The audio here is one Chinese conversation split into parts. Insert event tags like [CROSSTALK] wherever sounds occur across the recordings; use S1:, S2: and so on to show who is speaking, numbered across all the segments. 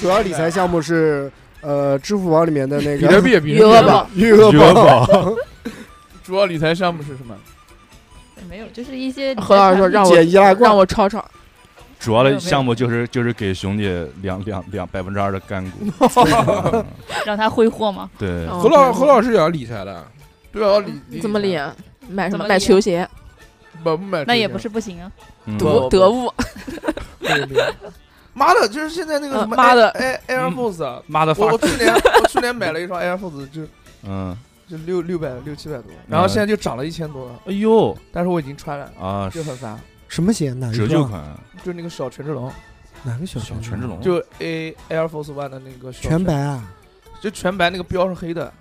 S1: 主要理财项目是呃支付宝里面的那个
S2: 比特
S1: [LAUGHS]
S2: 币，比
S3: 余
S2: 特
S3: 额
S2: 币，
S3: 宝
S1: 余额
S4: 余额宝，
S2: 主要理财项目是什么？
S3: 没有，就是一些
S5: 何老师说让我
S1: 捡易拉
S5: 让
S1: 罐，
S5: 我抄抄，
S4: 主要的项目就是就是给兄弟两两两百分之二的干股，嗯
S3: 让他挥霍
S1: 啊
S3: 嘛。
S4: 对，
S5: 哦
S2: 何老何老师也要理财的，对啊，理理
S5: 怎么理
S2: 财？
S5: 啊？买什
S3: 怎
S5: 么？
S3: 么理
S5: 买
S3: 啊
S5: 球鞋，
S2: 不不买，
S3: 那也不是不行啊，
S4: 嗯
S2: 不
S5: 得得物，
S2: 对。对对妈的，就是现在那个
S5: 嗯
S2: 什么
S5: 妈的
S2: ，Air Air Force，啊
S4: 妈的
S2: 我我
S4: 发，
S2: 去年 [LAUGHS] 我去年买了一双 Air Force，就
S4: 嗯，
S2: 就六六百六七百多，然后现在就涨了一千多了，
S4: 哎呦
S2: 但是我已经穿了，
S4: 啊，
S2: 就很烦，
S1: 什么鞋？哪一
S4: 折
S1: 个？
S4: 旧款，
S2: 就那个小权志龙，
S1: 哪个小
S4: 小权志龙，
S2: 就 A Air Force One 的那个小
S1: 全，白啊！
S2: 就全白那个标是黑的。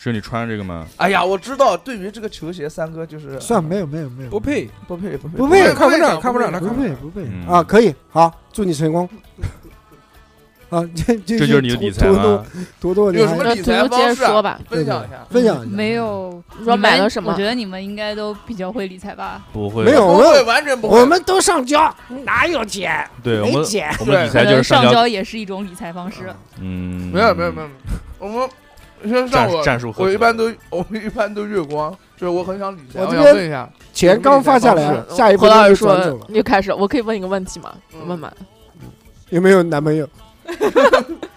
S4: 是你穿着这个吗？
S2: 哎呀，我知道，对于这个球鞋，三哥就是
S1: 算了没有没有没有，
S6: 不配，
S2: 不配不配
S1: 不配
S6: 看不上看不上
S2: 配
S6: 他
S1: 不
S6: 看
S1: 配不配
S4: 嗯
S1: 啊！可以，好，祝你成功。 [LAUGHS] 啊，这这
S4: 这就是你的理财
S1: 图
S4: 吗？
S1: 图图，
S2: 有什么
S1: 你还
S5: 那
S2: 理
S5: 图
S2: 财
S5: 图
S2: 方
S5: 接着
S2: 式啊
S5: 说吧，
S2: 分享一下。
S1: 分享一下？
S3: 嗯没有。
S5: 嗯你说
S3: 你们
S5: 买了什么
S3: 我觉得你们应该都比较会理财吧。
S4: 不会，
S1: 没有，我
S2: 不会，
S1: 们
S2: 完全不会。
S1: 我们都上交，哪有钱？
S4: 对我
S1: 没
S4: 们
S1: 钱。
S4: 我们理
S3: 可
S4: 财就
S3: 能
S4: 是
S3: 上
S4: 交，
S3: 交也是一种理财方式。
S4: 嗯，
S2: 没有没有没有，没有我们先上
S4: 战
S2: 我，
S4: 战术合
S2: 我一
S4: 作
S2: 般都我们一般都月光，就是我很想理财，
S1: 我
S2: 我
S1: 这
S2: 想
S1: 边
S2: 问一下，
S1: 钱刚发下来，啊
S5: 嗯
S1: 下一步
S5: 何老
S1: 就
S5: 师
S1: 转走
S5: 说
S1: 了。
S5: 你就开始，我可以问一个问题吗？
S2: 嗯
S5: 问吧，
S1: 有没有男朋友？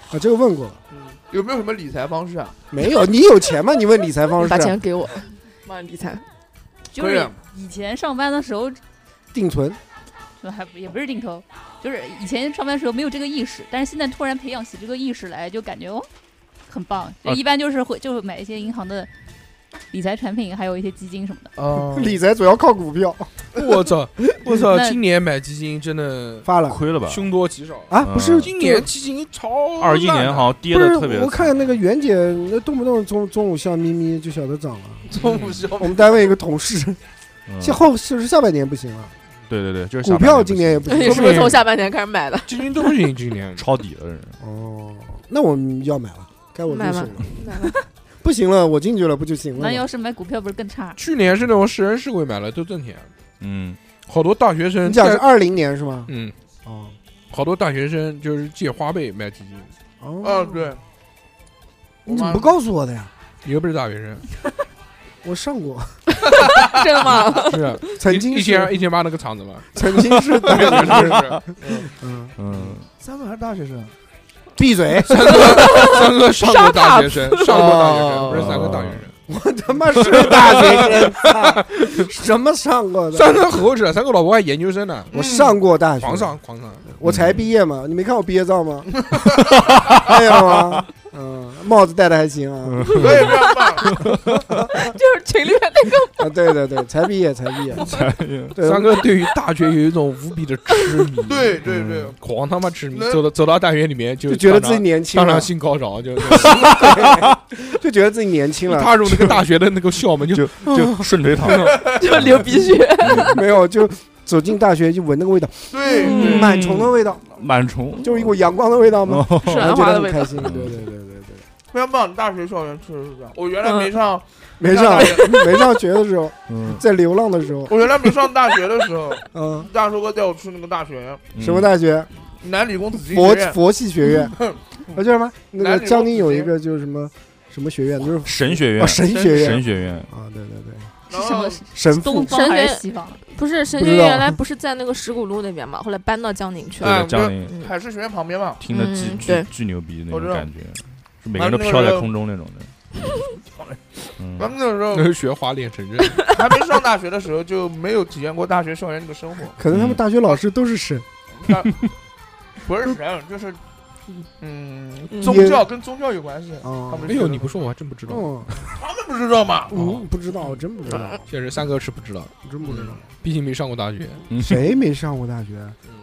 S1: 啊，这个问过了。
S2: 嗯，有没有什么理财方式啊？
S1: 没有，你有钱吗？你问理财方式
S5: 把
S1: 啊，
S5: 钱 [LAUGHS] 给我，帮你理财。
S3: 就
S2: 可以
S3: 是
S2: 啊
S3: 以前上班的时候，
S1: 定存，
S3: 就还不也不是定投，就是以前上班的时候没有这个意识，但是现在突然培养起这个意识来，就感觉哦，很棒。就
S4: 啊
S3: 一般就是会就是买一些银行的理财产品，还有一些基金什么的。
S2: [LAUGHS] 啊
S1: 理财主要靠股票，
S6: 我操，我操，
S3: 那
S6: 今年买基金真的
S1: 发了
S4: 亏了吧？
S6: 凶多吉少。
S1: 啊？不是
S4: 嗯
S6: 今年基金超
S4: 二一
S6: 烂
S4: 年
S6: 的
S4: 好像跌
S1: 不
S4: 的
S1: 是
S4: 特别，
S1: 我看那个袁姐，那动不动中中午笑眯眯就晓得涨了。
S2: 中午消
S1: [LAUGHS] 我们单位一个同事，
S4: 嗯
S1: 下后是下半年不行了，
S4: 对对对，就是
S1: 股
S4: 下半
S1: 票
S4: 年
S1: 今
S4: 不
S1: 年也
S4: 行
S1: 不
S5: [LAUGHS] 你
S1: 行。
S5: 是不是从下半年开始买的？
S6: 基金都不行，今年
S4: 抄底了，人
S1: 哦，那我们要买了，该我入
S5: 买
S1: 手
S5: 吧
S1: 了。不行了，我进去了，不就行了
S3: 那要
S1: 吗？
S3: 是买股票不是更差？
S6: [LAUGHS] 去年是那种是人是鬼买了都挣钱，
S4: 嗯，
S6: 好多大学生
S1: 你讲是
S6: 在
S1: 二零年是吗？
S6: 嗯，
S1: 哦
S6: 好多大学生就是借花呗买基金，
S2: 啊，
S1: 哦，
S2: 对，
S1: 你怎么
S2: 我妈
S1: 不告诉我的呀？
S6: 你又不是大学生，
S1: 我上
S4: [LAUGHS]
S1: 过，
S5: [LAUGHS] 真的 [LAUGHS] 吗？
S6: [LAUGHS] 是啊
S1: 曾
S6: 一
S1: 经
S6: 一千
S1: 是
S6: 一千八那个厂子嘛，
S1: 曾经是大
S6: [LAUGHS] 是
S1: 学
S6: 不
S1: 生，
S6: 是？
S1: 嗯，
S4: 嗯，
S2: 三个还是大学生？
S1: 闭嘴！
S6: 三哥，三哥上过大学生，上过大学生，不是三个大学生，
S1: 我他妈是大 [LAUGHS] 学生，操什么上过
S6: 三
S1: 的？
S6: 哥可厚实了，三哥老婆还研究生呢，
S1: 我上嗯过大学，
S6: 狂上狂上，
S1: 我才毕业嘛，你没看我毕业照吗？ [LAUGHS] 没有啊，嗯，帽子戴的还行啊，
S2: 可以这样吧？
S5: 就是群里面那
S1: 啊，对对对，才毕业，才毕业，对，
S6: 三哥对于大学有一种无比的痴迷，
S2: 对对对，
S6: 狂他妈痴迷，
S2: 那
S6: 走到走到大学里面就
S1: 就觉得
S6: 当
S1: 自己
S6: 场
S1: 年轻
S6: 当
S1: 了
S6: 场，性高潮，就
S1: 对就觉得自己年轻
S6: 一
S1: 了，
S6: 踏入那个大学的那个校门就
S4: 就就顺水躺，
S5: 个就流鼻血，
S1: 没有就走进大学就闻那个味道，
S2: 对对
S5: 嗯
S1: 螨虫的味道，
S4: 螨虫，
S1: 就是一股阳光的味道吗？
S4: 哦
S5: [LAUGHS] 是
S1: 然后
S5: 兰
S1: 觉
S5: 花
S1: 得
S5: 的
S1: 很
S5: 味
S1: 开
S5: 道。
S1: 心，对对对对对，
S2: 非常棒，大学校园确实是这样。我原来没上，
S1: 没上没上学的时候，
S4: [LAUGHS] 嗯，
S1: 在流浪的时候，
S2: 我原来没上大学的时候，
S1: 嗯，
S2: 大叔哥带我去那个大学，
S4: 嗯
S1: 什么？大学？
S2: 南理工紫金
S1: 佛
S2: 学院，
S1: 佛系
S2: [LAUGHS]
S1: 学院，啊，叫什么？那
S2: 男
S1: 个
S2: 女
S1: 江
S2: 共
S1: 宁有
S2: 学
S1: 一个就是什么什么学院，
S2: [LAUGHS]
S1: 就是
S4: 神学
S1: 啊
S4: 院，
S1: 神学
S4: 神
S1: 院
S4: 学院，
S1: 啊，对对对，
S3: 是
S2: 然
S3: 什
S2: 后
S4: 哦
S3: 么？
S1: 神
S3: 东
S1: 父
S3: 方还是西方？
S5: 不是神
S1: 不
S5: 学
S1: 知道
S5: 原来不是在那个石鼓路那边嘛，后来搬到江宁去了。
S2: 哎
S4: 对，江宁
S5: [LAUGHS] 嗯
S2: 海事学院旁边嘛，
S4: 听着
S5: 嗯
S4: 巨
S5: 对
S4: 巨巨牛逼那
S2: 我知
S4: 种
S2: 道
S4: 感觉，就每个人都
S2: 完了那个
S4: 飘在
S2: 时候
S4: 空中那种的。嗯
S2: 咱们那 [LAUGHS] 时候
S6: 那是学花脸城镇，
S2: 还没上大学的时候就没有体验过大学校园那个生活，
S1: 可能他们大学老师都是神，
S2: 不是人，就是嗯，
S5: 嗯
S2: 宗教跟宗教有关系。
S1: 啊
S2: 他们
S6: 哎呦，你不说我还真不知道，
S1: 嗯，
S2: 他们不知道吗？
S1: 嗯，不知道，我真不知
S2: [LAUGHS]
S1: 道，
S6: 确实三哥是不知道，
S1: 真不知道，
S2: 嗯
S6: 毕竟没上过大学。
S4: 嗯
S1: 谁没上过大学？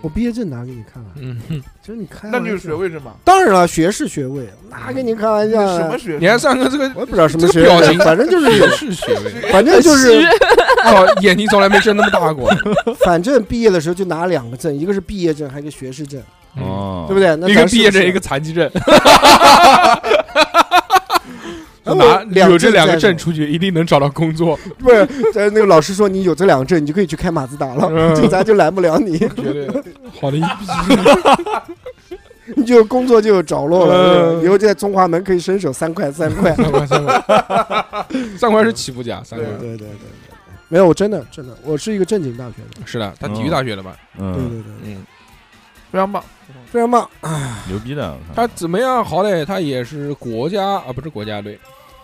S1: 我毕业证拿给你
S2: [LAUGHS]
S1: 看看，
S6: 嗯，
S1: 就是你开，
S2: 嗯那就是学，位是吗？
S1: 当然了，学士学位，拿给你开玩笑
S2: 嗯什么
S1: 的，
S2: 学位？
S6: 你看三哥这个
S1: 我也不知道什么
S6: 这
S1: 学
S6: 个表
S1: 位
S6: 情，
S1: 反正
S2: [LAUGHS]
S1: 就是
S6: 也
S1: 有，
S6: 是学位，
S1: 反正就是，
S6: 操，眼睛从来没睁那么大过。
S1: 反正毕业的时候就拿两个证，一个是毕业证，还有一个学士证，
S6: 嗯，
S1: [LAUGHS]
S4: 哦，
S1: 对不对？那
S6: 一
S1: [LAUGHS] 咱
S6: 个
S1: 是
S6: 毕
S1: 不
S6: 业证，
S1: 是
S6: 一个残疾证。
S1: 哎
S6: 拿
S1: 我两
S6: 有这两个
S1: 在
S6: 证出去，一定能找到工
S1: [LAUGHS]
S6: 作，
S1: 不是，在那个老师说你有这两个证，你就可以去开马自达了，
S6: 嗯
S1: 警察就拦不了你， [LAUGHS]
S6: 绝对好的一批。
S1: 你就工作就有着落了。
S6: 嗯
S1: 对以后就在中华门可以伸手三块三
S6: [LAUGHS]
S1: 块。
S6: 三块三块，三块是起步价，三
S1: 对对
S6: 块
S1: 对对对，没有，我真的真的，我是一个正经大学的。
S6: 是的，他体育大学的嘛，
S1: 对
S4: 嗯，
S1: 对对，
S6: 嗯，
S2: 非常棒。
S1: 非常棒。
S4: 牛逼的，我看
S6: 他怎么样？好歹他也是国家啊，不是国家队，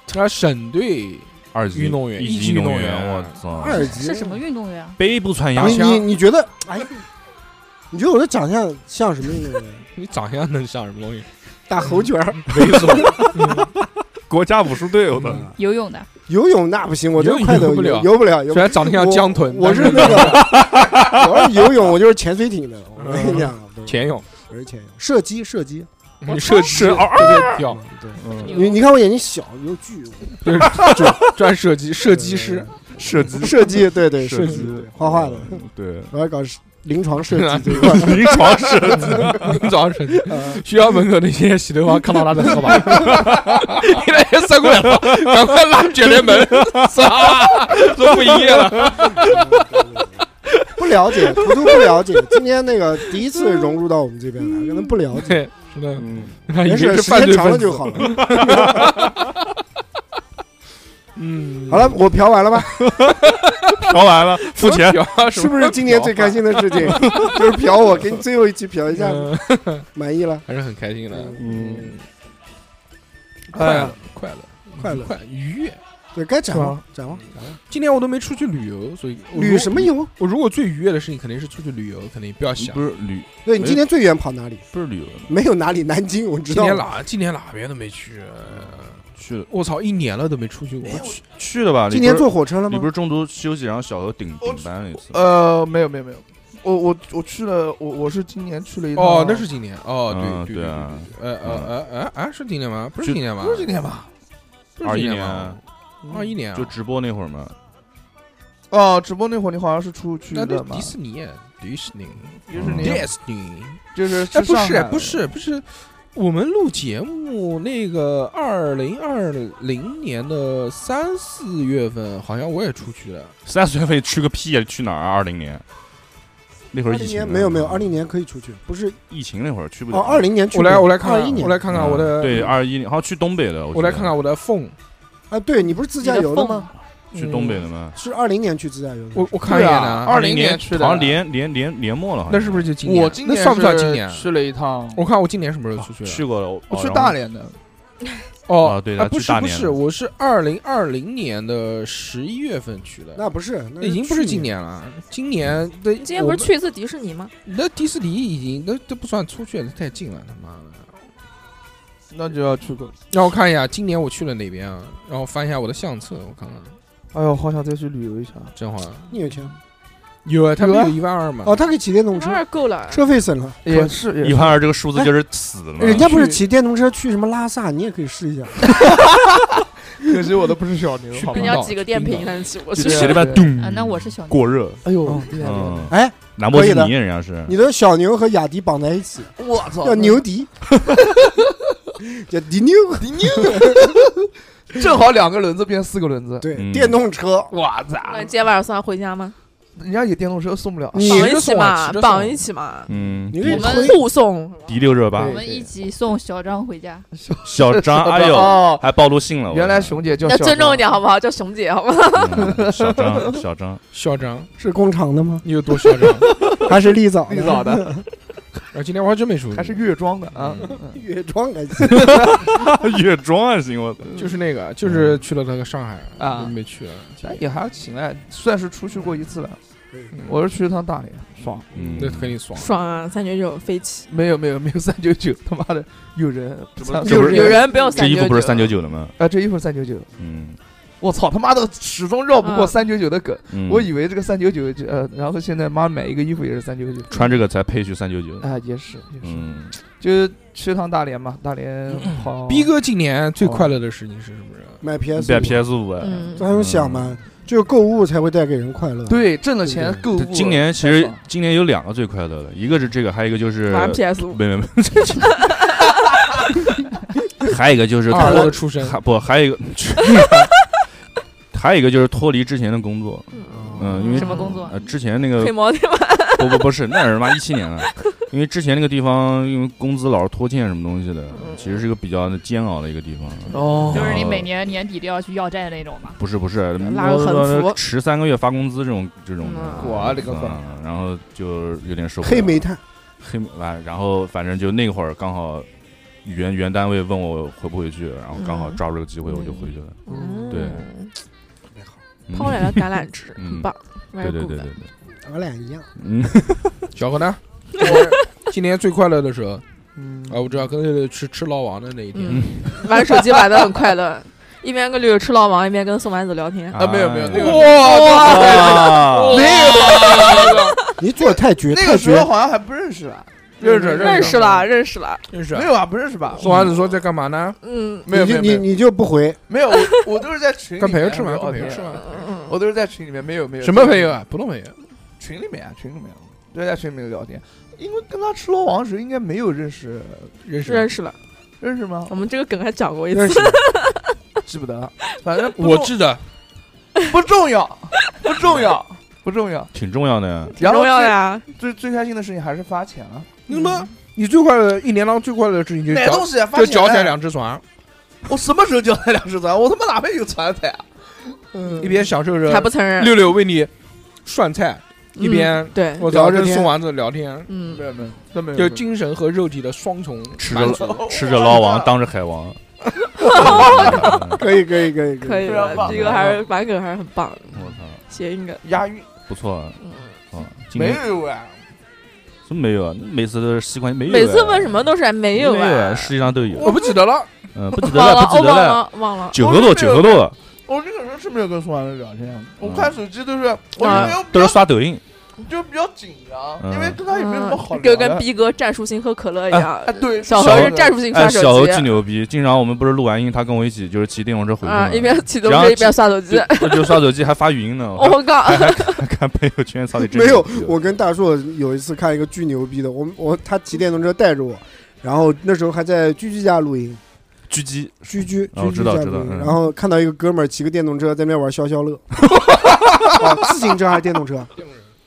S6: 他省队
S4: 二级
S6: 运动员
S4: 一
S6: 一
S4: 级
S6: 级
S4: 运
S6: 运动
S4: 动员，
S6: 员
S4: 我操，
S1: 二级嗯
S3: 是什么运动员啊？
S4: 背不穿
S6: 打
S4: 腰
S1: 你
S6: 枪
S1: 你你觉得？哎，你觉得我的长相像什么运动员？
S6: 你长相能像什么
S1: [LAUGHS]
S6: 东西？
S1: 打猴
S6: [LAUGHS]
S1: 拳儿、
S6: 猥琐，
S4: 国家武术队，我操，
S3: 游泳的，
S1: 游泳那不行，我这
S6: 游泳
S1: 快抖
S6: 游不了
S1: 游不了，游
S6: 虽
S1: 不了。
S6: 然长得像江豚，
S1: 我
S6: 但
S1: 我是
S6: 是
S1: 那个， [LAUGHS] 我要是游泳，我就是潜水艇的。我跟你讲，
S6: 潜泳，
S1: 我是潜泳，射击射击，
S6: 你射击
S4: 哦
S6: 直接跳，
S1: 嗯对。
S4: 嗯，
S1: 你你看我眼睛小又巨，
S6: 就是专专射击射击师，
S4: 射击
S1: 射击对对
S4: 射
S1: 射
S4: 击
S1: 击画画的，
S4: 对，
S1: 我要搞临床
S6: [LAUGHS]
S1: 设计这一块儿。
S4: 临床射击，
S6: 你早上射击。
S1: 呃
S6: 学校门口那些洗头房看到他在喝吧， [LAUGHS] 你来也三过来了，赶快拉卷帘 [LAUGHS] 门，啥都不营业了。
S1: 不了解，图图不了解，今天那个第一次融入到我们这边来，可能不了解。
S6: 对，是的，
S4: 嗯，
S6: 他 [LAUGHS]
S1: 没
S6: 以
S1: 事
S6: 前，
S1: 时
S6: 是犯
S1: 间
S6: 罪
S1: 长了
S6: 分子
S1: 就。好了。
S6: 嗯，
S1: 好了，我嫖完
S6: [LAUGHS]
S1: 了吧？
S4: 嫖完了，付钱，
S6: 嫖，
S1: 是不是今年最开心的
S6: [LAUGHS]
S1: 事情 [LAUGHS] 就是嫖我？给你最后一期嫖一下，
S6: 嗯
S1: 满意了？
S6: 还是很开心的，
S4: 嗯，
S6: 快
S1: 哎呀
S6: 乐，快乐，
S1: 快乐
S6: 快愉悦。
S1: 对该展
S6: 是
S1: 望展望，展望
S6: 今年我都没出去旅游，所以我如
S1: 旅什么？游？
S6: 我如果最愉悦的事情肯定是出去旅游，肯定不要想
S4: 不。是旅
S1: 对你今天最远跑哪里？
S4: 不是旅游的，
S1: 没有哪里，南京我知
S6: 哎今
S1: 道
S6: 年
S1: 了。
S6: 哪今年哪边都没去，呃
S4: 去的
S6: 我操，一年了都没出去过。
S4: 去的吧？
S1: 今
S4: 你
S1: 年
S4: 不是
S1: 坐火车了
S4: 你
S1: 吗
S4: 不？是中途休息，然后小何顶顶班了一次，
S2: 呃，没有没有没有，我我我去了，我我是今年去了一趟，
S6: 哦，那是今年哦
S4: 嗯，
S6: 对
S4: 对
S6: 对
S4: 啊
S6: 对，呃呃呃呃，哎，是今年吗？不是
S4: 就
S6: 今年吧？
S2: 不是今年吧？
S6: 不
S4: 二
S6: 是
S4: 一
S6: 今
S4: 年
S6: 吧，二一年啊
S4: 就直播那会儿嘛，
S2: 哦，直播那会儿你好像是出去
S6: 那
S2: 的
S6: 都
S2: 嘛
S6: 迪？士尼，啊迪士尼，
S2: 迪士尼
S4: 嗯
S6: 迪士尼。
S2: 就是
S6: 哎，
S2: 去
S6: 不
S2: 上
S6: 是
S2: 海
S6: 不是不是，我们录节目那个二零二零年的三四月份，好像我也出去了。
S4: 三十月份去个屁呀！去哪儿啊？二零年那会儿
S1: 二
S4: 疫
S1: 零
S4: 情啊
S1: 年没有没
S6: 嗯
S1: 有，二零年可以出去，不是
S4: 疫情那会儿去不了。啊
S1: 哦，二零年去
S6: 我
S1: 过。
S6: 来我来看
S1: 二一
S6: 看，
S1: 年
S6: 我来看看我的，
S4: 嗯
S6: 嗯
S4: 对，二一年，好像去东北的，
S6: 我
S4: 记得
S6: 来看看我的凤，
S1: 啊，对你不是自驾游的吗？
S4: 去东北的吗？
S1: 是二零年去自驾游的。
S6: 嗯我我看一眼
S2: 对
S6: 呢
S2: 啊。二
S4: 20
S2: 年去的
S4: 好像连连连连末了，好像
S6: 那是不是就今年？
S2: 我今
S6: 那
S2: 年
S6: 算不算
S2: 是
S6: 今年？啊
S2: 去了一趟，
S6: 我看我今年什么时候出去了？
S4: 去过了？
S2: 我
S4: 哦
S2: 去
S4: 然后
S2: 大连的，
S6: 哦
S4: 啊，对
S6: 啊
S4: 他
S6: 不
S4: 去
S6: 是
S4: 大
S6: 不
S4: 连
S6: 是，
S4: 了
S6: 我是二零二零年的十一月份去的，
S1: 那不是，那
S6: 已经不是
S1: 去
S6: 今年了，今
S4: 嗯
S6: 年的
S5: 你今天不是去一次迪士尼吗？
S6: 那迪士尼已经那这不算出去了，太近了，他妈的。
S2: 那就要去过。
S6: 让我看一下，今年我去了哪边啊？让我翻一下我的相册，我看看。
S2: 哎呦，好想再去旅游一下。
S6: 真话
S1: 你有钱
S6: 有啊，他们
S2: 有啊
S6: 有一万二嘛？
S1: 哦，他可以骑电动车
S5: 那，儿够了，
S1: 车费省了。
S2: 也是，
S4: 一
S2: 也
S4: 万二这个数字就是死的嘛。
S1: 哎人家不是
S2: 去
S1: 骑电动车去什么拉萨，你也可以试一下。
S2: 可惜我的不是小牛，好
S6: 冰
S2: 吧
S5: 人
S6: 岛？
S5: 家几个电瓶才能骑过去
S4: 就
S2: 对。啊
S4: 斜着半
S2: 对
S4: 咚
S3: 啊，那我是小牛，
S4: 嗯过热，
S2: 哎呦
S1: 嗯，
S2: 厉害厉害！
S4: 嗯，
S1: 哎，
S4: 兰博基
S1: 可以
S4: 尼人家啊是
S1: 你的小牛和雅迪绑在一起，
S2: 我操，
S1: 叫牛迪，叫迪牛。
S2: 正好两个轮子变四个轮子。
S1: 对，
S4: 嗯
S1: 电动车。
S2: 我操，
S5: 那你今天晚上送他回家吗？
S2: 人家也电动车送不了。
S1: 你
S5: 绑
S6: 骑
S5: 一
S6: 着
S5: 起
S6: 送啊
S5: 嘛
S6: 骑着，送
S5: 绑一起嘛，
S4: 嗯，
S1: 你可以
S3: 我们
S1: 推
S5: 护送。
S4: D 六热巴
S3: 我，们一起送小张回家。
S1: [LAUGHS]
S4: 小张，哎
S2: [LAUGHS]
S4: 呦，
S2: 哦，
S4: 还暴露姓了。
S2: [LAUGHS]
S4: 我
S2: 原来熊姐叫
S5: 要
S2: 小
S5: 尊重
S2: 张
S5: 一点好不好？叫熊姐好吗？
S4: 嗯小张，
S1: [LAUGHS]
S4: 小张，
S6: 嚣张，
S1: 是工厂的吗？
S6: 你有多嚣 [LAUGHS] 张？
S1: 还是丽藻？
S2: 绿藻
S1: [LAUGHS]
S2: 的，
S6: 啊，今天我还真没出去，
S2: [LAUGHS] 还是月装的啊？
S1: 月装还行。
S4: 月装
S1: 啊
S4: 还行，我操
S6: 就是那个，就是去了那个上海
S2: 啊
S6: 就没去了。
S2: 哎也还行哎，算是出去过一次了。
S6: 嗯
S2: 我是去了趟大连，爽。
S4: 嗯，
S6: 那肯定爽，
S5: [LAUGHS] 爽啊！三九九飞起，
S2: 没有没 [LAUGHS] 有没有三九九，他妈的有人，操
S4: 这不是
S5: 有人不用
S4: 这
S5: 三
S4: 衣
S5: 九
S4: 服
S5: 九，
S4: 不是三九九的吗？
S2: 啊，这衣服三九九，
S4: 嗯，
S2: 我操他妈的始终绕不过
S5: 嗯
S2: 三九九的梗，
S4: 嗯
S2: 我以为这个三九九呃，然后现在妈买一个衣服也是三九九，
S4: 穿这个才配去三九九。
S2: 啊也是也是，
S4: 嗯，
S2: 就是去趟大连嘛，大连
S5: 嗯
S2: 好
S6: 逼哥今年最快乐的事情是什么？
S1: 买 PS，
S4: 带 PS 五哎。
S5: 嗯，
S1: 这还用想吗？只有购物才会带给人快乐。，
S2: 对挣了钱购物，啊
S4: 今年其实今年有两个最快乐的，一个是这个，还有一个就是
S5: 玩 PS 五，
S4: 没没没， [LAUGHS] 还有一个就是
S6: 二
S4: 脱
S6: 货的出身，
S4: 还不还有一个， [LAUGHS] 还有一个就是脱离之前的工作，嗯，因为
S3: 什么工作
S4: 呃之前那个
S5: 黑猫对吧？
S4: 不不不是，那是他妈一七年了，因为之前那个地方因为工资老是拖欠什么东西的，
S5: 嗯
S4: 其实是个比较煎熬的一个地方。
S6: 哦
S3: 就是你每年年底都要去要债那种嘛。
S4: 不是不是，
S5: 拉个横幅
S4: 迟三个月发工资这种这种的
S5: 嗯，
S6: 我勒个
S4: 嗯
S6: 乖
S4: 然后就有点受不了
S1: 黑煤炭，
S4: 黑煤啊，然后反正就那会儿刚好原原单位问我回不回去，然后刚好
S5: 嗯
S4: 抓住这个机会我就回去了。
S5: 嗯，
S4: 对嗯
S5: 抛来了橄榄枝，
S4: 嗯
S5: 很棒，
S4: 对对对对
S5: very
S4: 对
S5: good，，
S1: 我俩一样。
S4: 嗯，
S6: 小何呢？今年今年最快乐的时候啊，
S1: 嗯，
S6: 我知道跟六六吃吃老王的那一天
S5: 嗯， [LAUGHS] 玩手机玩的很快乐，一边跟六六吃老王，一边跟宋丸子聊天。
S6: 啊，没有没有，那个
S2: 哇，
S6: 啊
S4: 哇，
S2: 那个
S1: [LAUGHS] 你做的太绝，
S2: 那
S1: 太
S2: 个时
S1: 绝
S2: 候。好像还不认识啊吧？认识
S5: 认识了，认识了。
S6: [LAUGHS] 认识
S2: 没。有啊？不认识吧？
S6: 宋丸子说在干嘛呢？
S5: 嗯，
S2: 没有
S1: 你
S2: 没
S1: 就
S2: 有
S1: 你
S2: 没有
S1: 你就不回，
S2: 没有，我我都是在群里
S6: 跟朋友
S2: 面
S6: 吃饭，
S2: 聊
S6: 跟朋友
S2: 天
S6: 吃饭。
S5: 嗯
S2: 我都是在群里面，没有没有
S6: 什么朋友？啊？普通朋友。
S2: 群里面啊，群里面，都在群里面聊天。因为跟他吃老王的时候应该没有认识，
S6: 认识
S5: 嗯
S6: 啊
S5: 认识了。
S2: 认
S6: [LAUGHS]
S2: 识吗
S5: 我？们这个梗还讲过一
S1: 认
S5: 次
S1: 识，
S2: 记不得了，反正不
S6: 我
S2: 重
S6: 记得
S2: 不重要，不重要，不重要。
S4: 挺重要的。
S5: 挺
S2: 然后
S5: 重要
S2: 最
S5: 的呀。
S2: 最最开心的事情还是发钱啊了，
S6: 那么你最快乐一年当中最快乐的事情就是
S2: 买
S6: 脚
S2: 东西啊发
S6: 就
S2: 钱。
S6: 脚踩，两只船，
S2: 我什么时候脚踩两只船？我他妈哪边有船踩啊？
S1: 嗯
S6: 一边享受
S5: 还
S6: 着
S5: 不承认，
S6: 六六为你涮菜，一边
S5: 嗯对，
S6: 我操
S1: 聊着
S6: 跟
S1: 天
S6: 宋丸子聊天，
S5: 嗯
S2: 没，有没有，都没有。
S6: 就精神和肉体的双重
S4: 吃
S6: 满
S4: 着
S6: 足。
S4: 吃着老王，当着
S5: [LAUGHS]
S4: 海王。嗯
S1: 可以可以可以啊
S5: 可以
S2: 非常
S5: 的，
S2: 棒
S5: 这个还是玩梗还是很棒的，
S4: 我操，
S5: 谐音梗。
S2: 押韵
S4: 不错啊！
S5: 嗯，
S4: 啊今
S2: 没
S4: 天
S2: 有啊？
S4: 真没有啊，每次都是习惯没有啊，
S5: 每次问什么都是哎没
S4: 没
S5: 有
S4: 啊，
S5: 啊，
S4: 实际上都有。
S6: 我不记得了，
S4: 嗯，不记得
S5: 忘
S4: 了，
S5: 了，
S4: 不
S5: 哦
S4: 记得
S5: 忘
S4: 了。
S5: 了忘了，
S4: 酒喝多，酒喝多，
S2: 我那个时候是没有跟宋老师聊天，啊我
S4: 嗯
S2: 看手机都是，我就
S5: 啊
S2: 没有
S4: 都是刷抖
S5: [LAUGHS]
S4: 音。
S2: 就比较紧张，
S4: 嗯
S2: 因为跟他哎也没有什么好聊的。
S5: 就嗯跟逼哥战术性喝可乐一样
S2: 哎，对，
S5: [LAUGHS] 小
S4: 何
S5: 何
S4: 是
S5: 是战术性
S4: 哎，
S5: 刷
S4: 小
S5: 手
S4: 欧巨
S5: 机
S4: 牛逼！经常我们不是录完音，他跟我一起就是骑电动车回去
S5: 啊，
S4: 嘛，
S5: 一边启动
S4: 然后
S5: 车一边刷手机。
S4: 就就刷手机还发语音呢，
S5: [LAUGHS]
S4: 我
S5: 哦我靠，
S4: 还还还看朋友圈，操你
S1: [LAUGHS]
S4: 真
S1: 没有
S4: 牛逼，
S1: 我跟大硕有一次看一个巨牛逼的，我们我他骑电动车带着我，然后那时候还在居居家录音，
S4: 狙击
S1: 居居
S4: 哦
S1: 居居
S4: 知道
S1: 家
S4: 知
S1: 录
S4: 道
S1: 音，
S4: 嗯
S1: 然后看到一个哥们儿骑个电动车在那边玩消消乐，啊自行车还是电动车？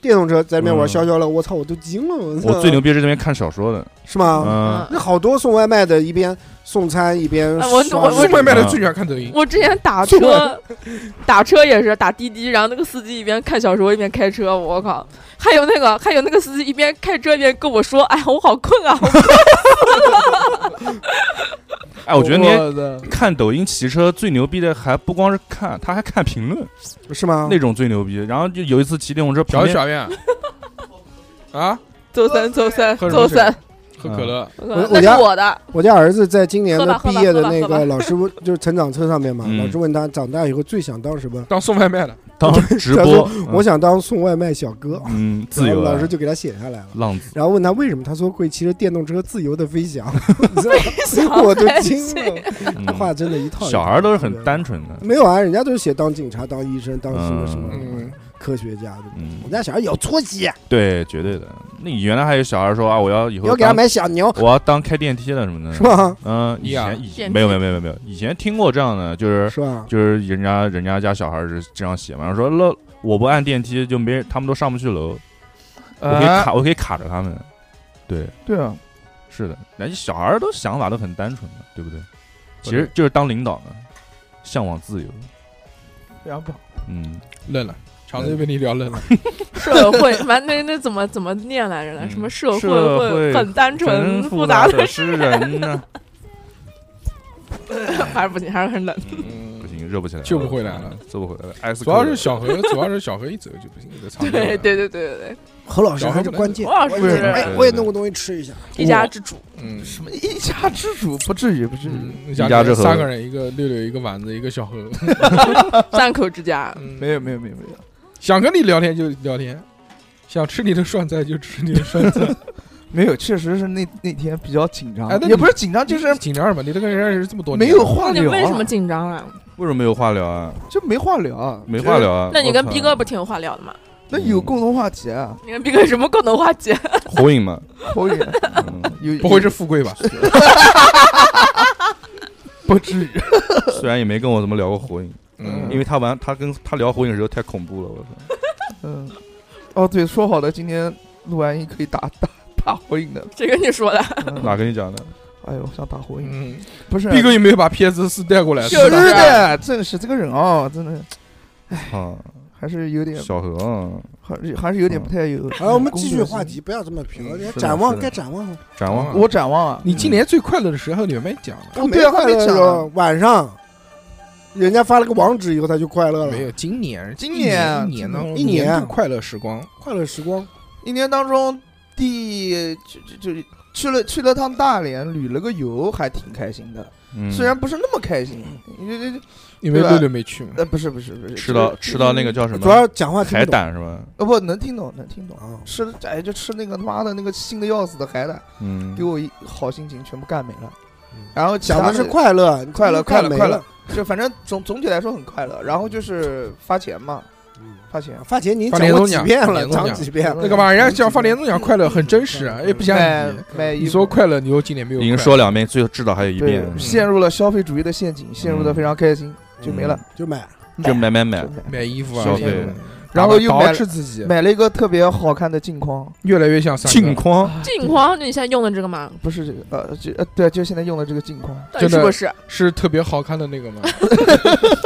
S1: 电动车在那边玩消消乐，我操，我都惊了！操
S4: 我最牛逼是这边看小说的，
S1: 是吗？
S5: 啊
S4: 嗯，
S1: 那好多送外卖的，一边送餐一边
S5: 哎我
S1: 刷
S5: 我我
S6: 送外卖的最喜欢看抖音，
S5: 我之前
S4: [LAUGHS]
S5: 打
S1: 送
S5: 车，打车也是打滴滴，然后那个司机一边看小说一边开车，我靠！还有那个，还有那个司机一边开车一边跟我说：“哎呀，我好困啊 [LAUGHS]
S4: 哎，我觉得你
S2: 的
S4: 看抖音骑车最牛逼的还不光是看，他还看评论
S1: 是吗？
S4: 那种最牛逼。然后就有一次骑电动车，旁
S6: 小
S4: 边
S6: 小院啊，！”
S5: 走三走三
S6: 喝什
S5: 走
S6: 么
S5: 三，
S6: 喝可乐，
S5: 我靠
S1: 我
S5: 那
S1: 家
S5: 是我的，
S1: 我家儿子在今年
S5: 喝
S1: 的
S5: 吧喝
S1: 毕
S5: 吧
S1: 业的
S5: 喝吧
S1: 那
S5: 喝吧
S1: 个老师
S5: [LAUGHS]
S1: 问，就是成长册上面嘛，
S4: 嗯
S1: 老师问他长大以后最想当什么？
S6: 当送外卖的，
S4: 当直
S1: 他
S4: 播
S1: 说，我想当送外卖小哥，
S4: 嗯，嗯嗯 [LAUGHS] 自由
S1: 然后
S4: 啊
S1: 老师就给他写下来了。
S4: 浪子，
S1: 然后问他为什么，他说会骑着电动车自由的飞
S5: [LAUGHS]
S1: 翔， [LAUGHS] 你知道
S5: 翔
S1: [LAUGHS] 吗我都惊了，
S4: 嗯
S1: 这话真的一套一套。
S4: 小孩都是很单纯的，
S1: 没有啊，人家都是写当警察、当医生、当什么什么
S6: 嗯，
S1: 科学家的。
S4: 嗯
S1: 我们，家小孩有出息，
S4: 对，绝对的。那你原来还有小孩说啊，我要以后
S1: 要给他
S4: 当
S1: 买小牛，
S4: 我要当开电梯的什么的，
S1: 是吧？
S4: 嗯，
S6: 一
S4: 以
S6: 样
S4: 前以前
S5: 电
S4: 没有没
S5: 梯
S4: 有没有没有，以前听过这样的，就是
S1: 是吧？
S4: 就是人家人家家小孩是这样写嘛，然后说那我不按电梯就没人，他们都上不去楼，我可以
S6: 啊
S4: 卡，我可以卡着他们。对，
S2: 哎对啊，
S4: 是的，人家小孩儿都想法都很单纯的，对不对？其实就是当领导的，向往自由。
S2: 非常棒。
S4: 嗯，
S6: 愣了，肠子又被你聊愣了。
S5: 社会，完那那怎么怎么念来着呢？
S4: 嗯
S5: 什么社
S4: 社会
S5: 会很单纯
S4: 复
S5: 杂的
S4: 的，是人呢。
S5: 还是不行，还是很冷。
S4: 不行，热不起来，嗯
S6: 救不回来了，
S4: 救不回来了。艾斯
S6: 嗯主
S4: 科
S6: 要
S4: 勒
S6: 是小何，主要是小何一走就不行，这肠子又来
S5: 啊对
S6: 了
S5: 对对对对
S1: 何老师还是关
S5: 对，
S1: 键。
S5: 王老师
S2: 为什
S4: 么
S5: 是
S1: 哎，我也弄个东西吃一下。
S5: 一家之主，
S6: 嗯，
S2: 什么一家之主？不至于，不至于。
S6: 嗯，一
S4: 一家
S6: 家
S4: 之貉
S6: 三个人，一个六六，一个丸子，一个小何。
S5: 三口之家。
S6: 嗯
S2: 没有，没有，没有，没有。
S6: 想跟你聊天就聊天，想吃你的涮菜就吃你的涮菜。
S2: 没有，确实是那那天比较紧张
S6: 哎那，你
S2: 也不是紧张，就是
S6: 紧张吧，你都跟人认识这么多年，
S2: 没有话
S5: 那你
S2: 聊啊。
S5: 为什么紧张啊？
S4: 为什么没有话聊啊？
S2: 就没话聊啊？
S4: 没话聊啊？
S5: 那你
S4: 我
S5: 跟
S4: 靠
S5: 逼哥不挺有话聊的吗？
S2: 觉得，那有共同话题啊？
S5: 你跟逼哥有什么共同话题？
S4: [LAUGHS]
S5: 啊 [LAUGHS]
S4: 火影嘛？ [LAUGHS]
S2: 可以，
S4: 嗯
S2: 有
S6: 不会是富贵吧？
S2: 不至于。
S4: 虽然也没跟我怎么聊过火影，
S2: 嗯
S4: 因为他玩他跟他聊火影的时候太恐怖了，我操！
S2: 嗯，哦对，说好了今天录完音可以打打打火影的。
S5: 谁跟你说的？
S2: 嗯
S4: 哪跟你讲的？
S2: 哎呦，想打火影，
S6: 嗯，
S2: 不是
S6: 毕哥有没有把 PS 四带过来？
S2: 就是
S6: 是吧
S2: 的，真是这个人啊，真的
S4: 啊，
S2: 还是有点，
S4: 小何啊，
S2: 还是还是有点不太有。
S1: 好，我们继续话题，。不要这么评
S4: 嗯是
S1: 论。
S4: 的
S1: 展
S4: 是
S1: 望
S4: 的
S1: 该展望了，
S4: 展望
S2: 我展望啊，
S6: 你今年最快乐的时候，你们没讲了。
S2: 我
S1: 没
S2: 对啊，还
S1: 快乐
S2: 没
S1: 的
S2: 讲
S1: 时候
S2: 啊。
S1: 晚上，人家发了个网址以后，他就快乐了
S6: 没。有，今年，
S2: 嗯今
S6: 一年
S2: 年
S6: 一年当中
S1: 一年
S6: 年度快乐时光，
S1: 快乐时光，
S2: 一年当中第就就就去了去了趟大连，旅了个游，还挺开心的。
S4: 嗯
S2: 虽然不是那么开心，这这这
S6: 因为
S2: 对吧
S6: 六六没去嘛。
S2: 呃不是不是不是，
S4: 吃到吃到那个叫什
S1: 主
S4: 么
S1: 要讲话听
S4: 海
S1: 不懂
S4: 胆是吧？
S2: 呃不能听懂能听懂。
S1: 啊。
S2: 吃了哎，就吃那个他妈的那个腥的要死的海胆，
S4: 嗯
S2: 给，我一好心情全部干没了
S1: 嗯。
S2: 然后其
S1: 讲
S2: 他
S1: 的是快乐，你
S2: 快乐
S1: 看
S2: 快乐
S1: 没
S2: 快乐
S1: 了。
S2: 就反正总总体来说很快乐。然后就是发钱嘛，发钱。
S1: 发钱您
S6: 发
S1: 讲
S6: 联
S1: 过
S6: 动
S1: 几
S6: 奖
S1: 遍
S6: 发
S1: 了，
S6: 联动
S1: 讲
S6: 奖
S1: 几遍了。
S6: 那干嘛？人家讲发联动奖快乐很真实啊，
S2: 嗯
S6: 也不像
S2: 买
S6: 你。
S2: 买衣服
S6: 你说快乐，你又今年没有
S4: 已
S6: 快乐。
S4: 经说两遍，最后至少还有一
S2: 对
S4: 遍，，嗯
S2: 陷入了消费主义的陷阱，陷入的非常开心，就没了。
S1: 嗯就买，
S4: 嗯就买买买
S2: 就，没了
S6: 买衣服啊，
S4: 消
S2: 费
S6: 什么的
S2: 然后又
S6: 捯
S2: 买
S6: 饬自己，
S2: 买了一个特别好看的镜框，
S6: 越来越像三
S4: 镜
S6: 哥。
S4: 框
S5: 镜框，就你现在用的这个吗？
S2: 不是这个，呃，就呃，对，就现在用的这个镜框，
S5: 到底
S6: 真的
S5: 是不是？
S6: 是特别好看的那个
S2: [LAUGHS]
S6: 吗？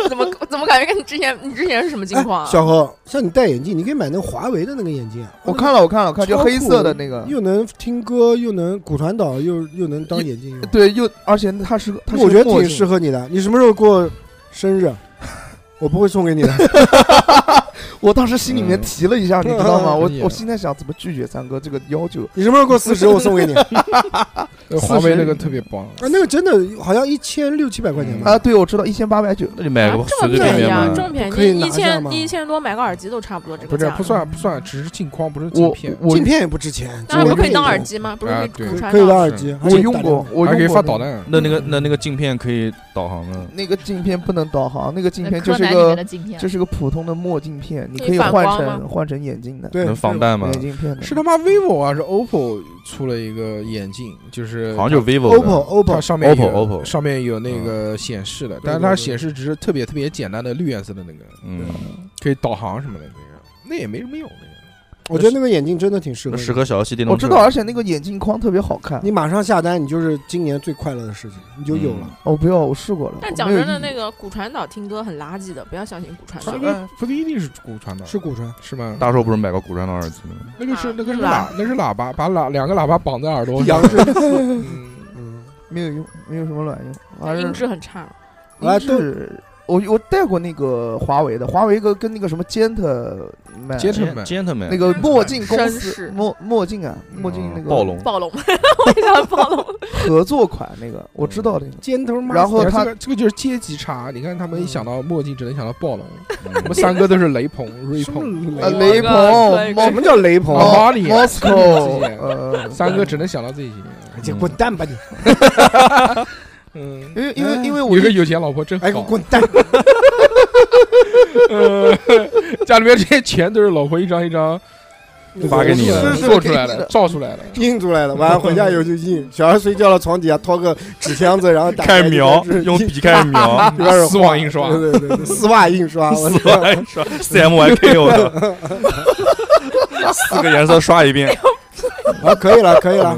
S5: 怎么怎么感觉跟你之前你之前是什么镜框
S1: 哎
S5: 啊？
S1: 小何，像你戴眼镜，你可以买那个华为的那个眼镜。
S2: 我看了，我看了，我看就
S1: 超
S2: 黑色的
S1: 酷
S2: 那个，
S1: 又能听歌，又能骨传导，又又能当眼镜用。
S2: 对，又而且它是个，它是
S1: 我觉得
S2: 个墨
S1: 挺
S2: 镜
S1: 适合你的。你什么时候过生日？啊 [LAUGHS] 我不会送给你的。
S2: 我当时心里面
S4: 嗯
S2: 提了一下，你知道吗？
S6: 嗯
S2: 我
S6: 嗯
S2: 我现在想怎么拒绝三哥这个要求，
S1: 你什么时候过四十，我送给 [LAUGHS] 你。啊，
S6: 那个华为那个特别棒，
S1: 那个真的好像一千六七百块钱吧？
S5: 嗯
S2: 啊，对，我知道一千八百九，
S4: 那就买个
S5: 啊这
S4: 哎
S5: 么
S4: 随随
S5: 便宜
S4: 便便
S5: 啊，
S4: 买
S5: 这。么便
S1: 可以
S5: 宜，
S1: 拿
S5: 一
S1: 下
S5: 千
S1: 吗
S5: 一千多买个耳机都差不多这
S6: 不
S5: 个
S6: 是
S5: 价。
S6: 不算不算，只是镜框，不是镜
S2: 我
S6: 片。
S2: 我
S1: 镜片也不值钱，
S5: 当然不可以
S1: 镜片也值钱
S5: 当耳，机吗？不是
S6: 啊
S5: 可以
S6: 对
S5: 骨传
S1: 可以当
S5: 导？
S1: 耳机。啊
S2: 我用过，我
S6: 还可以
S2: 用过
S6: 发导
S2: 那个。
S6: 弹，啊
S4: 那那个那那个镜片可以导航的，
S2: 那个镜片不能导航，那个镜
S3: 那
S2: 片就
S3: 柯
S2: 是
S3: 南里面的
S2: 个
S3: 镜片
S2: 就，是个普通的墨镜片，你
S5: 可以
S2: 可以
S5: 反
S2: 换
S5: 光
S2: 成
S5: 吗
S2: 换成眼镜的，
S1: 对，
S4: 能防弹吗？
S2: 眼镜片的。
S6: 是他妈 vivo 啊，是 OPPO 出了一个眼镜，就是
S4: 好像就是 vivo 的
S1: OPPO
S6: 它
S1: OPPO
S6: 上面有
S4: OPPO OPPO
S6: 上面有那个显示的，但是
S1: 对
S6: 它
S1: 对对
S6: 显示只是特别特别简单的绿颜色的那个，
S4: 嗯，
S6: 可以导航什么的那个，那也没什么用那个。
S1: 我觉得那个眼镜真的挺适合
S4: 那
S1: 你
S4: 适。合小游戏电动
S2: 我
S4: 车。
S2: 知道，而且那个眼镜框特别好看
S1: 你。马上下单，你就是今年最快乐的事情，你就有了。
S2: 哦我不要，我试过了。
S5: 但
S2: 我
S5: 讲
S2: 没有
S5: 真的，
S2: 意
S5: 那个骨传导听歌很垃圾的，不要相信骨传导
S6: [LAUGHS] 它。那不一定是骨传
S4: 嗯
S6: 导，
S1: 是骨传，
S6: 是吗？
S4: 大硕不是买个骨传导耳机吗？
S6: 那个是
S5: 啊
S6: 那个是
S5: 是吧
S6: 喇那是喇叭，把喇两个喇叭绑在耳朵上
S1: 杨。志，
S4: [LAUGHS]
S6: 嗯
S1: 嗯，
S2: 没有用，没有什么卵用。还是
S5: 音质很差，
S1: 啊
S2: 音质，我我戴过那个华为的，华为个跟那个什么 Gentleman
S6: 街头
S4: 哎
S6: Gentleman
S2: 那
S4: Gentleman，
S2: 个墨镜公
S5: 绅
S2: 司
S5: 士
S2: 墨墨镜啊，
S6: 嗯
S2: 墨镜那个
S4: 暴龙
S5: 暴龙， [LAUGHS] 为啥暴龙？
S2: 合作款那个，我知道那个。
S1: 尖头
S5: 嗯
S1: 马
S2: 然后
S6: 这
S2: 他
S6: 个这个就是阶级差，你看他们一想到墨镜，只能想到暴龙。我
S4: [LAUGHS]
S6: 们
S4: 嗯
S6: 三哥都是雷朋、瑞
S1: 什
S6: 朋、
S1: 么
S2: 呃，
S1: 雷
S2: 雷
S5: 哥可
S2: 朋
S5: 以可以
S1: 什
S2: ，Mo-
S1: 么叫雷朋？
S6: 哦 Armani
S2: Moscow，
S6: 这些
S2: 呃，
S6: 三哥只能想到这些。
S1: 你哎滚蛋吧你！
S6: 嗯，
S2: 因为因为因为
S6: 有
S2: 我
S6: 一个
S2: 一
S6: 有钱老婆真
S1: 哎，给
S6: 好
S1: 我，滚蛋！
S6: 呃， [LAUGHS] 家里面这些钱都是老婆一张一张
S4: [LAUGHS] 发给你的
S2: 是是
S6: 做出来
S2: 给你
S6: 的、
S2: 的
S6: 造出来的。
S1: 印出来了，晚上回家以后就印。小孩睡觉了，床底下掏个纸箱子，然后打
S4: 开
S1: 开
S4: 描
S1: 就是，
S4: 用笔开始
S1: [LAUGHS]
S4: 描，
S1: 里边有
S6: 丝网印刷
S1: 对对对对，丝袜印刷，我
S4: 四万刷 CMYK，我操，四个颜色刷一遍，
S1: 啊，可以了，可以了。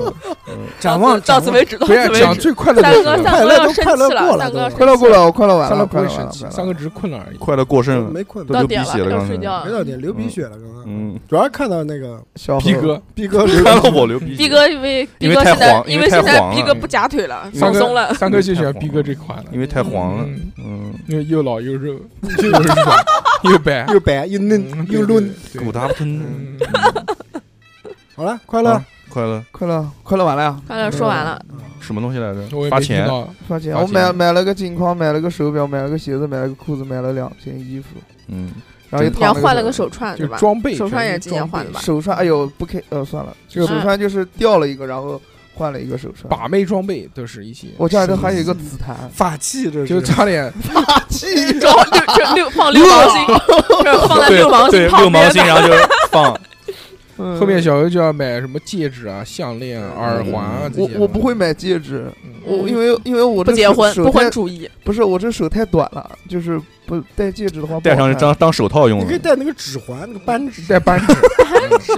S1: 展望
S5: 到
S1: 展
S5: 此
S1: 望
S5: 为止，到
S6: 不
S5: 此
S6: 要
S5: 为
S6: 讲
S5: 止。
S6: 最快乐的
S5: 三
S6: 时
S5: 哥，
S6: 候，
S5: 三
S1: 快乐
S5: 哥要
S1: 都
S5: 生
S1: 快乐
S5: 气
S1: 过了
S5: 三哥要
S1: 都
S2: 快乐过了，我快乐完
S6: 三
S2: 了，
S6: 哥
S2: 快
S6: 不
S2: 乐
S6: 会
S2: 完
S6: 生
S2: 了，
S6: 气
S2: 快，乐
S6: 三
S2: 完
S6: 哥
S2: 了
S6: 只是困了而已。
S4: 快乐过剩了，
S1: 没困，
S4: 都
S5: 到
S4: 流
S5: 点
S4: 鼻
S5: 了
S4: 血，了，
S5: 要
S4: 刚
S5: 睡
S4: 才，
S5: 觉
S1: 没
S5: 了。
S1: 到点，流鼻血了。刚刚
S4: 嗯，
S1: 主要是看到那个
S2: 小
S6: 逼
S2: 何
S6: 哥，
S1: 逼哥流
S4: 看到我流鼻血，
S5: 逼哥因为逼
S4: 因为
S5: 哥
S4: 太
S5: 现在
S4: 黄因
S5: 因
S4: 为
S5: 为
S4: 太
S5: 现在
S4: 黄
S5: 逼
S4: 了
S5: 哥不夹腿了，
S6: 三
S5: 放
S6: 哥
S5: 松了。
S6: 三哥就喜欢逼哥这款了，
S4: 因为太黄了，
S6: 嗯，
S4: 嗯，
S6: 又又老又肉，又软又白，
S1: [LAUGHS] 又白又嫩
S6: 嗯
S1: 又嫩。，
S4: 古达喷，
S6: 嗯
S1: 好了，快乐
S4: 啊，快乐
S2: 快乐快乐完了呀！
S5: 快乐说完了，
S4: 什么东西来
S6: 我也
S4: 着？
S6: 没
S4: 发
S6: 听
S4: 钱，
S6: 到
S2: 花钱，
S6: 花
S2: 我买
S6: 钱
S2: 买了个镜框，买了个手表，买了个鞋子，买了个裤子，买了两件衣服，
S4: 嗯，
S2: 然后又
S5: 你
S2: 烫
S5: 要换了
S2: 个
S5: 个手串
S6: 就
S5: 对吧？
S6: 装备，
S5: 手串也
S6: 全是
S5: 是今年
S6: 装备
S5: 换的吧？嗯
S2: 手串，哎呦不 K，呃算了，
S6: 这个
S2: 手串就是掉了一个，然后换了一个手串。
S6: 把妹装备都是一些，
S2: 我家里头还有一个
S6: [LAUGHS]
S2: 紫檀，
S1: 法器这。
S6: 就是差点
S5: 就就六放六芒星，就是放在
S4: 对
S5: 六芒星
S4: 对六
S5: 旁
S4: 芒
S5: 边
S4: 星，
S5: 的。
S4: 然后就放
S2: 嗯
S6: 后面小优就要买什么戒指啊、项链啊、耳环啊这
S2: 我
S6: 些。
S2: 我不会买戒指，
S6: 嗯，
S2: 我因为因为我这
S5: 不结
S2: 手
S5: 婚，
S2: 手
S5: 不
S2: 太
S5: 婚主义。
S2: 不是我这手太短了，就是不戴戒指的话不
S4: 戴
S2: 好
S4: 上是
S2: 看
S4: 当当手套用
S1: 你可以
S4: 的。
S1: 戴那个指环，那个扳指。
S6: 戴 [LAUGHS] 扳指，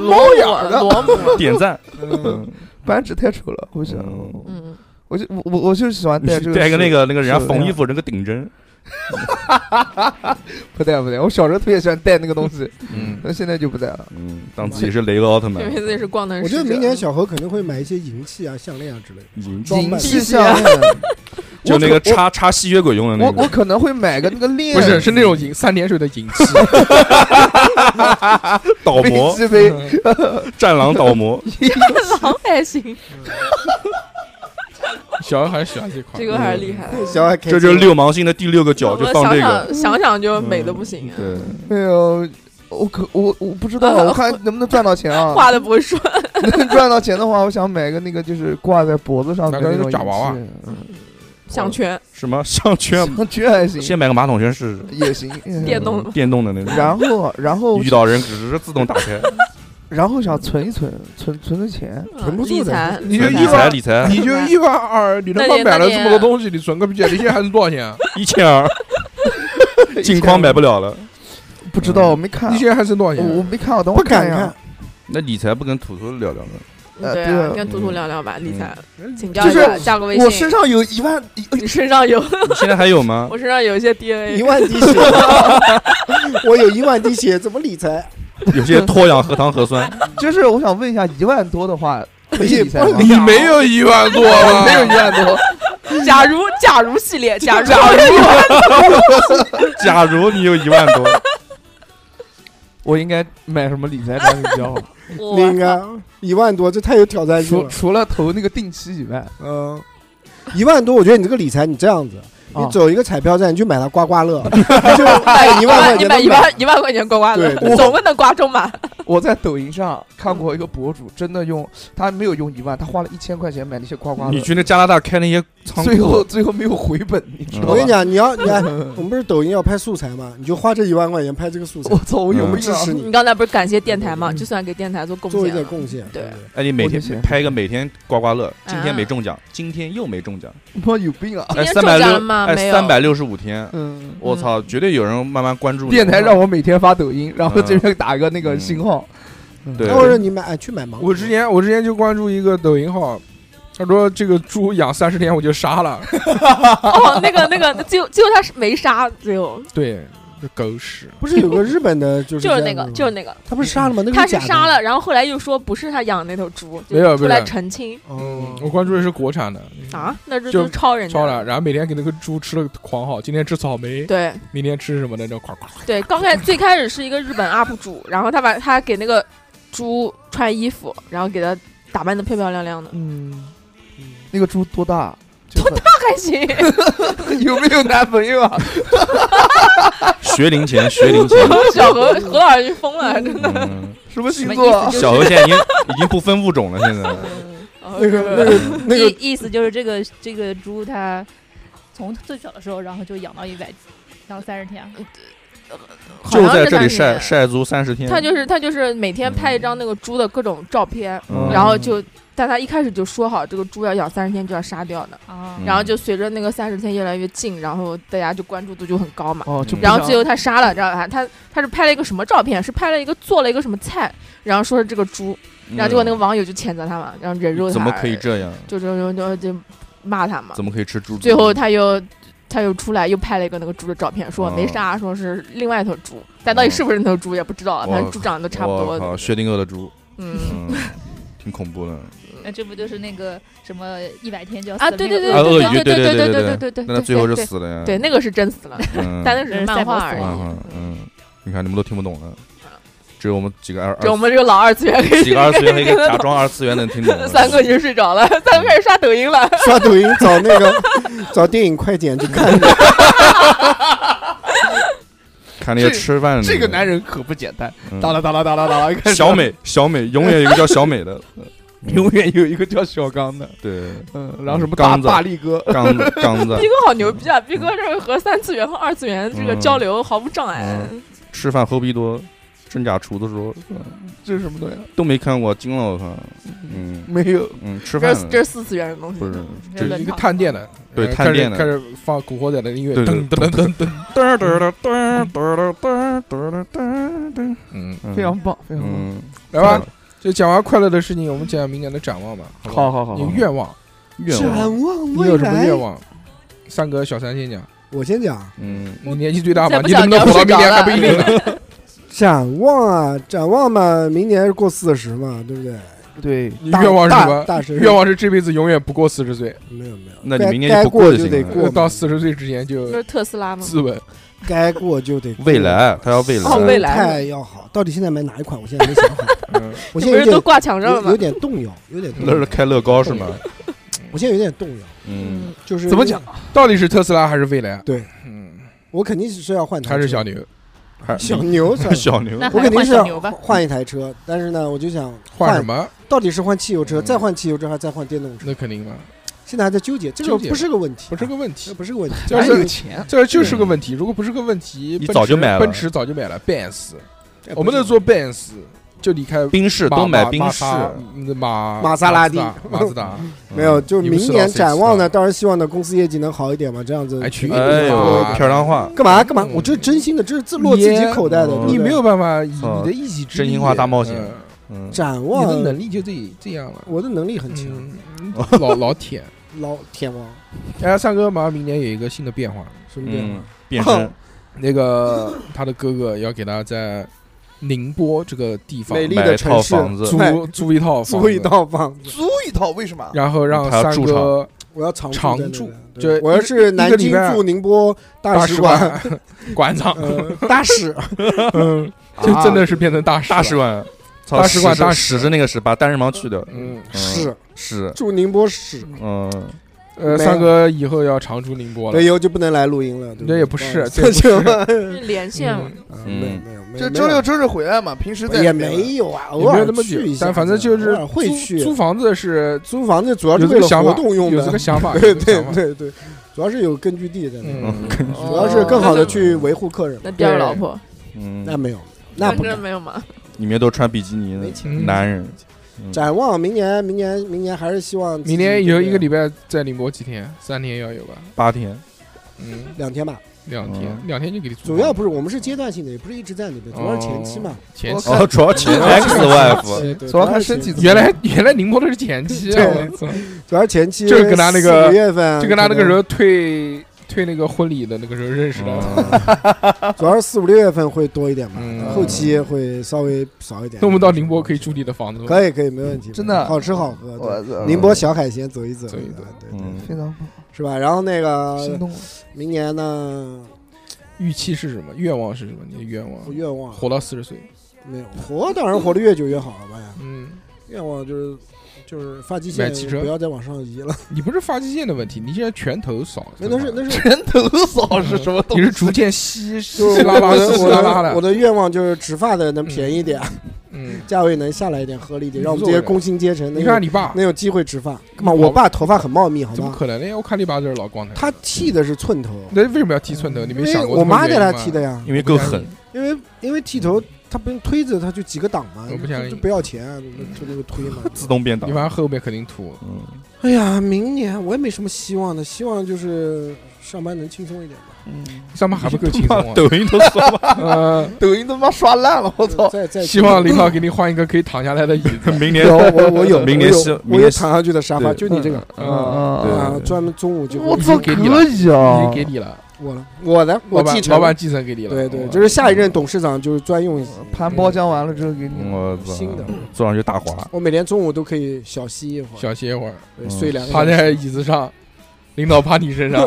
S5: 罗
S2: 眼的
S5: 姆，罗姆，
S4: 点赞，
S1: 嗯
S2: 扳指太丑了，不行，
S4: 嗯 [LAUGHS]
S5: 嗯，
S2: 我就我我我就喜欢戴这个
S4: 戴个那
S2: 手
S4: 个那个人家
S2: 手
S4: 缝
S2: 链
S4: 衣服那个顶针，
S2: 不戴不戴，我小时候特别喜欢戴那个东西，
S6: 嗯，
S2: 但现在就不戴了。
S4: 嗯，当自己是雷个奥特曼
S5: 因，为自己是光能
S1: 我
S5: 使
S1: 觉
S5: 者。
S1: 得明
S5: [LAUGHS]
S1: 年小何肯定会买一些银器啊、项链啊之类的。
S4: 银
S1: 装扮
S2: 银
S1: 一
S2: 器
S1: 下
S2: 项链，
S4: 嗯就
S2: 我
S4: 那个
S2: 可
S4: 插插吸血鬼用的
S2: 我
S4: 那
S2: 我我
S4: 个，
S2: 可能会买个那
S4: [LAUGHS]
S2: 个链，
S6: 不是是那种银三点水的银器，
S4: 倒
S2: 飞
S4: 模
S2: 机杯，
S4: 战狼倒模，
S5: 狼还
S4: [LAUGHS]
S5: 行，
S6: [LAUGHS] 小优还是喜欢这款。
S5: 这个还是厉害。
S1: [LAUGHS] 小孩开
S4: 这就是
S1: 心 [LAUGHS]
S4: 六芒星的第六个角，
S5: 我
S4: 就放
S5: 想
S4: 这个。
S5: 想想想就美的不行啊，
S4: 对，
S2: 哎呦，我可我我不知道，
S5: 啊
S2: 我看能不能赚到钱啊。
S5: [LAUGHS] 画的不会说，
S2: 能赚到钱的话，我想买个那个就是挂在脖子上的
S6: 那个
S2: 那种
S6: 假娃娃
S2: 银器，
S5: 项圈
S4: 什么项圈？
S2: 嗯 [LAUGHS] 这还行，
S4: 先买个马桶圈试试，
S2: 也行。嗯
S5: 电动的
S4: 电动的那种。
S2: 然后然后
S4: 遇到人只是自动打开，
S2: 然后想存一存，存存存钱，
S1: 存不住
S5: 理
S1: 的
S5: 财，
S6: 你就
S5: 嗯理
S6: 一
S4: 理
S5: 财
S4: 财
S6: 万
S4: 理财
S6: 你就一万二，你他
S5: 那
S6: 妈
S5: 你
S6: 买了
S5: 那你
S6: 这么多东西，你存个屁！啊！你现在还是多少
S4: [LAUGHS]
S6: 钱啊？
S4: 一千二，镜框买不了了。
S2: 不知道我没
S4: 啊
S2: 看
S6: 你，现在还剩多少
S2: 我
S6: 钱啊
S2: 我？没看，我等
S1: 不
S2: 我看
S1: 敢
S2: 一
S1: 看
S2: 下。，
S4: 那理财不跟土土聊聊吗？
S2: 呃
S5: 对
S2: 对
S5: 啊
S2: 啊，
S5: 跟图图
S4: 嗯
S5: 聊聊吧，理财，
S1: 嗯
S5: 请
S2: 就
S5: 教一下，
S2: 是
S5: 加个微
S2: 我
S5: 信
S2: 身。上有一万一
S5: [LAUGHS] 你身上有，
S1: 嗯
S4: 你现在还有吗？
S5: 我身上有一些
S1: 一
S5: DNA，
S1: 万滴血，我有一万滴血，怎么理财？
S4: 有些脱氧核糖核酸，
S2: 就是我想问一下，一万多的话可以理财吗？
S6: 你没有一万多
S2: 我
S6: 吗？
S2: 没有一
S4: 嗯
S2: 万多，
S5: [LAUGHS] 假如假如系列，假如
S4: 假如你有一万多，
S2: [LAUGHS] 我应该买什么理财产品比较 [LAUGHS] 好？
S1: 那应该一万多，这太有挑战性
S2: 除
S1: 了。
S2: 除了投那个定期以外，
S1: 嗯，一万多，我觉得你这个理财，你这样子，你
S2: 啊
S1: 走一个彩票站，你去买它刮刮
S5: [LAUGHS]
S1: 乐，就按一万块
S5: 你
S1: 钱
S5: 买
S1: 能
S5: 一万一万块钱刮刮乐
S1: 对对，对
S5: 总不能刮中吧？
S2: 我在抖音上看过一个博主，真的用他没有用一万，他花了一千块钱买那些刮刮
S4: 你
S2: 乐，
S4: 去那加拿大开那些仓
S2: 最后
S4: 库，
S2: 最后没有回本，你知道
S1: 我跟你
S2: 吗？
S1: 讲，你要你看，
S2: [LAUGHS]
S1: 我们不是抖音要拍素材嘛，你就花这一万块钱拍这个素材
S2: 我，操，我有
S4: 嗯
S2: 病
S1: 支
S2: 啊！
S1: 持
S5: 你
S1: 你
S5: 刚才不是感谢电台吗？就算给电台做
S1: 嗯
S5: 贡
S1: 做一
S5: 献
S1: 点
S5: 了，
S1: 贡献。
S5: 对
S1: 不
S4: 哎，你每
S2: 我就喜
S4: 天
S2: 欢
S4: 拍一个每天刮刮乐，今天
S5: 啊
S4: 没中奖，今天又没中奖，
S2: [LAUGHS] 我有病啊！
S5: 今
S4: 哎，
S5: 天
S4: 三
S5: 中
S4: 百
S5: 奖
S4: 六
S5: 了吗，
S4: 哎，
S5: 没有
S4: 三百六十五天，
S2: 嗯，
S4: 我操，绝对有人慢慢关注你
S2: 电台让我每天发抖音，然后这边打个那个
S4: 嗯
S2: 星号，
S4: 对
S1: 然，后让你买，哎去买芒果。
S6: 我之前我之前就关注一个抖音号，他说这个猪养三十天我就杀了，
S5: 哦，那个那个，最后最后他是没杀，最后
S6: 对，这狗屎。
S1: 不是有个日本的，就是
S5: 就是
S1: 这
S5: 那
S1: 样
S5: 个
S1: 子吗
S5: 就是那个，
S1: 他不是杀了吗？那个
S5: 他是
S1: 假的
S5: 杀。了，然后后来又说不是他养的那头猪，就
S6: 没有
S5: 出来
S6: 不是
S5: 澄清
S4: 嗯
S1: 哦，
S6: 我关注的是国产的，
S5: 啊，那这
S6: 就
S5: 就是超人的
S6: 超了，然后每天给那个猪吃了狂号，今天吃草莓，
S5: 对
S6: 明天吃什么来着？夸夸，
S5: 对，刚开最开始是一个日本 UP 主，然后他把他给那个猪穿衣服，然后给他打扮的漂漂亮亮的，
S2: 嗯，那个猪多大？多大？
S5: 还行，
S2: [LAUGHS] 有没有男朋友啊？
S4: 学龄前，学龄
S5: [LAUGHS]
S4: 前，
S5: 小何何老师疯了，真的。
S4: 嗯，
S2: 什么星
S3: 什么
S2: 座
S3: 意
S2: 啊
S3: 思？就是
S4: 小何现在已经已经不分物种了，现在。
S1: 那个那个那个
S3: 意意思就是这个这个猪它从最小的时候，然后就养到一百，养了三十天，
S5: 好
S4: 就
S5: 像
S4: 在
S5: 是
S4: 这里
S5: 30
S4: 晒
S5: 年
S4: 晒足三十天。
S5: 他就是他就是每天拍一张那个猪的各种照片，
S4: 嗯
S5: 然后就，但他一开始就说好这个猪要养三十天就要杀掉的，
S3: 啊
S4: 嗯
S5: 然后就随着那个三十天越来越近，然后大家就关注度就很高嘛。
S2: 哦，
S4: 嗯
S2: 就不
S5: 然后
S2: 想
S5: 最后他杀了，知道吧？他他是拍了一个什么照片？是拍了一个做了一个什么菜，然后说是这个猪，
S4: 嗯，
S5: 然后结果那个网友就谴责他嘛，然后人肉他，
S4: 怎么可以这样？
S5: 就就就就就骂他嘛。
S4: 怎么可以吃猪？
S5: 最后他又他又出来又拍了一个那个猪的照片，说没
S4: 哦
S5: 杀，说是另外一头猪，但到底是不是那头猪也不知道了，反
S4: 我
S5: 正猪长得都差不
S4: 我靠
S5: 多。
S4: 薛定谔的
S5: [LAUGHS]
S4: 猪，
S5: 嗯，
S4: 嗯，挺恐怖的。
S3: 那这不就是那个什么一百天就要死
S5: 啊，
S3: 的
S5: 对
S3: 那个
S5: 对对
S4: 啊鳄
S5: 对对
S4: 鱼对
S5: 对
S4: 对
S5: 对
S4: 对
S5: 对对，
S4: 但他
S5: 对
S4: 最后是
S5: 对
S4: 死了呀。
S5: 对，那个是真死了， [LAUGHS]
S4: 嗯，
S5: 但那只是漫画
S3: 那
S5: 而已
S3: 是赛博
S4: 嗯
S5: 嗯。
S4: 嗯，你看你们都听不懂了，只有我们几个二
S5: 就我
S4: 二
S5: 们 [LAUGHS] 这个老二次元可以
S4: 几个
S5: [LAUGHS]
S4: 二次元
S5: 可
S4: 可
S5: 以
S4: 以
S5: 听得
S4: 假
S5: 懂，。
S4: 装二次元能听懂
S5: 三个已经睡着了，三个开始刷抖音
S4: 嗯
S5: 了。
S1: 刷抖音找那
S6: [LAUGHS]
S1: 个找电影快剪去看。
S4: 看那
S2: 这
S4: 些吃饭的
S2: 这个
S4: 那
S2: 男人可不简单，
S4: 嗯
S2: 哒啦哒啦哒啦哒啦，开始
S4: 小美，小美永远有一个叫小美的，
S2: 永远有一个叫小刚的，
S5: [LAUGHS]
S4: 对，
S2: 嗯，然后什么大
S4: 刚子
S2: 大力哥，
S4: 刚子刚子
S5: 逼哥好牛逼啊！逼哥这和三次元和二次元这个
S4: 嗯
S5: 交流毫无障碍。
S4: 嗯吃饭齁逼多，真假厨子说
S2: 这是什么东西？
S4: 都没看过，惊了我靠，嗯
S2: 没有，
S4: 嗯，
S5: 这
S4: 吃饭
S5: 是这是四次元的东西。
S4: 不是
S3: 这
S4: 这
S3: 冷
S6: 一个
S3: 场
S6: 探店的，
S4: 对
S6: 呃
S4: 探店的
S6: 开始开始放《古惑仔》的音乐，
S4: 对对
S6: 噔噔噔噔噔，
S4: 噔噔噔噔噔噔噔噔噔，
S6: 嗯，
S4: 嗯
S2: 非常棒，非常棒。
S4: 嗯，
S6: 来吧，就讲完快乐的事情，我们讲讲明年的展望吧。好
S4: 嗯好
S6: 吧，
S4: 好
S6: 你愿望，
S4: [LAUGHS] 愿望，
S2: 望
S6: 你有什么愿？望？三哥，小三先讲，
S1: 我先讲啊
S4: 嗯，
S6: 你年纪最大嘛，
S5: 再不
S6: 你能
S5: 讲
S6: 不能活到
S5: 聊不
S6: 明
S5: 着
S6: 年还
S5: 了
S6: 不一定呢。
S5: [LAUGHS]
S1: 展望啊，展望嘛，明年是过四十嘛，对不对？
S2: 对，
S6: 你
S1: 大
S6: 愿望是什么？
S1: 大大神
S6: 愿望是这辈子永远不过四十岁，
S1: 没有没有，
S4: 那你
S1: 该
S4: 明年
S1: 该
S4: 就不
S1: 过
S4: 过就
S1: 就
S4: 行
S1: 得
S4: 了
S1: 过嘛，
S6: 到四十岁之前就
S5: 不是特斯拉吗？
S6: 自刎。
S1: 该过就得过
S4: 未来，他要未来
S5: 哦，未来
S1: 心态要好。到底现在买哪一款？我现在没想
S6: [LAUGHS]
S1: 好，
S6: 嗯，
S1: 我
S5: 你
S1: 现在有
S5: 不是都
S1: 点
S5: 挂墙上了
S1: 有有
S5: 吗？
S1: 点动摇，有点动
S4: [LAUGHS] 那是
S1: 摇。
S4: 开乐高是吗？
S1: 我现在有点动摇，
S4: 嗯，
S1: 就是
S6: 怎么讲？到底是特斯拉还是未来？
S1: 对，
S6: 嗯，
S1: 我肯定是要换台车
S6: 还是小牛
S4: 还
S1: 小牛算了，
S4: [LAUGHS] 小牛
S3: 那，
S1: 我
S3: 还
S1: 肯
S3: 是
S1: 定
S3: 换
S1: 是
S3: 小
S1: 要
S3: 牛吧。
S1: 换一台车，但是呢，我就想
S6: 换什？么？
S1: 到底是换汽油车，
S6: 嗯
S1: 再换汽油车，还是再换电动车？
S6: 那肯定嘛，
S1: 现在还在纠结，这个
S6: 纠结
S1: 不是个问题，
S6: 不是个问
S1: 这
S5: 啊
S6: 题。哎
S1: 不是个哎问题，
S6: 就
S1: 这
S6: 是
S2: 钱，
S6: 这就是个问题，如果不是个问题，
S4: 你
S6: 奔
S4: 早就
S6: 驰
S4: 买了
S6: 奔驰早就买了 Benz，
S1: 这
S6: 我
S1: 不
S6: 们
S1: 是
S6: 那做 Benz 就离开
S4: 宾士
S6: 马
S4: 都买
S6: 马
S4: 宾
S6: 马
S4: 士，
S6: 莎嗯马
S1: 玛莎拉蒂
S6: 马自达马自达，
S1: 没有，就
S6: 你们
S1: 明
S6: 知道
S1: 年
S6: 谁
S1: 展望呢，
S6: 知道
S1: 当然希望呢公司业绩能好一点嘛，这样子。
S6: 啊哎去
S4: 哎呦
S6: 啊，
S4: 漂亮话，
S1: 干嘛干嘛？
S6: 嗯
S1: 我这真心的，这是自落自己口袋的，
S4: 你
S1: 对不对
S6: [LAUGHS] 你没有办法以你
S4: 操
S6: 的一己之
S4: 嗯真
S6: 力
S4: 心话大冒险
S6: 嗯
S4: 嗯，
S1: 展
S6: 你
S1: 望
S6: 的能力就这这样了。
S1: 我的能力很强，
S6: 嗯，老 [LAUGHS] 老铁，
S1: 老天王
S6: 哎，三哥马上明年有一个新的变化，
S1: 什么变
S4: 嗯
S1: 化？，
S4: 变身，
S6: 那
S1: [LAUGHS]
S6: 个他的哥哥要给他在宁波这个地方
S1: 美丽
S4: 买
S1: 的
S4: 一
S1: 城
S4: 套
S1: 市，
S4: 房子，
S1: 哎
S6: 租租一套房
S1: 租一
S6: 子，
S1: 套房子，
S2: 租一套为什么？
S6: 然后让
S4: 他要
S6: 三
S4: 驻
S6: 哥
S1: 我要常
S6: 常
S1: 住
S6: 住
S1: 在那边。
S6: 就
S1: 对我要是南
S6: 一
S1: 京
S6: 个礼拜
S1: 驻宁波大
S6: 大
S1: 使
S6: 使
S1: 馆，
S6: 馆 [LAUGHS] 馆长，
S1: 呃，
S6: [LAUGHS]
S1: 大使，
S6: 嗯， [LAUGHS] 就
S2: 啊
S6: 真的是变成大使
S4: 大使
S6: 馆，
S4: 馆，操
S6: 大使馆
S4: 屎是
S6: 大使
S4: 屎是那个屎，把单人旁去掉，
S6: 嗯，
S4: 嗯
S1: 使
S4: 是，
S1: 驻宁波使，
S4: 嗯，
S6: 呃，
S1: 没
S6: 三
S1: 了
S6: 哥以后要常驻宁波了
S1: 对，，以后就不能来录音了。对
S6: 这也不是，这
S1: 这
S6: 也不，
S1: 就是 [LAUGHS]
S5: 是连线吗？
S1: 啊
S4: 嗯
S1: 没有没有没有，
S2: 就周六周日回来嘛，平时在
S1: 也
S2: 那边
S1: 没有啊，偶
S6: 也没有
S1: 尔
S6: 那么久
S1: 去一，下
S6: 但
S1: 子，
S6: 反正就是
S1: 偶尔会
S6: 租
S1: 去
S6: 租房子是
S1: 租房子，主要是
S6: 有这
S1: 为了
S6: 个想
S1: 活
S6: 法，
S1: 动用
S6: 有这
S1: 的
S6: 个。想
S1: [LAUGHS]
S6: 法，
S1: 对
S6: 有这个
S1: 对
S6: 想法，
S1: 对对，主要是有根据地在那边，
S6: 嗯，
S5: [LAUGHS]
S1: 主要是更好的去维护客人嘛。
S5: 哦那第二老婆，
S1: 那
S4: 嗯，
S1: 没有，那
S5: 三
S1: 不
S5: 哥
S1: 敢
S5: 没有吗？
S4: 里面都穿比基尼
S1: 没
S4: 的
S1: 钱。
S6: 嗯
S4: 男人，
S1: 展望明年，明年，明年还是希望自己
S6: 明年有一个礼
S1: 对
S6: 拜在宁波几天，三天要有吧？
S4: 八天，
S6: 嗯，
S1: 两天吧。
S6: 两天，
S4: 嗯
S6: 两天就给你租
S1: 主
S6: 好。
S1: 要不是我们是阶段性的，也不是一直在那边，主要是前期嘛。
S6: 前期
S2: 我。
S4: 哦，
S1: [LAUGHS]
S4: 主要前 X wife，
S1: 对对
S2: 主要看身体
S1: 主
S2: 怎么
S6: 原
S2: 样
S6: 来原来宁波的是前期啊，
S1: 对
S6: 我操
S1: 主要是前期
S6: 就是跟他那个
S1: 四五月份，
S6: 就跟他那个时
S1: 人，
S6: 候退退那个婚礼的那个时候认识的。
S2: 哦
S1: 主要是四五六月份会多一点吧，
S6: 嗯
S1: 后期会稍微少一点。
S6: [LAUGHS] 那我们到宁波可以住你的房子吗？
S1: 可以可以没问题，
S2: 真的啊
S1: 好吃好喝。对
S2: 我呃操
S1: 宁波小海鲜走一走，
S6: 走一走
S1: 对对，
S4: 嗯，
S2: 非常棒
S1: 是吧？然后那
S2: 心
S1: 个
S2: 动了。
S1: 明年呢，
S6: 预期是什么？愿望是什么？你的愿
S1: 我
S6: 望？
S1: 愿望
S6: 活到四十岁。
S1: 没有活，当然活得越久越好了吧？
S6: 嗯，
S1: 愿望就是就是发际
S6: 买
S1: 线
S6: 汽车
S1: 不要再往上移了，
S6: 你不是发际线的问题，你现在拳头少。
S1: 那那是那
S6: [LAUGHS]
S1: 是。
S2: 人头扫是什么东
S6: 你
S2: 西？
S6: 是逐渐
S1: [LAUGHS]
S6: 稀稀
S1: 就是
S6: 拉
S1: 我
S6: 拉
S1: 的
S6: 稀
S1: 我
S6: 稀拉拉
S1: 的我
S6: 的。
S1: 的愿望就是植发的能便宜一点，
S6: 嗯，
S1: 价位能下来一点，合理一点，让我们这些工薪阶层能
S6: 你
S1: 有
S6: 看你爸
S1: 能有机会植发。干嘛？我爸头发很茂密，好
S6: 怎么
S1: 吗？
S6: 可能哎呢？我看你爸这是老光头。
S1: 他剃的是寸头，
S6: 那为什么要剃寸头？你
S1: 因
S6: 没
S1: 为
S6: 想过？
S1: 我妈给他剃的。呀，
S4: 因为够狠，
S1: 因为因为剃头他不用推着，他就几个档嘛，
S6: 嗯我不相信
S1: 就就不要钱啊，就那个推
S6: [LAUGHS]
S1: 嘛。
S4: 自动变
S6: 你
S4: 档，
S6: 反正后面肯定秃。
S4: 嗯，？
S1: 哎呀，明年我也没什么希望的，希望就是上班能轻松一点
S6: [LAUGHS]
S1: 吧。
S2: 嗯
S6: 上班还不够轻松啊
S4: [LAUGHS] 抖音都刷吧，
S6: 呃，
S2: 抖音他妈刷烂了，我操！
S1: 再再
S6: [LAUGHS] 希望领
S1: [LAUGHS]
S6: 导给你换一个可以躺下来的椅子。
S4: 明年
S1: 有我我有
S4: 明年
S1: 我
S4: 希
S1: 有我
S4: 明
S1: 有
S4: 年
S1: 躺上去的沙发，就
S4: 对
S1: 你这个
S6: 嗯，
S4: 对
S2: 啊
S1: 啊，专门中午就会
S2: 我操，
S6: 已经
S2: 可
S6: 给你了
S2: 以
S6: 已
S2: 啊！
S6: 经给你了，
S1: 我了我的我
S6: 老板
S1: 继承
S6: 老板继承给你了。哦
S1: 对对，
S6: 嗯
S1: 就是下一任董事长就是专用
S2: 盘包浆完了之后给你
S6: 嗯
S2: 了，
S4: 我操，
S1: 新的，
S4: 坐上去大滑，
S1: 我每天中午都可以小吸一会儿，
S6: 小歇一会儿，
S1: 对
S4: 嗯
S1: 睡两个
S6: 趴
S1: 小时。
S6: 在椅子上，领导趴你身上。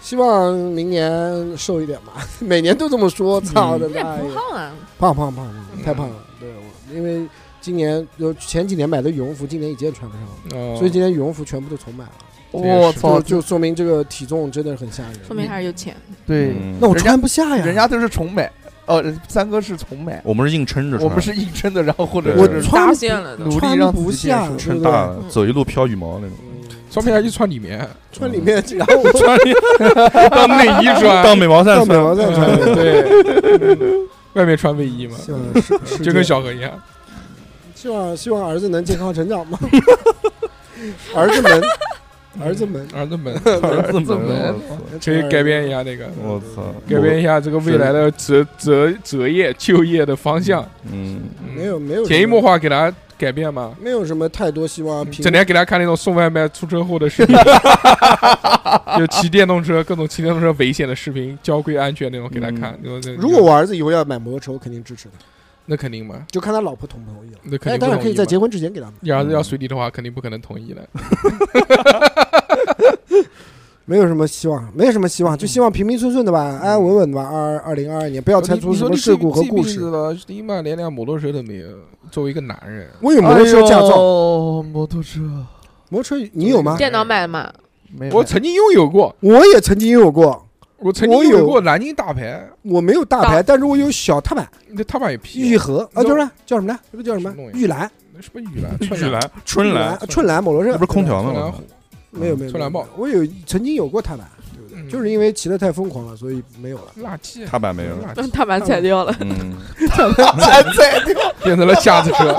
S1: 希望明年瘦一点吧， [LAUGHS] 每年都这么说，操的
S5: 你也
S1: 妈
S5: 不
S1: 呀！
S5: 胖啊，
S1: 胖胖胖胖，太胖了。对，我因为今年有前几年买的羽绒服，今年一件穿不上了，
S6: 嗯
S1: 所以今年羽绒服全部都重买了。
S2: 我操！
S1: 就就说明这个体重真的很吓人。
S5: 说明还是有钱。
S2: 对，
S4: 嗯
S1: 那我穿不下呀，
S2: 人家都是重买，哦，三哥是重买，
S4: 我们是硬撑着穿，
S2: 我们是硬撑的，然后或者
S4: 对
S1: 我
S2: 是
S1: 穿
S5: 搭
S1: 不
S5: 线了呢
S2: 努力
S1: 穿
S2: 让自
S1: 不
S2: 己变
S1: 下，
S2: 瘦
S1: 对
S4: 撑
S1: 不
S4: 大
S1: 对？
S4: 了，走一路飘羽毛那种，
S1: 嗯
S6: 双皮夹克穿里面，
S1: 穿里面，然后我
S6: 穿里当内衣穿，
S4: 当美毛
S1: 到
S4: 散
S1: 美毛再穿
S6: [LAUGHS]
S1: 里面。
S6: 对，外面穿卫衣嘛，
S1: 希望是
S6: 就
S1: 是这
S6: 跟
S1: 样
S6: 小何一样。
S1: 希望希望儿子能健康成 [LAUGHS] 长嘛。儿子嗯们，
S6: [LAUGHS]
S1: 儿子们，
S6: 儿子们，
S4: 儿子
S6: 怎么
S4: 们，
S6: 可以改变一下那个，
S4: 我操，
S6: 改变一下这个未来的择择择业就业的方向。
S4: 嗯，
S6: 嗯
S1: 没有没有
S6: 潜移
S1: 什
S6: 默
S1: 么
S6: 化嗯给他改变嘛。
S1: 没有什么太多希望。啊平
S6: 整天给他看那种送外卖出车祸的视
S1: [LAUGHS]
S6: 频，就骑电动车各种骑电动车危险的视频，交规安全那种给他看。那种
S1: 嗯如果我儿子以后要买摩托车，我肯定支持他，
S6: 那肯定嘛，
S1: 就看他老婆同不同意了。
S6: 那肯
S1: 哎，
S6: 定
S1: 当
S6: 不
S1: 然可
S6: 同
S1: 以
S6: 意啊
S1: 在嗯
S6: 嘛。
S1: 结婚之前给他买。
S6: 你儿子要随你的话，肯定不可能同意的。
S1: 没有什么希望，没有什么希望，就希望平平顺顺的吧，安安稳稳的吧。二二零二二年，不要猜出
S6: 嗯你
S1: 什
S6: 说
S1: 么
S6: 你
S1: 事故和
S6: 这
S1: 故
S6: 这辈子
S1: 事。
S6: 了，你妈连辆摩托车都没有。作为一个男人，
S1: 我有摩托车驾
S6: 哎
S1: 照，
S2: 哦，摩托车
S1: 摩托车你有吗？
S5: 电脑买
S1: [LAUGHS]
S5: 的嘛，
S2: 没有
S6: 我曾经拥有过，
S1: 我也曾经拥有过，
S6: 我曾经
S1: 我
S6: 拥有
S1: 有
S6: 过南京大牌，
S1: 我没有大牌，
S5: 大
S1: 但是我有小踏板、
S6: 那他妈有屁
S1: 玉
S6: 用，
S1: 盒
S6: 那
S1: 啊，就是叫什么呢？这个叫什么
S6: 什么东？西
S1: 玉兰，
S6: 那什么雨兰、
S4: 玉
S6: 春兰、
S4: 兰、春兰
S1: 兰，，啊春兰摩托车，
S4: 这不是空调
S6: 春兰
S4: 吗
S6: 虎？，
S1: 没有没有，
S6: 春兰豹
S1: 没有我有曾经有过踏板，
S6: 嗯
S1: 就是因为骑得太疯狂了，所以没有了。
S6: 垃圾，
S4: 踏板没
S6: [LAUGHS]
S4: 有，
S6: 垃圾
S5: 嗯他把踩掉了。
S4: 嗯，
S2: 还哎在掉，
S6: 变成了架子车。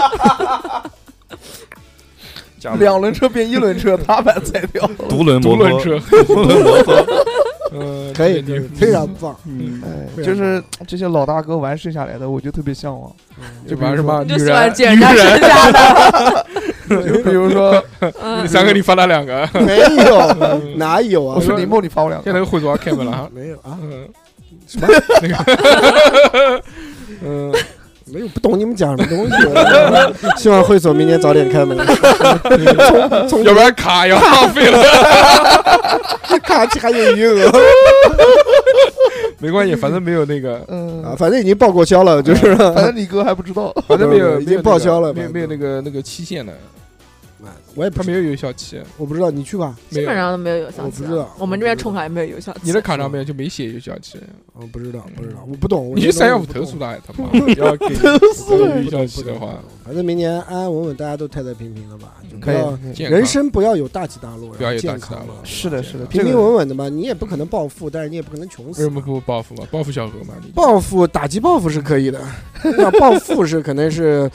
S4: 加了
S2: 两轮车变一轮车，踏板踩掉了。
S4: 独轮
S6: 独
S4: 摩
S6: 轮
S4: 托，
S6: 车，
S4: 独轮摩托，
S6: 嗯，
S1: 可
S6: 这个
S1: 以，可以
S6: 地方
S1: 非常
S6: [LAUGHS]
S1: 棒。
S4: 嗯，
S2: 哎
S1: 非
S2: [LAUGHS]
S1: 常
S2: 就是这些老大哥玩剩下来的，我就特别向往。
S6: 就玩什么
S1: 啊
S5: 你
S6: 女
S5: 就喜欢
S6: 人，
S5: 捡人家剩
S1: [LAUGHS]
S5: 下的，
S2: 就比如说，
S5: 嗯
S6: 你，三个你发他两个，
S1: 没有， [LAUGHS] 哪有啊
S2: 我？说林梦，你发我两
S6: 现在
S2: 个。
S6: 会做开门了啊，
S1: 没有啊，
S6: 嗯，
S1: 什么？
S6: 那个，
S1: [LAUGHS]
S6: 嗯，
S1: 没有，不懂你们讲什么东西。 [LAUGHS] 希望会所明年早点
S6: [LAUGHS]
S1: 开门，从从
S6: 要不然卡要浪费了，
S1: 卡还有余额
S6: 没关系，反正没有那个，
S1: 啊，
S2: 嗯，
S1: 反正已经报过销了，就是嗯
S2: 反正你哥还不
S6: [LAUGHS]
S2: 知道。
S6: 反正没有，
S1: 已
S6: 没
S1: 经
S6: 有那个
S1: 报销了啊
S6: 没有没有那个那个期限的，
S1: 我也不
S6: 他
S1: 知
S6: 没有有效期，
S1: 我不知道你去吧，
S6: 没
S5: 基
S6: 有
S5: 本，上都没有有效期
S1: 我不知道
S5: 了。我们这边充卡也没有有效期。
S6: 你的卡上面就没写有效期，
S1: 我不知道，不知道，嗯我不懂。
S6: 你去三幺五投诉
S1: 的，
S6: 他，哎他妈要给投诉有效期的话，
S1: 反正明年安安稳稳，大家都太太平平了吧，就不
S2: 可以
S1: 要，
S6: 健康
S1: 人生不要有大起大落，
S6: 不要有大
S1: 健
S6: 起大
S1: 康嘛
S6: 落，，
S2: [LAUGHS] 是的，是的，
S1: 平
S2: 这
S1: 平
S2: 个
S1: 稳稳的嘛。你也不可能暴富，但是你也不可能穷
S6: 为
S1: 死
S6: 什。么不报复嘛？报复小何嘛？你
S1: 报复打击报复是可以 [LAUGHS] 的，那报复是可能是，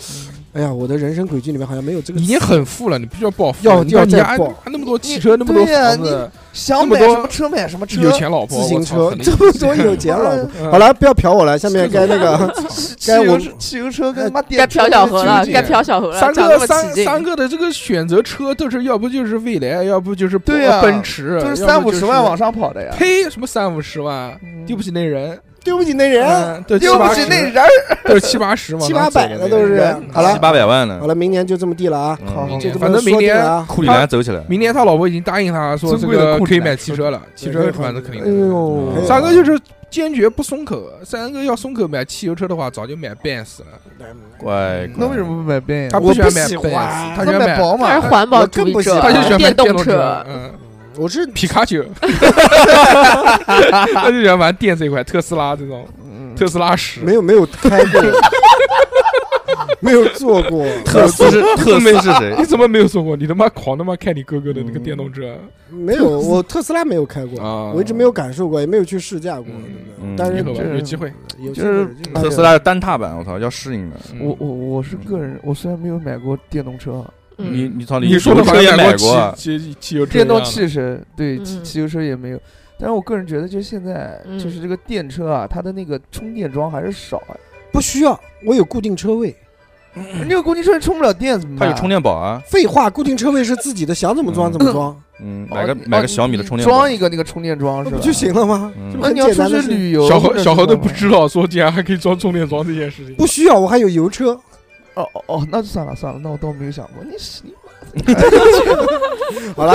S1: 哎呀，我的人生轨迹里面好像没有这个
S6: 你已经很富了，你必须要暴富，
S1: 要
S6: 你
S1: 要
S6: 你
S1: 再
S6: 还
S1: 报
S6: 还那么多汽车，那么多
S2: 对呀
S6: 房子，
S2: 想买什么车买什么车，哎
S6: 有钱老婆，
S1: 自行
S6: 我操
S1: 车，
S6: 很厉
S1: 这 [LAUGHS]
S6: 害
S1: 么多有钱
S6: [LAUGHS]
S1: 老婆。
S6: 嗯
S1: 好了，不要瞟我了，下面该那个 [LAUGHS]
S2: 汽
S1: 该我
S2: 油车汽油车跟他妈
S5: 该
S2: 电车
S5: 嫖小何了
S2: 纠，结
S5: 该嫖小何了，
S6: 三
S5: 讲那
S6: 个
S5: 么
S6: 三
S5: 起劲。
S6: 三个的这个选择车都是要不就是蔚来，要不就是
S2: 对呀
S6: 奔驰，
S2: 就是
S6: 要
S2: 三
S6: 不
S2: 五十万
S6: 是
S2: 往。上跑 [LAUGHS] 的呀。
S6: 呸！什么三五十万
S2: 嗯，
S6: 丢不起那人，
S1: 对不起那人，
S6: 嗯，对，
S2: 丢不起
S6: 七八
S2: 那
S6: 十，
S2: 人儿，
S6: 对七八十往
S1: [LAUGHS] 七
S6: 上
S1: 八
S6: 走
S1: 百的都是
S2: 人。
S1: 好了
S4: 七，八百万呢
S1: 好，了，明年就这么地了啊，
S4: 嗯
S2: 好
S6: 明
S1: 就
S6: 年
S1: 这么
S6: 反正明
S1: 说定
S6: 年
S1: 了啊。
S4: 库里南走起来，
S6: 明年他老婆已经答应他说这
S2: 尊贵的
S6: 个
S2: 库
S6: 可
S2: 里
S6: 以
S2: 南
S6: 买汽车了，汽车反正肯定
S1: 哎
S6: 的。
S1: 呦，
S6: 三哥就是坚决不松口，三哥要松口买汽油车的话，早就买 Benz 了。
S1: 哎
S4: 乖，乖
S2: 那为什么不买奔
S6: 他
S2: 呀？
S6: 不喜欢买
S1: 喜
S6: Benz，
S1: 欢
S6: 他喜欢
S2: 买宝
S5: 他是
S2: 马，
S5: 环保主
S1: 我更不
S5: 义
S1: 喜欢
S6: 他
S5: 者
S6: 就喜，欢买
S5: 电动
S6: 动
S5: 车。
S6: 嗯，
S1: 我是
S6: 皮卡丘， [LAUGHS] 他就喜欢玩电这一块，特斯拉这种，特斯拉十
S1: 没有没有开
S6: [LAUGHS]
S1: 过，没有坐过，
S4: 特斯是特斯是谁
S6: 你？怎么没有说过？你他妈狂他妈开你哥哥的那个电动车，
S1: 没有我特斯拉没有开过，
S6: 啊
S1: 我一直没有感受过，也没有去试驾过，
S6: 嗯
S1: 对不对
S4: 嗯
S1: 但
S6: 以
S1: 是
S6: 后吧
S2: 这
S6: 有机会。
S1: 有
S2: 就
S1: 机会
S2: 是
S1: 有机会
S4: 特斯拉是单踏板，我操，要适应的。
S6: 嗯
S2: 我我我是个人，我虽然没有买过电动车，啊
S5: 嗯
S4: 你你操，
S6: 你说的
S4: 油
S6: 好
S4: 车也
S6: 像
S4: 买
S6: 过
S4: 过，啊
S6: 汽汽汽油车一
S2: 电
S6: 样的
S2: 动汽车对
S5: 嗯
S2: 汽汽油车也没有。但是我个人觉得，就是现在
S5: 嗯
S2: 就是这个电车啊，它的那个充电桩还是少啊。
S1: 不需要，我有固定车位。
S2: 你有公汽车充不了电怎么
S4: 它
S2: 办？哦
S4: 有充电宝啊，
S1: 废话，固定车位是自己的，想怎么装怎么装，
S4: 嗯，
S2: 哦，
S4: 买个
S2: 你
S4: 买
S2: 哦
S4: 个小米的
S2: 你
S4: 充电宝
S2: 装一。个那个充电桩
S1: 那
S2: 是
S1: 不
S2: 吧？
S1: 就行了吗？
S4: 嗯
S1: 这不
S2: 那
S1: 很
S2: 你要
S1: 简
S2: 出
S1: 单的
S2: 去
S1: 事
S2: 旅游，
S6: 小
S2: 或
S6: 何
S2: 者
S6: 小何
S2: 是
S6: 都
S2: 干
S6: 不
S2: 嘛
S6: 知道说竟然还可以装充电桩这件事情。
S1: 不需要，我还有油车。
S2: 哦哦哦，那就算了算了，那我倒没有想过，你是你
S1: 好了，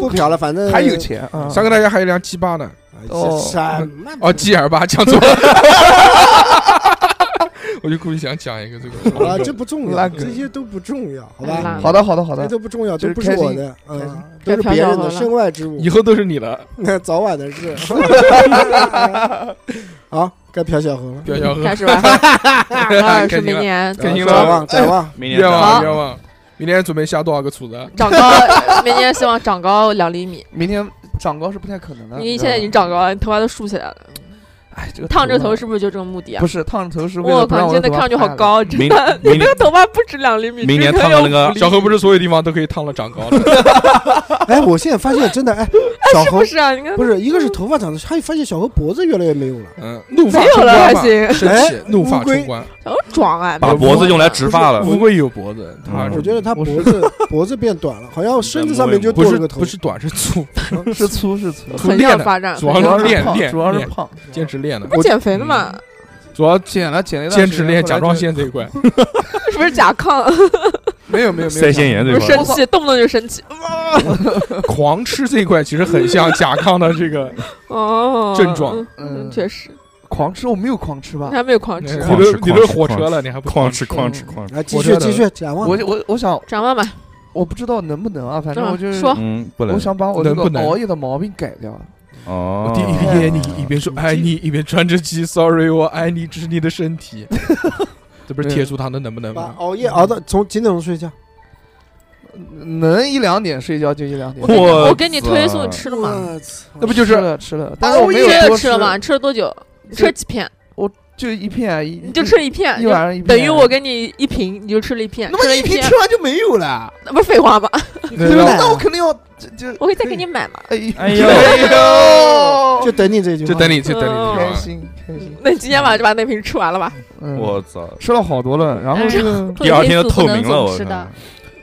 S1: 不嫖了，反
S5: 呃
S1: 正
S2: 还有钱
S1: 嗯
S2: 啊？
S6: 三哥大家还有辆 G 八呢，
S1: 哎
S2: 哦
S1: 什么
S6: 哦 G L 八讲错了， [LAUGHS] 我就故意想讲一 [LAUGHS] 个这个。
S1: 好了，这不重要，
S2: 烂梗
S1: 这些都不重要，好
S5: 烂
S1: 吧
S5: 梗？
S2: 好的好的好
S1: 这
S2: 的，
S1: 都不重要，
S2: 就
S1: 都
S2: 是
S1: 不是我的，
S2: 开心
S1: 嗯，都是别人的身外之物
S6: 以，后都是你了，
S1: 那 [LAUGHS] 早晚的事。好，该嫖小何了，
S6: 不要小何
S1: [LAUGHS]
S5: 嗯开，始吧，二
S6: 开
S5: 是
S6: 心
S5: 明
S6: 了，
S5: 年
S6: 开心
S1: 展
S6: 了，
S1: 望展望，
S4: 明年
S6: 愿
S4: 再
S6: 望
S4: 来
S6: 愿望，明天准备下多少个厨子？
S5: 长高，明年希望长高两厘米。
S2: 明天长高是不太可
S1: 啊
S2: 能的。
S5: 你
S2: 知道
S5: 现在
S2: 吧
S5: 已经长高了，你头发都竖起来了。
S2: 哎，这个
S5: 烫这头
S2: 啊
S5: 是不是就这个目的啊
S2: 不？是烫着头是为
S5: 我
S2: 了不
S5: 靠，
S2: 让
S5: 你
S2: 我
S5: 真的
S2: 的头
S5: 看上
S2: 发
S5: 去好
S2: 太
S5: 高，真
S4: 明
S5: 的，
S4: 明
S5: 你 [LAUGHS] 那个头发不止两厘米，
S4: 明年
S5: 这
S4: 烫
S5: 要
S4: 到那个
S6: 小何不是所有地方都可以烫了长高的， [LAUGHS]
S1: 哎，我现在发现真的，哎，小
S5: 是
S1: 猴
S5: 不是啊？你看
S1: 不是一个是头发长得，还有发现小猴脖子越来越没有了。
S6: 嗯，怒发
S5: 没有
S6: 冲
S5: 了还
S6: 冠嘛，
S5: 行，
S6: 生
S1: 哎
S6: 气，怒发
S1: 乌龟
S6: 冲冠。
S5: 小猴壮啊，
S4: 把脖子用来植发了，
S6: [LAUGHS] 乌龟有脖子，它
S4: 嗯
S1: 我觉得他
S6: 我
S1: 脖
S6: 是
S1: 子脖子变短了，好像身子上面就
S6: 不
S1: 多了
S6: 是
S1: 个头
S6: 不。是短是粗，
S2: [LAUGHS] 是粗是粗，
S5: 横
S6: 练
S5: 向
S6: 的
S5: 发嗯展，
S6: 主要
S2: 主要
S6: 是
S2: 是
S6: 练
S2: 胖
S6: 练
S2: 主要是
S6: 练
S2: 胖，
S6: [LAUGHS] 坚持练的，
S5: 不减肥了嘛？
S6: 主要
S2: 减了减了一段
S6: 坚
S2: 时
S6: 持
S2: 间
S6: 练
S2: 后来
S6: 甲状
S2: 就
S6: 腺这一块。
S5: 是不是甲亢？
S2: 没有没有没有
S4: 腮腺炎
S5: 不
S4: 这
S5: 是
S4: 块
S5: 生气，动不动就生气。
S6: [LAUGHS] 狂吃这一块其实很像甲亢的这个，
S5: 哦，
S6: 症状
S5: 嗯，
S2: 嗯
S5: 确实，
S2: 狂吃，我没有狂吃吧
S5: 你？ [LAUGHS] 还没有
S6: [LAUGHS]
S5: 狂
S6: 你
S5: 吃。
S4: 狂
S6: 都
S4: 吃
S6: 你
S4: 狂
S6: 都
S4: 吃
S6: 火
S4: 狂
S6: 车
S4: 吃
S6: 了，你还不
S4: 哐
S6: 狂
S4: 哧
S6: [LAUGHS] 吃？
S4: 哐哧哐哧。
S1: 来，继
S6: 我
S1: 续
S6: 觉得
S1: 继续展望
S2: 我。我我想
S5: 展望吧，
S2: 我不知道能不能啊，反正我就是
S5: 说
S4: 嗯，不能
S2: 我想把我这
S6: 能
S2: 个
S6: 不能
S2: 熬夜的毛病改掉。
S4: 哦。
S6: 第一眼你一边说爱你，一边穿着鸡，sorry，我爱你，只是你的身体。 [LAUGHS] 这不是铁柱堂的能不能
S1: 把
S6: 吗？
S1: 熬夜熬到从几点钟睡觉？
S2: 能一两点睡觉就一两点，
S4: 嚯
S5: 我
S4: 我
S5: 给你推送吃了吗？
S1: 我操
S2: 那不就是吃了嗯哦吃了，但是我没有
S5: 吃
S2: 多
S5: 啊了吃了吗？？吃了多久？你吃了几片？
S2: 就一片啊，一
S5: 你就吃了一片，
S2: 一晚上一片，啊
S5: 等于我给你一瓶，你就吃了一片。
S2: 那么
S5: 吃了
S2: 一瓶
S5: 片，
S2: 吃完就没有了，
S5: 那不是废话吗？ [LAUGHS]
S1: 对
S2: 吧？
S1: 吧
S2: 那我肯定要就就
S5: 我可以再给你买嘛。
S2: 哎
S4: 哎呦
S2: 哎
S1: 就等你这句话。
S6: 就等你，就等
S5: 嗯
S6: 你
S2: 开
S6: 这种。
S2: 心开心，
S5: 那你今天晚上就把那瓶吃完了吧？
S2: 嗯
S4: 我操！
S2: [LAUGHS] 吃了好多了，然后
S5: 哎
S2: 这个
S4: 第二天
S3: 褪黑
S4: 就透
S3: 素不能
S4: 明了，
S3: 总
S4: 我
S3: 吃
S4: 靠
S3: 的！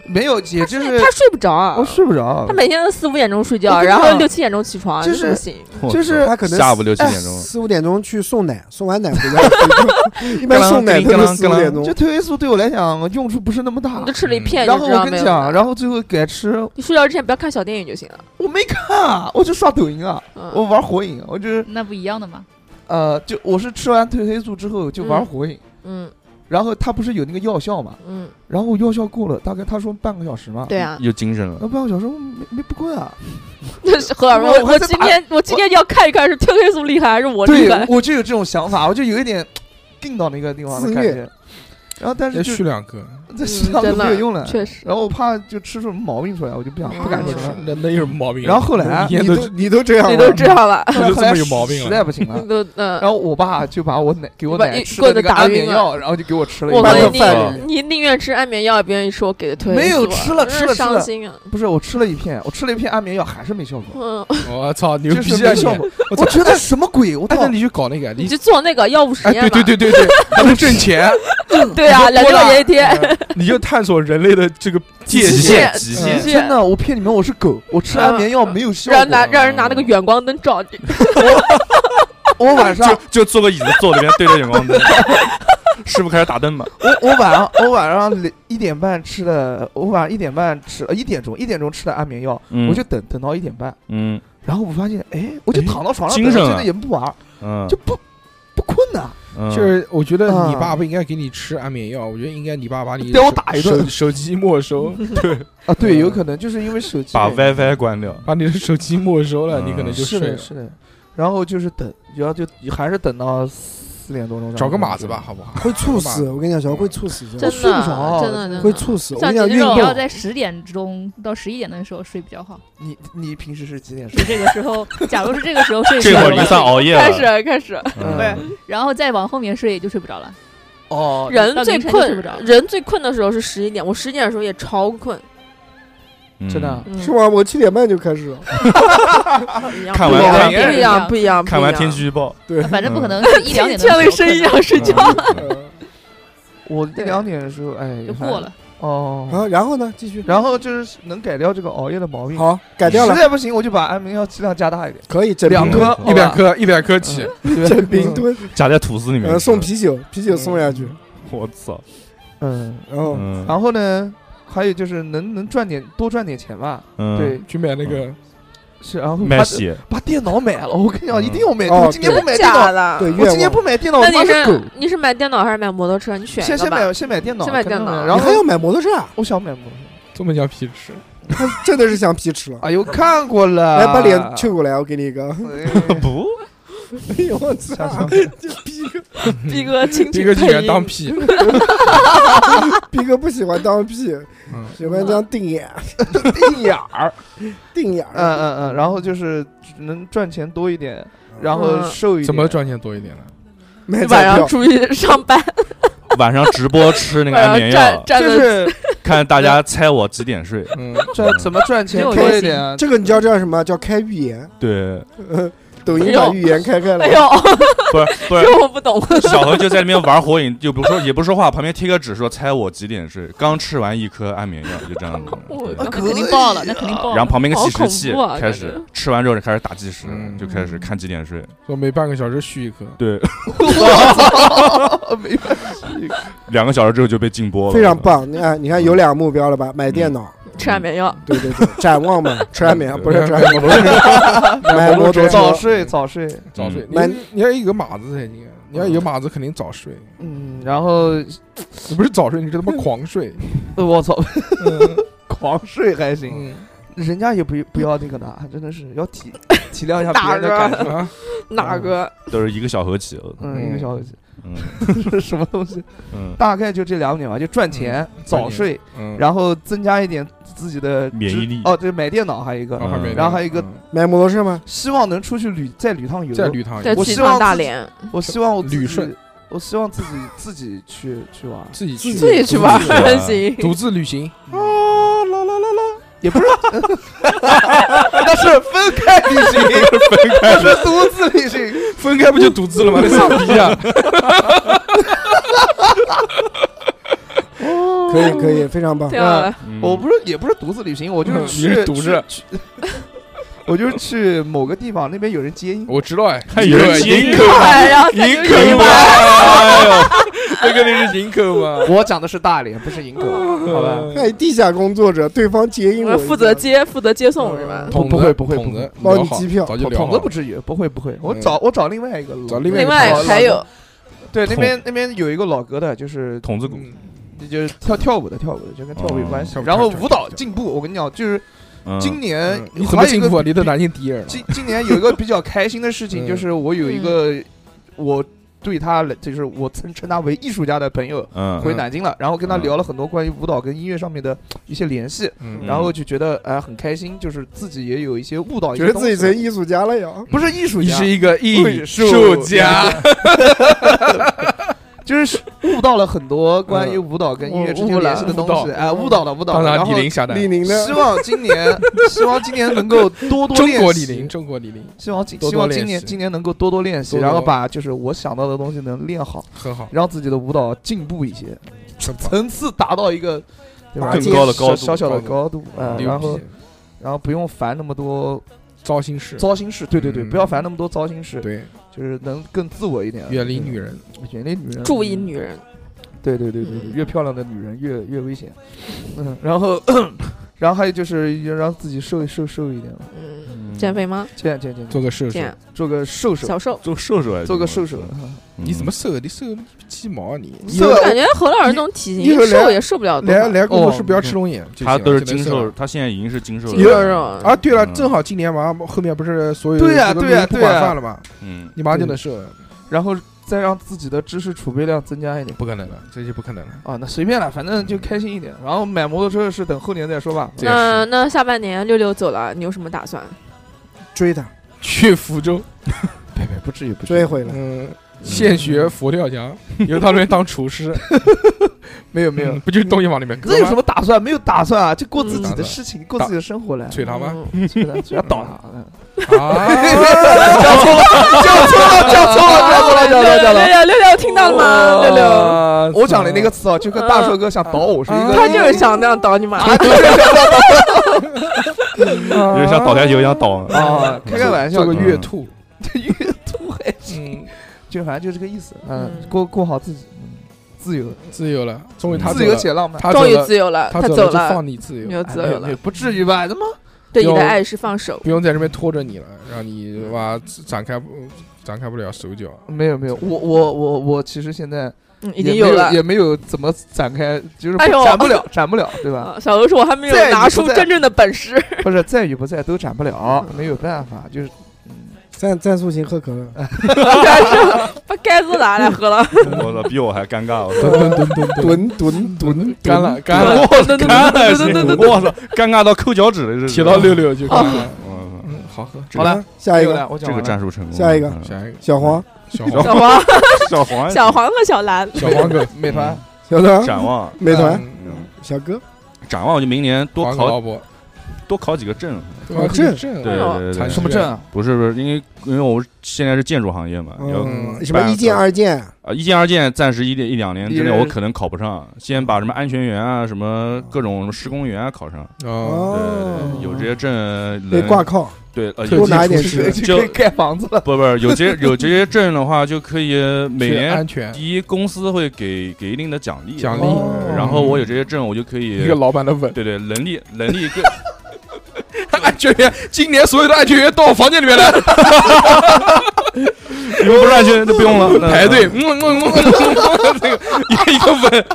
S2: 没有，也就是
S5: 他睡不着啊
S2: 我，睡不着
S5: 他，每天都四五点钟睡觉，
S2: 我知
S5: 然
S2: 道
S5: 后六七点钟起床，
S2: 就
S5: 这怎么
S2: 是
S5: 行？
S4: 我
S2: 就是
S1: 他可能
S4: 下午六七点钟，
S1: 四五点钟去送奶，送完奶回家。一般送奶都是四五点钟
S2: 就。褪黑素对我来讲用处不是那么大
S5: 啊你就。吃了一片，
S2: 嗯然
S5: 就
S2: 后
S5: 知道
S2: 我跟
S5: 没
S2: 你
S5: 有
S2: 讲，
S5: 了。
S2: 然后最后改吃，
S5: 你睡觉之前不要看小电影就行了。
S2: 我没看啊，我就刷抖音啊，我
S5: 嗯，
S2: 玩火影，我就是
S3: 那不一样的嘛。
S2: 呃，就我是吃完褪黑素之后就玩
S5: 嗯
S2: 火影，
S5: 嗯
S2: 然后它不是有那个药效嘛，
S5: 嗯，
S2: 然后我药效过了，大概他说半个小时嘛，
S5: 对啊，
S4: 有精神
S2: 那
S4: 了。
S2: 半个小时我没没不够啊，
S5: 那是何老师，
S2: 我
S5: 我
S2: 还
S5: 我
S2: 在
S5: 今
S2: 打
S5: 天我今天要看一看是褪黑素厉害还是我厉
S2: 对
S5: 害，。
S2: 我就有这种想法，我就有一点定到那个地方的
S1: 自
S2: 感
S1: 虐
S2: 觉，然后但是
S6: 再
S2: 就
S6: 续两个，
S2: 这
S5: 嗯
S2: 食堂都
S5: 真
S2: 没
S5: 的
S2: 有用了，
S5: 确实，
S2: 然后我怕就吃出什么毛病出来，我就不想不敢
S5: 嗯
S2: 吃
S5: 是
S2: 了，
S6: 那那有什么毛病啊？
S2: 然后后来啊
S6: 一天
S1: 你
S6: 都
S1: 都你都这样
S5: 你
S1: 了，
S5: 都这样了，
S2: 后来
S6: [LAUGHS] 就这
S2: 后来
S6: 么有毛病了
S2: 实在不行了
S5: [LAUGHS] 你。都嗯。
S2: 然后我爸就把我奶给我
S5: 把
S2: 奶
S5: 一
S2: 吃的
S5: 棍子
S2: 那个
S5: 打
S2: 安眠
S5: 晕了
S2: 药，然后就给我吃了一
S5: 我
S1: 般
S2: 半
S1: 的
S5: 们
S2: 个，
S1: 饭
S5: 宁你宁愿吃安眠药，也不愿意说我给的褪黑素啊，
S2: 没有吃了
S5: 真
S2: 吃了
S5: 是
S2: 吃了
S5: 伤心啊。
S2: 不是我吃了一片，我吃了一片安眠药还是没效果，
S5: 嗯，
S6: [LAUGHS] 我操，牛
S2: 就是
S6: 逼啊
S2: 没
S6: 你！
S2: 效果。
S6: 我操，
S2: 我觉得什么鬼？我
S6: 哎，那
S2: 操！
S6: 你去搞那个，
S5: 你
S6: 你
S5: 就做那个药物实
S6: 哎，
S5: 验
S6: 对
S5: 嘛。
S6: 对对对对，还能挣钱， [LAUGHS]
S5: 对啊，两千块钱一天，
S6: 你就探索人类的这个界
S5: 极
S6: 限
S5: 限
S4: 极
S5: [LAUGHS] 极
S4: 限，
S5: 限
S2: 真的，我骗你们，我是狗，我吃安眠药没有效
S5: 啊让人拿
S2: 果。
S5: 让人拿那个远光灯 [LAUGHS] 照你，
S2: 我 [LAUGHS] 晚上
S4: 就就坐个椅子坐那边对着远光灯，师傅开始打灯嘛。
S2: 我我晚上我晚上一点半吃的，我晚上一点半吃，呃一点钟一点钟吃的安眠药，
S4: 嗯
S2: 我就等等到一点半，
S4: 嗯
S2: 然后我发现，哎，我就
S6: 哎
S2: 躺到床上，
S4: 精神
S2: 真
S4: 了
S2: 的也不
S6: 啊
S2: 玩，
S4: 嗯，
S2: 就不不困呐，
S4: 嗯
S6: 就是我觉得
S2: 啊
S6: 你爸不应该给你吃安眠药，我觉得应该你爸把你
S2: 被我
S6: 手
S2: 打一顿
S6: 手手机没收，
S2: 啊。对，
S6: 嗯
S2: 有可能就是因为手机
S4: 把 WiFi 关掉。
S6: 把你的手机没收了，
S4: 嗯
S6: 你可能就是睡
S2: 的，
S6: 了。
S2: 是的。然后就是等，然后就还是等到四点多钟。
S6: 找个码子吧，。好不好？
S1: 会猝死。我跟你讲，小孩会猝死，
S5: 真
S2: 睡不
S5: 的
S2: 着
S5: 真的真的
S1: 会猝死。我
S5: 像
S1: 跟
S5: 你
S1: 你讲，运
S5: 这种
S3: 不要
S1: 动
S3: 在十点钟到十一点的时候睡比较好。
S2: 你你平时是几点
S3: 就
S2: 睡？
S3: 这个时候，假如是这个时候睡，
S4: 这会儿已经算熬夜了。
S5: 开始开始，
S4: 嗯
S2: 对
S3: 然后再往后面睡就睡不着了。
S2: 哦，
S5: 人
S3: 到
S5: 最
S3: 凌晨就睡
S5: 困
S3: 不着，
S5: 人最困的时候是十一点，我十一点的时候也超困，
S4: 嗯
S2: 真的
S5: 嗯
S1: 是吗？我七点半就开始了，
S5: 一样
S4: 看
S5: 不
S4: 完
S5: 一样
S4: 看
S5: 不一样不一样，
S4: 看完
S5: 不一
S4: 天
S5: 样
S4: 气预报，
S5: 嗯
S1: 对，
S3: 反正不可
S5: [LAUGHS]
S3: 能就一两点
S5: 听了
S3: 钟
S5: 个声音想睡觉，
S4: 嗯
S2: 我
S5: 对
S2: 两点的时候，
S5: 嗯
S2: 哎，
S3: 就
S2: 反
S3: 过了。
S1: 然
S6: 啊
S2: 哦。
S1: 后啊然后呢？继续，
S2: 然后就是能改掉这个熬夜的毛病。，
S1: 好，改掉了
S2: 实，在不行我就把安眠药剂量加大一点，
S1: 可以整
S2: 两颗
S1: 瓶吞，
S2: 好吧
S6: 一百颗，一百颗起。
S2: 对
S1: [LAUGHS] 整
S2: [LAUGHS]
S1: 瓶吞，
S4: 夹在吐司里面
S1: 呃，。送啤酒，啤酒送下去，
S4: 我操！
S2: 嗯，
S1: 然后
S4: 嗯
S2: 然后呢，还有就是能能赚点多赚点钱吧。
S4: 嗯， [LAUGHS]
S2: 对，
S6: 去买那个，
S2: 是然后
S4: 卖
S2: 把
S4: 血，
S2: 把电脑买了，我跟你讲，
S4: 嗯
S2: 一定要买。
S1: 哦
S2: 我今年不买电
S5: 假
S2: 脑，
S5: 的
S1: 对，
S2: 我今
S1: 愿
S2: 年
S1: 望
S2: 不。买电脑，我
S5: 那
S2: 他妈
S5: 你
S2: 是狗。
S5: 是你是买电脑还是买摩托车？你选
S2: 先
S5: 一个
S2: 先
S5: 吧。
S2: 买先买电脑，
S5: 先买
S2: 肯定
S5: 电脑
S2: 的
S1: 你
S2: 然
S1: 还要
S2: 后
S1: 买摩托车啊？
S2: 我想买摩托车。
S6: 这么叫皮吃，
S1: 他
S2: 啊
S1: 真的是想皮吃了。
S2: 哎呦，看过了，
S1: [LAUGHS] 来，把脸凑过来，我给你一个。
S2: 哎
S4: [LAUGHS] 不，
S6: 哎呦我操！
S5: [LAUGHS] 逼哥亲
S6: 逼
S5: 情
S6: 哥竟
S5: 配
S6: 然
S5: 音，
S6: 当屁， [LAUGHS]
S1: 逼哥不喜欢当屁，
S6: 嗯
S1: 喜欢当定眼，
S2: [LAUGHS] 定眼儿，
S1: 定眼
S2: 嗯
S1: 儿。
S2: 嗯嗯，然后就是能赚钱多一点，然后
S5: 嗯
S2: 瘦一点。
S6: 怎么赚钱多一点呢？
S1: 买
S5: 晚
S1: 彩
S5: 上
S1: 票，
S5: 出去上班，
S4: 晚上直播吃
S5: [LAUGHS]
S4: 那个
S5: 晚
S4: 安
S5: 上
S4: 眠
S5: 哎站
S4: 药，
S5: 站
S2: 就
S5: 的
S2: 是
S4: 看大家猜我几点
S5: [LAUGHS]
S4: 睡。
S6: 嗯，
S2: 赚 [LAUGHS] 怎么赚钱
S5: 六
S2: 多
S5: 月
S2: 一点
S5: [LAUGHS]
S2: 啊？ [LAUGHS]
S1: 这个你叫叫什么？叫开预言，
S4: 对，
S1: 抖音把预言开开了
S5: 哎。呦，
S4: 不是不是，
S5: 这 [LAUGHS] 我不懂。
S4: 小何就在那边玩火影，就不说也不说话，旁边贴个纸说猜我几点睡，刚吃完一颗安眠药，就
S5: [LAUGHS]
S4: 这啊样子。
S5: 我
S3: 那
S4: 对
S5: 靠
S3: 肯定爆了，那肯定爆了。
S4: 嗯然后旁边个计时器
S5: 好恐怖啊
S4: 开
S5: 感
S4: 始
S5: 觉
S4: 吃完之后就开始打计时
S6: 嗯，
S4: 就开始看几点睡。
S6: 说每半个小时续一颗，
S4: 对， [LAUGHS]
S2: 没办法
S4: 两个小时之后就被禁播了，
S1: 非常。棒！你看，你看有两个目标了吧？买电脑，
S5: 吃安眠药，
S1: 对对对，展望嘛，吃安眠药不
S6: [LAUGHS]
S1: 是吃安眠
S6: 不是
S1: 药，
S2: [LAUGHS]
S1: 买摩托
S2: 早
S1: 车。
S2: 睡早睡，
S6: 早睡。
S1: 买
S6: 你你要有个码子才行，啊你要有码子肯定早睡。
S2: 嗯，然后
S6: 你不是早睡，你是他妈狂睡。
S2: 呃我操，
S6: 嗯
S2: [LAUGHS] 狂睡还行，
S6: 嗯
S2: 人家也不不要那个的，啊真的是要体体谅一下别
S5: 打
S2: 人的
S5: 着
S2: 感受。
S6: 啊，
S5: 哪个？
S4: 都是一个小何起。
S2: 嗯，一个小时，
S4: 嗯
S2: [LAUGHS] 什么东西？
S4: 嗯，
S2: 大概就这两点吧，就赚钱、早睡，
S6: 嗯，
S2: 然后增加一点自己的
S4: 免疫力
S2: 哦，对，买电脑还有一个，
S4: 后
S6: 后面
S2: 然后还有一个
S6: 嗯
S1: 买摩托车吗？
S2: 希望能出去旅再旅趟游。
S6: 再绿汤，
S5: 再
S2: 我
S5: 去
S2: 希
S5: 趟
S2: 望
S5: 大
S2: 自己
S5: 连，
S2: 我希望我自己
S6: 旅顺，
S2: 我希望自己自己去去玩，
S6: 自己去
S5: 自己去玩
S4: 自己
S6: [LAUGHS]
S4: 去
S5: [LAUGHS]
S4: 玩
S5: 行。
S6: 独自旅行。
S2: 啊也不是，那是分开旅行，那是独自旅行。
S6: 分开不就独 [LAUGHS] 自了吗？那傻逼啊！
S1: 可以可以，非常棒
S5: 这。样的，
S4: 嗯
S2: 我不是也不是独自旅行，我就
S6: 嗯
S2: 是
S6: 你
S2: 去
S6: 是独自
S2: 去，去我就是去某个地方，那边有人接应。
S6: 我知道哎，
S4: 还有人
S6: 银
S4: 接
S6: 口，
S5: [LAUGHS] 然后
S6: 银
S5: 就
S6: 口
S5: 一
S6: 吗？
S5: 般
S6: 哎呦，那肯定是银口 [LAUGHS] 嘛。
S2: 我讲的是大连，不是营口，
S6: 嗯
S2: 好吧？
S1: 哎，地下工作者，对方接应
S5: 我
S1: 我，
S5: 们负责接，负责接送是吧？
S6: 筒子
S2: 不会不会
S6: 筒子
S1: 不会
S6: 聊
S1: 包
S6: 好
S1: 你机票
S6: 早就
S2: 筒
S6: 聊好
S2: 筒
S6: 了
S2: 子不至于，不会不会，我
S6: 嗯
S2: 找我找另外一个老，
S6: 找另
S5: 另
S6: 外
S5: 外
S6: 一个
S5: 还有
S2: 对那边那边有一个老哥的，就是嗯
S4: 筒子骨，
S2: 就是跳跳舞的跳舞的，就跟跳舞有关系
S6: 哦。
S2: 然后
S6: 跳舞
S2: 舞蹈进步，我跟你讲，就是
S4: 嗯
S2: 今年
S6: 嗯你怎么
S2: 还有一
S6: 进
S2: 个
S6: 步啊？你都南京第一了。
S2: 今今年有一个比较开心的事情，
S6: 嗯
S2: 就是我有一个我对他来，就是我曾称他为艺术家的朋友
S4: 嗯
S2: 回南京了，然后跟他
S4: 嗯
S2: 聊了很多关于舞蹈跟音乐上面的一些联系，
S6: 嗯
S2: 然后就觉得哎很开心，就是自己也有一些悟到一
S1: 觉
S2: 些
S1: 得
S2: 东
S1: 自
S2: 西
S1: 己
S2: 了，
S1: 成艺术家了呀。
S2: 不是艺术
S6: 你
S2: 家
S6: 是，一个艺术
S2: 术
S6: 家，
S2: 就是悟到了很多关于舞蹈跟音乐之间联系的
S6: 悟了
S2: 东
S6: 悟
S2: 西，
S6: 到
S2: 哎，悟到了悟到
S6: 当
S2: 了，然
S6: 场
S2: 后
S6: 李。宁下单
S1: 李，宁呢？
S2: 希望
S6: [LAUGHS]
S2: 今年，希望今年能够多多
S6: 中
S2: 练
S6: 国李
S2: 习
S6: 宁，中国李宁
S2: 希望今
S6: 多多
S2: 希望
S6: 练
S2: 今年
S6: 习
S2: 今年能够多多练习，
S6: 多多
S2: 然后把就是我想到的东西能练好，
S6: 很好，
S2: 让自己的舞蹈进步一 [LAUGHS] 些，
S6: 很棒
S2: 层次达到一个对吧
S4: 更高的高度
S2: 小小小的高度啊、
S6: 牛
S2: 然
S6: 逼
S2: 后，然后不用烦那么多
S6: 糟心事，
S2: 糟心事，对对对，
S6: 嗯
S2: 不要烦那么多糟心事，
S6: 对，
S2: 就是能更自我一点，
S6: 远离女人，
S2: 嗯，远离女人，
S5: 注意女人，
S2: 对，对对对对，越漂亮的女人越越危险， [LAUGHS] 嗯，然后 [COUGHS] 然后还有就是要让自己瘦瘦瘦一点，
S5: 嗯，
S4: 嗯
S5: 减肥吗？
S2: 这样这样这样，
S6: 做个射手
S5: 这，样，
S2: 做个瘦手，
S5: 小瘦，
S4: 做射手还是
S2: 做个
S4: 什
S2: 瘦
S4: 么
S2: 手。
S4: 嗯
S6: 你怎么瘦？你瘦鸡毛啊你？
S2: 瘦
S5: 我感觉何老师这种体
S6: 一
S5: 型
S6: 会儿来
S5: 瘦也瘦不了多
S6: 来
S5: 少，
S6: 来，工作室
S2: 哦
S6: 不要吃龙眼，就行
S4: 他
S6: 了
S4: 都是
S6: 就能
S4: 精
S6: 瘦
S4: 瘦，
S6: 了。
S4: 他现在已经是精瘦
S5: 肌肉肉，
S6: 啊，对了，
S4: 嗯
S6: 正好今年马上后面不是所有
S2: 对呀
S6: 这个
S2: 对呀
S6: 东西不
S2: 对呀
S6: 管饭了吗？
S4: 嗯，
S6: 你马上就能瘦了，
S2: 然后再让自己的知识储备量增加一点
S6: 不可能的，这就不可能了。
S2: 啊，那随便了，反正就开心一点。然后买摩托车的事等后年再说吧。
S6: 这也
S5: 那
S6: 是
S5: 那下半年六六走了，你有什么打算？
S1: 追他，
S6: 去福 [LAUGHS] 州，
S2: 呸呸，不至于，不
S1: 追回来。
S6: 嗯，现学佛跳墙，由他那边当厨 [LAUGHS] 师，
S2: 没有没有
S6: 嗯，不就是东西往里面搁
S2: [LAUGHS] 这有
S6: 吗
S2: 什？么打算？没有打算啊，就过自己
S6: 嗯
S2: 的事情，过自己的生活来。
S6: 吹他吗？
S5: 嗯？
S2: 是的，只要倒他。嗯
S6: 啊，
S2: [LAUGHS] 讲错了，讲错了，讲错了，讲错了，讲错
S5: 哦六
S2: 了。
S5: 六六六听到了
S2: 哦
S5: 吗？六六，
S6: 六
S2: 我讲的那个词啊，就跟大帅哥想倒我是一个，
S5: 啊他就是想那样倒你妈，
S4: 就是像倒台球一样倒。
S2: 嗯啊，开开玩笑
S6: 做，个
S4: 嗯
S6: 月
S2: [LAUGHS]
S6: 兔，
S2: 这越土还行，
S6: 嗯，
S2: 就反正就这个意思。嗯
S5: 嗯，
S2: 过过好自己，嗯自由，
S6: 自由了，终于他
S2: 自
S6: 走
S2: 由
S6: 了
S2: 且浪漫。
S6: 他走
S5: 终于
S6: 了，
S5: 自由了，
S6: 他
S5: 他
S6: 走
S5: 走
S6: 就
S5: 了，
S6: 放你自
S5: 你
S6: 由，
S5: 就
S2: 哎
S5: 自
S2: 没有
S5: 由
S2: 没
S5: 了
S2: 有，不至于吧？他妈
S5: 对你
S6: 有
S5: 的爱是放手，
S6: 不用在这边拖着你了，让你哇展开不展开不了手脚。
S2: 没有没有，我我我我其实现在
S5: 嗯，已
S2: 也
S5: 经
S2: 没有
S5: 了。
S2: 也没有怎么展开，就是
S5: 哎呦
S2: 展不了，展不了，对吧？
S5: 啊，小刘说我还没有
S2: 在与
S5: 拿
S2: 不
S5: 出
S2: 在
S5: 真正的本事， [LAUGHS]
S2: 不是在与不在都展不了，没有办法，就是嗯
S1: 赞赞素琴喝可乐，
S5: 把盖子拿来喝了，
S4: 我操，比我还尴尬，我
S6: 蹲
S4: 操，
S6: 蹲蹲蹲蹲，
S1: 吨吨吨
S6: 干了干了，
S4: 我操，干了是，我操，尴尬到抠脚趾了，这是
S6: 铁到六，六就干了。
S4: 我操
S6: 嗯，好喝。
S4: 好了，
S2: 哎
S1: 下一
S6: 这
S1: 个
S6: 来我讲
S4: 这个
S6: 完了
S4: 战术成功了。
S1: 下一个
S4: 嗯
S6: 下一个
S1: 小黄
S6: 小黄
S4: 小
S5: 小黄、
S4: 小黄，
S5: 小黄和小蓝，
S6: 小黄哥美团
S4: 嗯
S1: 小张
S4: 展望，
S1: 美团
S6: 嗯
S1: 小哥，
S4: 展望，就明年多
S6: 黄
S4: 考
S6: 老伯
S4: 多考几个证。
S6: 这
S1: 哦这
S6: 这
S4: 对
S5: 呦
S4: 对对
S6: 产生
S4: 对
S2: 什么证啊？
S4: 不是不是，因为因为我现在是建筑行业嘛，要
S1: 嗯，
S6: 嗯
S1: 什么一建二建，
S4: 啊，一建二建暂时一一两年之内
S2: 一人
S4: 我可能考不上，先把什么安全员啊、什么各种什么施工员啊考上。
S6: 哦，
S4: 对
S1: 哦
S4: 对对，有这些证
S1: 得
S4: 能
S1: 挂靠，
S4: 对呃
S1: 多
S4: 有
S1: 拿一点
S6: 去
S1: 时
S4: 间
S6: 就可以盖房子了，
S4: 不不是有这有这些证的话，就可以每
S6: 是
S4: 年呃
S6: 安全
S4: 第一公司会给给一定的奖励，
S6: 奖
S1: 哦
S6: 励，
S4: 然后我有这些证，我就可以
S6: 一个老板的吻，
S4: 对对能力能
S6: [LAUGHS]
S4: 力更
S6: 安全员，今年所有的安全员到我房间里面来
S4: 你们不是安全就不用了，那
S6: [LAUGHS] 排队，嗯嗯嗯嗯，这个一个吻，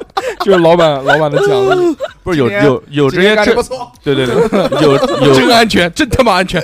S6: 就是老板老板的奖励，
S4: 不是有
S6: 今天
S4: 有有这些
S6: 干
S4: 证
S6: 得不，错，
S4: 对对对，有
S6: [LAUGHS]
S4: 有
S6: 真安全，真他妈安全，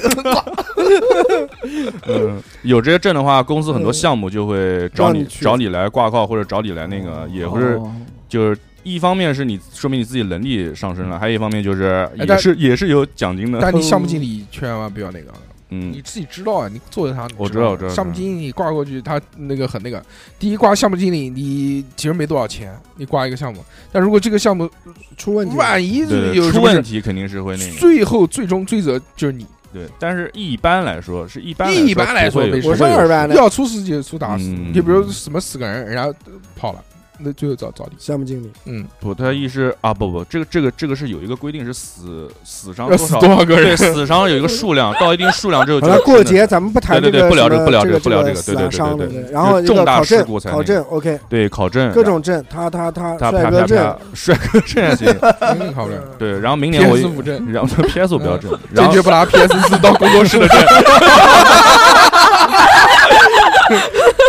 S4: 嗯，有这些证的话，公司很多项目就会找
S1: 让
S4: 你
S1: 你去
S4: 找你来挂靠，或者找你来那个，也不是
S6: 嗯哦
S4: 就是一方面是你说明你自己能力上升了，还有一方面就是也
S6: 哎但
S4: 是也是有奖 [LAUGHS] 金的。
S6: 但你项目经理千万不要那个，
S4: 嗯
S6: 你，自己知道啊，你做着他，你
S4: 我知
S6: 道
S4: 道
S6: 啊
S4: 我知道
S6: 项目经理挂过去，他那个很那个。第一挂项目经理，你其实没多少钱，你挂一个项目，但如果这个项目
S1: 出问题，
S6: 万一
S4: 对，
S6: 有什
S4: 出
S6: 么
S4: 问
S6: 事，
S4: 题肯定是会那个。
S6: 最后最终追责就是你。
S4: 对，但是一般来说是一般来
S6: 一般来说
S4: 不会有
S6: 没事
S1: 我
S4: 不会
S1: 上
S4: 有
S1: 二班的
S6: 要出事就出大事，
S4: 嗯
S6: 你比如什么死个人，人家跑了，那最后找找你。
S1: 项目经理，
S6: 嗯，
S4: 不，他一是啊不不，这个这个这个是有一个规定，是死死伤
S6: 要
S4: 多
S6: 死
S4: 少，
S6: 多少个
S4: 对，
S6: 人？
S4: 死伤有一个数量，到一定数量之后
S1: 好
S4: 就
S1: 了，
S4: 是
S1: 过
S4: 真的
S1: 节咱们不谈
S4: 对对对
S1: 个
S4: 不聊
S1: 什
S4: 这
S1: 么
S4: 不聊
S1: 这
S4: 这
S1: 个
S4: 不聊
S1: 这
S4: 这个
S1: 死
S4: 对对
S1: 啊
S4: 对
S1: 伤的
S4: 对，
S1: 然后
S4: 就
S1: 这个
S4: 重大
S1: 考
S4: 事
S1: 证
S4: 故才那
S1: 考
S4: 个
S1: 证 OK，
S4: 对考证
S1: 各种证，他他他
S4: 啪
S1: 帅
S4: 啪
S1: 哥
S4: 啪
S1: 证
S4: 啪，
S1: [LAUGHS]
S4: 帅哥证还行。
S6: 嗯好了。
S4: [LAUGHS] 对，然后明年我
S6: PS 五嗯证，
S4: 然后 PS 不要挣，然
S6: 坚
S4: 后
S6: 决不
S4: [LAUGHS]
S6: 拿 PS 四当工作室的证。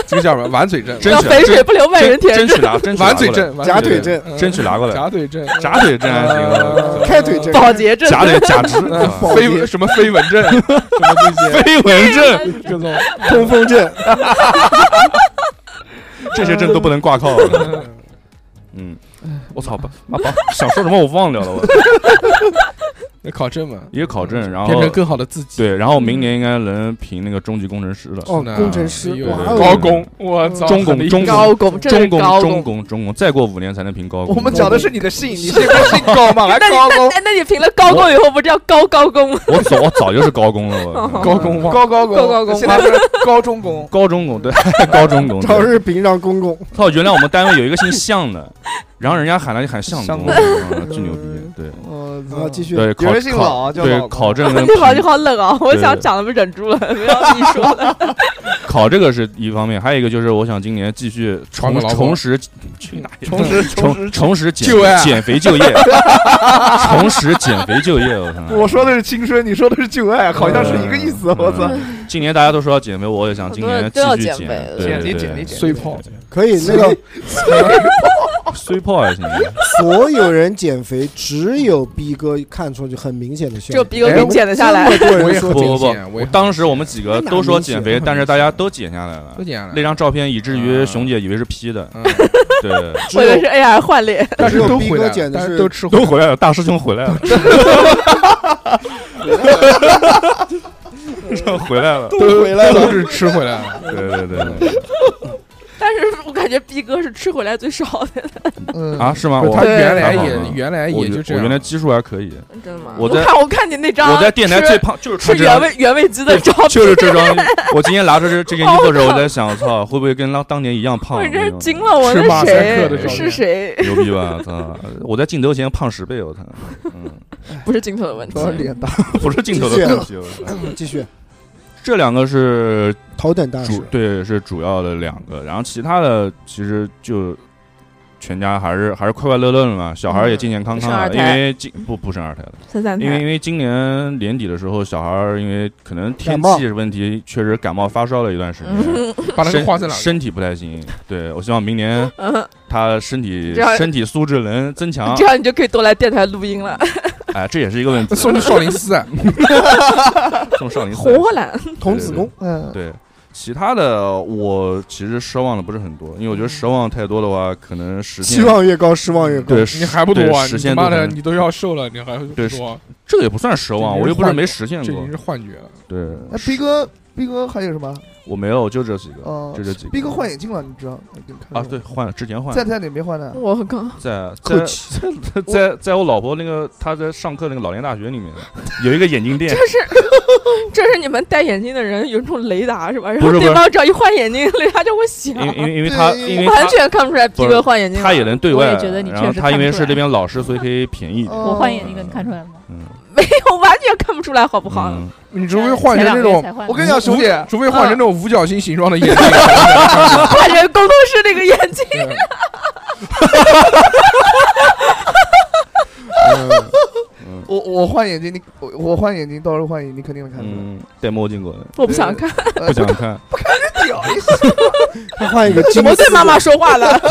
S6: 这个叫什么？碗嘴证，
S4: 真
S5: 要
S4: 是
S5: 肥水不流外人
S4: 争
S5: 田
S4: 争。取拿，争取拿
S6: 碗
S4: 过
S6: 嘴
S4: 来，
S6: 证，
S1: 夹
S6: 碗
S1: 腿
S6: 嘴
S1: 证、
S6: 嗯
S4: 争取拿过来，
S6: 夹腿证，
S4: 假腿证还行
S6: 呃
S4: 我操，
S1: 开腿证、
S5: 保洁证，
S4: 假腿假肢，
S1: 保洁
S4: 啊
S6: [LAUGHS] 飞什么飞蚊
S4: [LAUGHS]
S6: 症，什么这些
S4: 飞蚊证
S6: 这种，
S1: 通风证，
S4: 这些证都不能挂靠。嗯，我操吧，妈把想说什么我忘掉了，我
S6: 那考证嘛，嗯
S4: 一个考证，然
S6: 变
S4: 后
S6: 成更好的自己。
S4: 对，然后明年应该能评那个中级工程师了。
S1: 哦，
S6: 那
S1: 工程师
S6: 哎，呦哎
S1: 哇
S4: 对
S1: 哦，
S6: 高工，我操，
S4: 中
S6: 很
S4: 工
S6: 厉
S2: 嗯
S4: 中
S6: 害
S4: 工
S5: 高工，这是
S4: 中工
S5: 高
S4: 中工中工，再过五年才能评高工。
S2: 我们讲的是你的姓，你这个姓高吗？还
S5: [LAUGHS] 那你
S2: 高
S5: 那
S2: 高
S5: 那那你评了高工以后，不是叫高高工吗？
S4: 我早我早就是高工了，我。
S6: 高工望
S2: 高高
S5: 高
S2: 工，
S5: 高工
S2: 现在是
S5: [LAUGHS]
S2: 高中工
S4: 高中工对高中工。对
S1: 朝日平壤公公，
S4: 操！原来我们单位有一个姓向的，然后人家喊他就喊向
S2: 向
S4: 公，
S2: 公
S4: 啊巨牛逼！对
S2: 我
S5: 嗯
S1: 然后继续
S4: 对，
S2: 呃有
S4: 考
S2: 人姓老
S4: 考
S2: 啊叫
S4: 对
S2: 老
S4: 考证跟
S5: [LAUGHS] 你好，你
S4: 评
S5: 好冷啊！我
S4: 对
S5: 想讲的，忍住了，没让你说 [LAUGHS] 了。
S4: 考这个是一方面，还有一个就是我想今年继续
S6: 传
S4: 重
S6: 个老婆
S4: 重拾去哪里
S2: 重拾重
S4: 重
S2: 拾，
S4: 重拾减
S6: 就业
S4: 减
S2: [LAUGHS]
S4: 肥就业，重拾减肥就业。我看
S2: 我说的是青春，你说的是旧爱，好像是一个意思。我操！！
S4: 嗯今年大家都说要减肥，我也想今年
S5: 很
S4: 继
S5: 多人
S4: 续
S5: 都要减
S4: 减
S5: 肥
S4: 对
S2: 减
S4: 对
S2: 肥
S4: 对
S2: 减肥减
S6: 水泡，
S1: 可以那个
S4: 虽泡还行。
S1: 所有人减肥，只有逼哥看出去很明显的效
S5: 只有
S1: 果。
S5: 逼
S4: 哎
S5: 哥给你减得下来
S1: 这么。
S6: 我
S1: 多人
S6: 也
S1: 说
S4: 不
S1: 减
S4: 不不
S6: 我也很，
S4: 我当时我们几个都说减
S1: 那哪
S4: 肥，
S1: 明显
S4: 但是大家都减下来了
S6: 不。讲了
S4: 那。张照片以至于熊姐以为是 P 的，
S6: 嗯
S2: [LAUGHS]
S4: 对，
S1: 只
S5: 我以为是
S1: 有
S5: AR 换脸，
S6: 但
S1: 只
S6: 是
S1: 有
S6: 都
S1: 逼
S6: 回
S1: 哥
S6: 来
S1: 减
S6: 了，
S1: 的
S6: 但
S1: 是
S6: 是都吃回来
S4: 都
S6: 了。
S4: 回来了，大师兄回来了， [LAUGHS] 回来了，
S1: 都回来
S6: 都
S1: 了。
S6: 是吃回来了，
S4: 对对对对，
S5: 但是我感觉逼哥是吃回来最少的，
S2: 嗯
S4: 啊，，是吗？
S6: 不是
S4: [LAUGHS] 我
S6: 他原来
S4: 还好
S6: 也
S4: 吗
S6: 原来
S4: 我
S6: 也
S4: 原
S6: 就这
S4: 我
S6: 样。
S4: 原来基数还可以，
S5: 真的吗？
S4: 我在
S5: 看我看你那张，
S4: 我在电台最胖就是
S5: 吃
S4: 穿
S5: 吃
S4: 这
S5: 原
S4: 张，
S5: 味原味鸡的照
S4: [LAUGHS]
S5: 片，
S4: 就是这张。我今天拿着这这件衣服的时候，我在想，操，会不会跟当当年一样胖？
S5: 我真
S4: 那
S5: 是
S4: 种
S5: 惊了，我
S6: 吃马
S5: 那
S6: 赛克
S4: 的
S5: 谁
S4: 照片
S5: 是谁？
S4: [LAUGHS] 牛逼吧？操！我在镜头前胖十倍，我操！嗯，
S5: 不是镜头的问题
S2: 都，是脸大。
S4: 不是镜头的问题，我操！
S1: 继续，
S4: 这两个是
S1: 头等大
S4: 主
S1: 师，
S4: 对是主要的两个，然后其他的其实就全家还是还是快快乐乐的嘛，小孩儿也健健康
S5: 生
S4: 康的，
S5: 二
S4: 因
S5: 胎
S4: 为今不不生二胎了，
S5: 三三
S4: 因为因
S5: 台，
S4: 为今年年底的时候，小孩儿因为可能天
S1: 感冒
S4: 气问题，确实感冒发烧了一段时间。
S5: 嗯
S6: 把那个花生
S4: 身
S6: 两
S4: 身体不太行，对我希望明年
S5: 嗯，
S4: 他身体
S5: 这样
S4: 身体素质能增强
S5: 这。样你就可以多来电台录音了。
S4: 哎，这也是一个
S6: [LAUGHS]
S4: 问题。
S6: 送去少林寺啊，
S4: 送少林寺
S5: 活过来，
S1: 童子功，
S2: 嗯，
S4: 对，其他的我其实奢望的不是很多，因为我觉得奢望太多的话，可能实现
S1: 期望越高，失望越高。
S4: 对
S6: 你还不多啊？
S4: 对实
S6: 你
S4: 现
S6: 妈的，
S4: 度很
S6: 你都要瘦了，你还不
S4: 对
S6: 多啊？
S4: 这个也不算奢望，
S6: 这
S4: 我又不是
S6: 幻
S4: 没实现
S6: 这已
S4: 过
S6: 经。是幻觉了。
S4: 对，
S2: 哎，逼哥，逼哥还有什么？
S4: 我没有，就这几个，
S2: 哦
S4: 就，这几个。
S2: 逼哥换眼镜了，你知道？哎你看
S4: 啊，对，换了，之前换
S2: 在
S4: 了，
S2: 在哪没换呢？
S5: 我靠，
S4: 在
S1: 客
S4: 在
S1: 气，
S4: 在在在我老婆那个她在上课那个老年大学里面有一个眼
S5: [LAUGHS]
S4: 镜店
S5: 这，是这是你们戴眼镜的人有一种雷达是吧？然
S4: 不
S5: 后
S4: 是不是
S5: 对方只要一换眼镜，雷达就会响
S4: 因，为因为因为她因为
S5: 完
S4: 她
S5: 全看不出来逼哥换眼镜了。
S4: 她也能对
S3: 我也
S4: 外
S3: 觉得，你
S4: 然
S3: 确
S4: 后
S3: 实
S4: 她因
S3: 看
S4: 为
S3: 出
S4: 是
S3: 来
S4: 那边老师，所以可以便宜一点。
S2: 哦
S3: 我换眼镜，你看出来了吗？
S4: 嗯，
S5: [LAUGHS] 我完全看不出来好不好？
S4: 嗯
S6: 你除非换成
S3: 前
S6: 那
S3: 两
S6: 种
S3: 天，才换
S2: 我
S3: 的
S2: 跟你讲，熊姐，
S6: 除非换成那种五角星形状的眼镜，
S5: 换成公公是那个眼镜，
S2: 我我换眼镜，你我我换眼镜，到时候换眼镜，你肯定能看出来。呃
S4: 嗯，戴墨镜过来，
S5: 我不想看。
S1: [LAUGHS]
S4: 不想看。
S2: 屌， [LAUGHS]
S1: 他换一个
S5: 怎
S1: 金
S5: 么
S1: 丝
S5: 对妈妈说话了？
S1: [LAUGHS]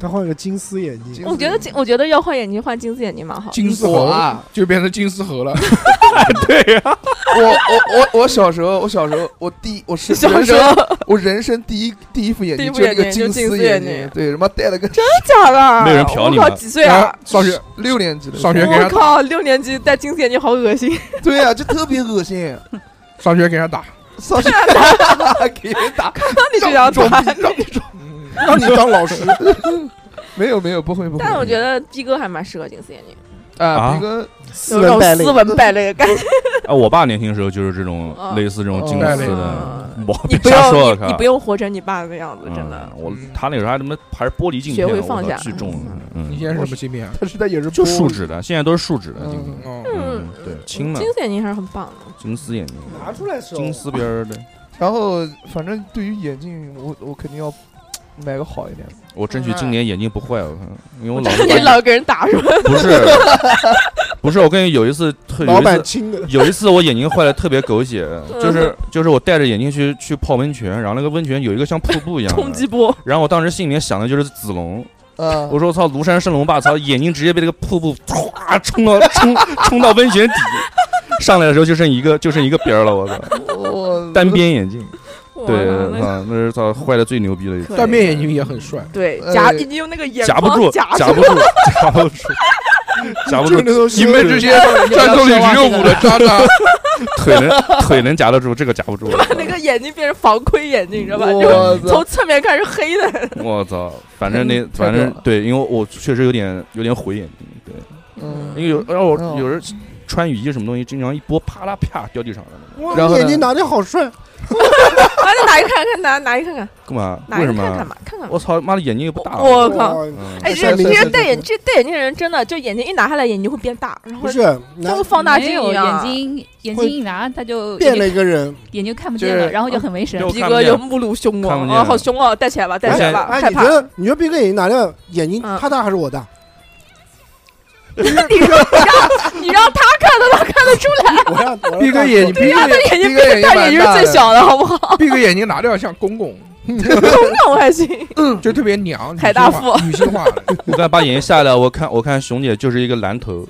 S1: 他换一个金丝眼镜，
S5: 我觉得金，我觉得要换眼镜，换金丝眼镜蛮好。
S6: 金丝
S2: 我
S6: 猴
S2: 啊，
S6: 就变成金丝猴了。
S2: 我我我我小时候，我小时候，我第我是
S5: 小
S2: 人
S5: 时
S2: 生，
S5: 候
S2: 我人生第一第一副眼
S5: 第一
S2: 镜
S5: 副
S2: 就那
S5: 眼
S2: 个
S5: 镜就
S2: 金
S5: 金
S2: 丝
S5: 丝
S2: 眼
S5: 眼
S2: 镜
S5: 镜，
S2: 对，他妈戴了个
S5: 假的，
S4: 没有人嫖你
S5: 我靠，
S4: 吗
S5: 几岁啊？
S6: 上学
S2: 六年级的时候，
S6: 上学给
S5: 我
S6: 他打，
S5: 靠，六年级戴金丝眼镜好恶心。
S2: 对啊，就特别恶心，
S6: 上学给他打。
S2: 上学
S5: [LAUGHS]
S2: [LAUGHS] 给人打，
S5: 你就想
S2: 装
S5: 打。
S2: 逼，装逼，装
S6: 嗯
S2: [LAUGHS]
S1: 让你当老师，
S2: 没有没有，不会不会。
S5: 但我觉得逼哥还蛮适合金丝眼镜，
S2: 啊，
S4: 啊
S2: 逼哥
S1: 斯
S5: 有
S1: 文
S5: 种
S1: 败类
S5: 斯。文败类的感觉。
S4: 啊，我爸年轻时候就是这种
S5: 哦
S4: 类似这种金
S2: 哦
S4: 丝
S5: 哦
S4: [LAUGHS] 的，我
S5: 你不
S4: 瞎说
S5: 用，
S4: 了
S5: 你你不用活成你爸那样子，
S4: 嗯
S5: 真的。
S4: 我
S6: 嗯
S4: 他那个时候还他妈还是玻璃镜
S5: 学
S4: 片，
S5: 会
S4: 我
S5: 放
S4: 操
S5: 下
S4: 巨重
S5: 嗯，
S4: 嗯
S6: 你现在是什么芯片啊？
S1: 他是在也是
S4: 就
S1: 玻璃
S4: 树脂的，现在都是树脂的
S2: 嗯
S4: 镜片，
S6: 哦，
S5: 嗯
S4: 嗯，对，轻的
S5: 金丝眼镜还是很棒的。
S4: 金丝眼镜，
S1: 拿出来的时候
S4: 金丝边儿的，
S2: 然后反正对于眼镜，我我肯定要买个好一点的。
S4: 我争取今年眼睛不坏，我看，因为我老
S5: [LAUGHS] 你老给人打是吧？
S4: 不是
S5: [LAUGHS]
S4: 不是，我跟你有一次特有
S1: 老
S4: 一次
S1: 板亲的，
S4: 有一次我眼睛坏的特别狗血，
S5: 呃嗯
S4: 就是就是我戴着眼镜去去泡温泉，然后那个温泉有一个像瀑布一样
S5: 冲
S4: 的，
S5: 击波，
S4: 然后我当时心里面想的就是子龙，
S2: 啊，
S4: 我说操，庐山升龙霸，操，眼睛直接被这个瀑布唰啊冲到冲冲到温泉底，上来的时候就剩一个就剩一个边儿了，我操，
S2: 我
S4: 单边眼镜，对，
S5: 哇那
S4: 啊，那是操坏的最牛逼的一个，
S5: 可以
S6: 单边眼睛也很帅。
S5: 对
S2: 呃
S5: 夹，你用那个眼
S4: 夹不
S5: 眶
S4: 住，
S5: 夹
S4: 夹不住，夹不住，夹不
S1: 就是
S4: 住，
S1: 那种
S6: 你们这些战斗力只有五的渣渣，
S4: 腿能腿能夹得住，这个夹不住，
S5: 那个眼睛变成防窥眼镜，你知道吧？就是
S2: 我操
S5: 从侧面看是黑的。
S4: 我操，反正那
S2: 嗯
S4: 反
S2: 太
S4: 正
S2: 屌了
S4: 对，因为我确实有点有点毁眼睛，对，
S2: 嗯
S4: 因为有让
S2: 哦
S4: 我有人穿雨衣什么东西，经常一拨啪啦啪掉地上了，
S1: 哇
S2: 然后呢
S1: 眼睛拿的好帅，
S5: 啊，那拿一看看，拿拿一看看，
S4: 干嘛？
S5: 拿
S4: 为
S5: 一
S4: 什
S5: 看看
S4: 么？啊
S5: 嘛，看看嘛。
S4: 我操，妈的眼睛又不大。
S5: 我靠！
S1: 哇
S4: 嗯
S5: 哎，
S2: 是
S5: 这
S2: 是
S5: 这
S2: 是
S5: 个
S2: 是
S5: 戴眼这戴眼镜的人真的，就眼睛一拿下来，眼睛会变大，然后
S1: 不是
S5: 像
S1: 拿
S5: 个放大镜
S3: 没有
S5: 一样。
S3: 眼睛眼
S1: 会
S3: 睛一拿，他就
S1: 变了
S3: 眼
S1: 一个人，
S3: 睛眼睛看不
S4: 就
S3: 见了，
S4: 是
S3: 然后就很为神
S4: 就。
S5: 逼
S4: 看不
S5: 哥
S4: 见
S5: 有目露凶
S4: 看不
S5: 光
S4: 见
S5: 啊，好凶哦！戴起来吧，戴起来吧，
S1: 哎，
S5: 害
S1: 你
S5: 怕
S1: 觉。得你觉得斌哥眼睛拿的眼睛，
S5: 嗯
S1: 他大还是我
S5: [LAUGHS]
S1: 大？
S5: 你让你让他看得到，看得出来，
S1: 我让我
S6: [LAUGHS]
S1: 让
S4: [LAUGHS]
S6: 闭个眼睛，闭
S5: 他
S6: 个
S5: 的
S6: 眼，
S5: 眼睛
S2: 逼哥眼睛
S5: 他眼睛是最小的，好不
S4: [LAUGHS]
S5: 好？
S6: 闭个眼睛拿掉，像公公，
S5: 那我还行。
S6: 就特别娘，
S5: 海大富
S6: 女性 [LAUGHS] 化的。
S4: 我刚才把眼睛下来，我看我看熊姐就是一个蓝头，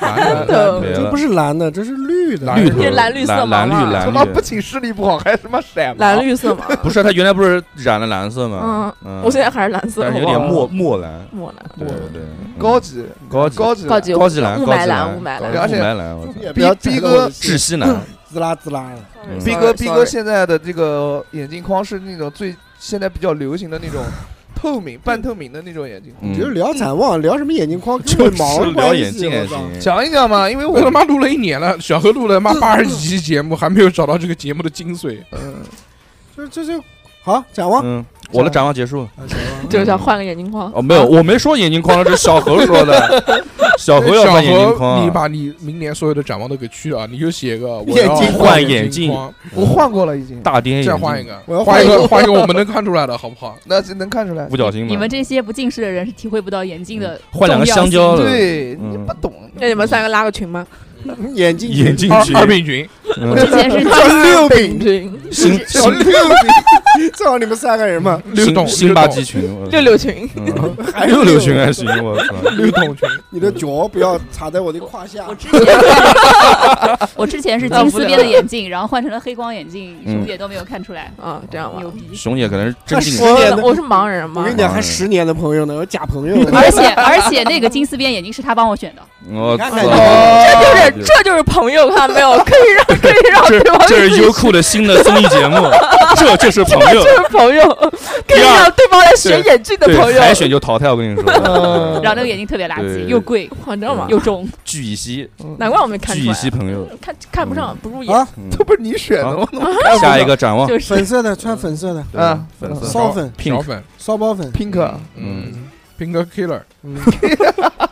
S6: 男
S5: 头
S4: 没
S1: 这
S4: 了
S1: 不，是蓝的，这是绿的，
S6: 蓝
S4: 绿头，
S5: 这蓝绿色
S4: 蓝
S5: 嘛
S4: 蓝绿
S2: 他
S4: 蓝
S2: 妈不
S4: 绿，
S2: 仅视力不好，还他妈色盲
S5: 蓝绿色嘛，
S4: 不是他原来不是染了蓝色吗？嗯，
S5: 我现在还是蓝色，
S4: 但是有
S5: 好不
S4: 点
S5: 好
S4: 墨墨蓝，
S5: 墨蓝，
S4: 对对对，
S2: 高
S4: 级
S2: 级
S4: 高级
S2: 高级
S5: 高级
S4: 高级蓝，
S5: 雾
S4: 高级
S5: 霾蓝，雾霾
S4: 高
S5: 蓝
S4: 级。
S2: 而且
S4: 雾霾蓝，我操
S1: 也不
S2: 逼
S1: 要
S2: 逼
S1: 逼
S2: 哥
S1: 哥
S4: 窒息蓝，
S1: 滋啦滋啦的，
S4: 嗯
S2: 逼
S5: Sorry，
S2: 哥逼哥
S5: sorry
S2: 现在的这个眼镜框是那种最现在比较流行的那种透明半透明的那种眼镜框。
S4: 嗯
S1: 就是聊展望，聊什么眼睛框，
S4: 就
S1: 跟毛
S4: 是
S1: 关
S4: 聊
S1: 系
S4: 眼镜也
S1: 我操
S4: 行，
S2: 讲一讲嘛，因为
S6: 我
S2: 我
S6: 他妈录了一年了，小何录了妈八十几期节目，还没有找到这个节目的精髓。
S2: 嗯
S1: 就就就好展望，
S4: 嗯，我的展望结束了。
S5: 就是想换个眼镜框。
S4: 哦，没有，我没说眼镜框，这是小何说的。小何要
S6: [LAUGHS] 小
S4: 换眼镜
S6: 何，
S4: 框
S6: 你，把你明年所有的展望都给去啊了，你就写个我
S1: 眼
S6: 要
S1: 镜
S4: 换
S6: 换
S4: 眼
S6: 镜
S4: 镜
S6: 框，
S2: 我换过了已经，
S4: 大颠眼
S6: 再
S4: 镜，
S6: 换一个，
S1: 我要
S6: 换一
S1: 换一
S6: 个，换一个我们能看出来的好不好？
S2: 那就能看出来
S4: 五。角星嘛。
S3: 你们这些不近视的人是体会不到眼镜的
S4: 嗯换两个
S3: 重要
S4: 香
S3: 性
S4: 蕉的
S2: 对，
S4: 嗯
S2: 你不懂。
S5: 那你们三个拉个群吗？
S1: 眼镜
S4: 眼镜
S6: 二
S4: 区，
S6: 二品群，
S4: 嗯
S3: 之前是
S5: [LAUGHS]
S1: 叫六饼，
S5: 群，
S4: 新
S2: 小
S4: 新
S2: 六饼，
S1: 正好你们三个人嘛，
S6: 六
S4: 辛
S6: 栋
S4: 辛巴基群，我
S5: 六六群，
S4: 嗯六六群还行，我操，
S6: 六桶群，
S1: 你的脚不要插在我的胯下
S3: 我。之前我之前是金丝边的眼镜，然后换成了黑框眼镜，
S4: 嗯
S3: 什么也都没有看出来，
S5: 啊，这样吧。
S3: 牛逼！
S4: 熊姐可能是真进
S1: 我
S5: 我我是盲人
S1: 我
S5: 嘛
S1: 跟，你讲，还十年的朋友呢，我假朋友。
S3: 而且而且那个金丝边眼镜是他帮我选的，
S4: 我操，
S5: 这就是这就是朋友，看
S4: [LAUGHS]
S5: 到没有？可以让可以让对方
S4: 这
S5: 自
S4: 是
S5: 己
S4: 优酷的新的综艺节 [LAUGHS] 目，这就是朋友，
S5: 这是朋友，可以
S4: 第二
S5: 让对方来选眼镜的
S4: 对
S5: 朋友，
S4: 海选就淘汰，我跟你 [LAUGHS] 说，
S3: 然后那个眼镜特别垃
S4: 对对
S3: 圾，
S4: 对
S3: 又贵
S5: 哇，你知道吗？
S3: 又
S5: [LAUGHS]
S3: 重，
S4: 聚乙烯，
S5: 难怪我没看
S4: 聚
S5: 出
S4: 乙
S5: 来
S4: 烯，朋友，
S5: 看看不上，不入眼
S1: 啊。
S4: 嗯
S2: 这不是你选的吗？
S4: 好下一个展望，
S3: 就是
S1: 粉色的穿粉色的，
S2: 啊，
S4: 粉色
S1: 骚粉、
S6: 小粉
S1: 骚包粉，
S2: pink，
S6: 嗯，pink killer，
S1: 嗯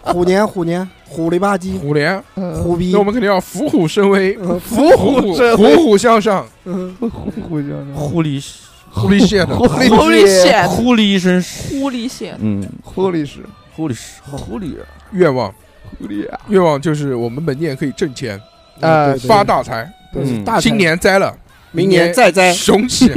S1: 虎年虎年虎里吧唧，
S6: 虎脸，
S1: 虎逼
S6: 那我，们肯定要伏虎生威，
S1: 嗯
S6: 伏虎
S2: 生
S6: 虎虎向
S1: [LAUGHS]
S6: 上
S1: 嗯
S2: 互相
S4: 狐狸，
S6: ，Holy shit，
S2: 狐狸
S5: Holy
S4: [LAUGHS]
S5: shit，
S4: 狐狸一声是，
S5: 狐狸血，
S4: 嗯，
S2: 狐狸是
S4: 狐狸是狐狸，
S6: [LAUGHS] 愿望，
S2: 狐狸啊，
S6: 愿望就是我们本店可以挣钱，
S1: 嗯对对
S6: 发大财，
S1: 对
S4: 嗯
S1: 大财
S6: 今年栽了，
S1: 明年再栽
S6: 雄
S1: [LAUGHS]
S6: 起，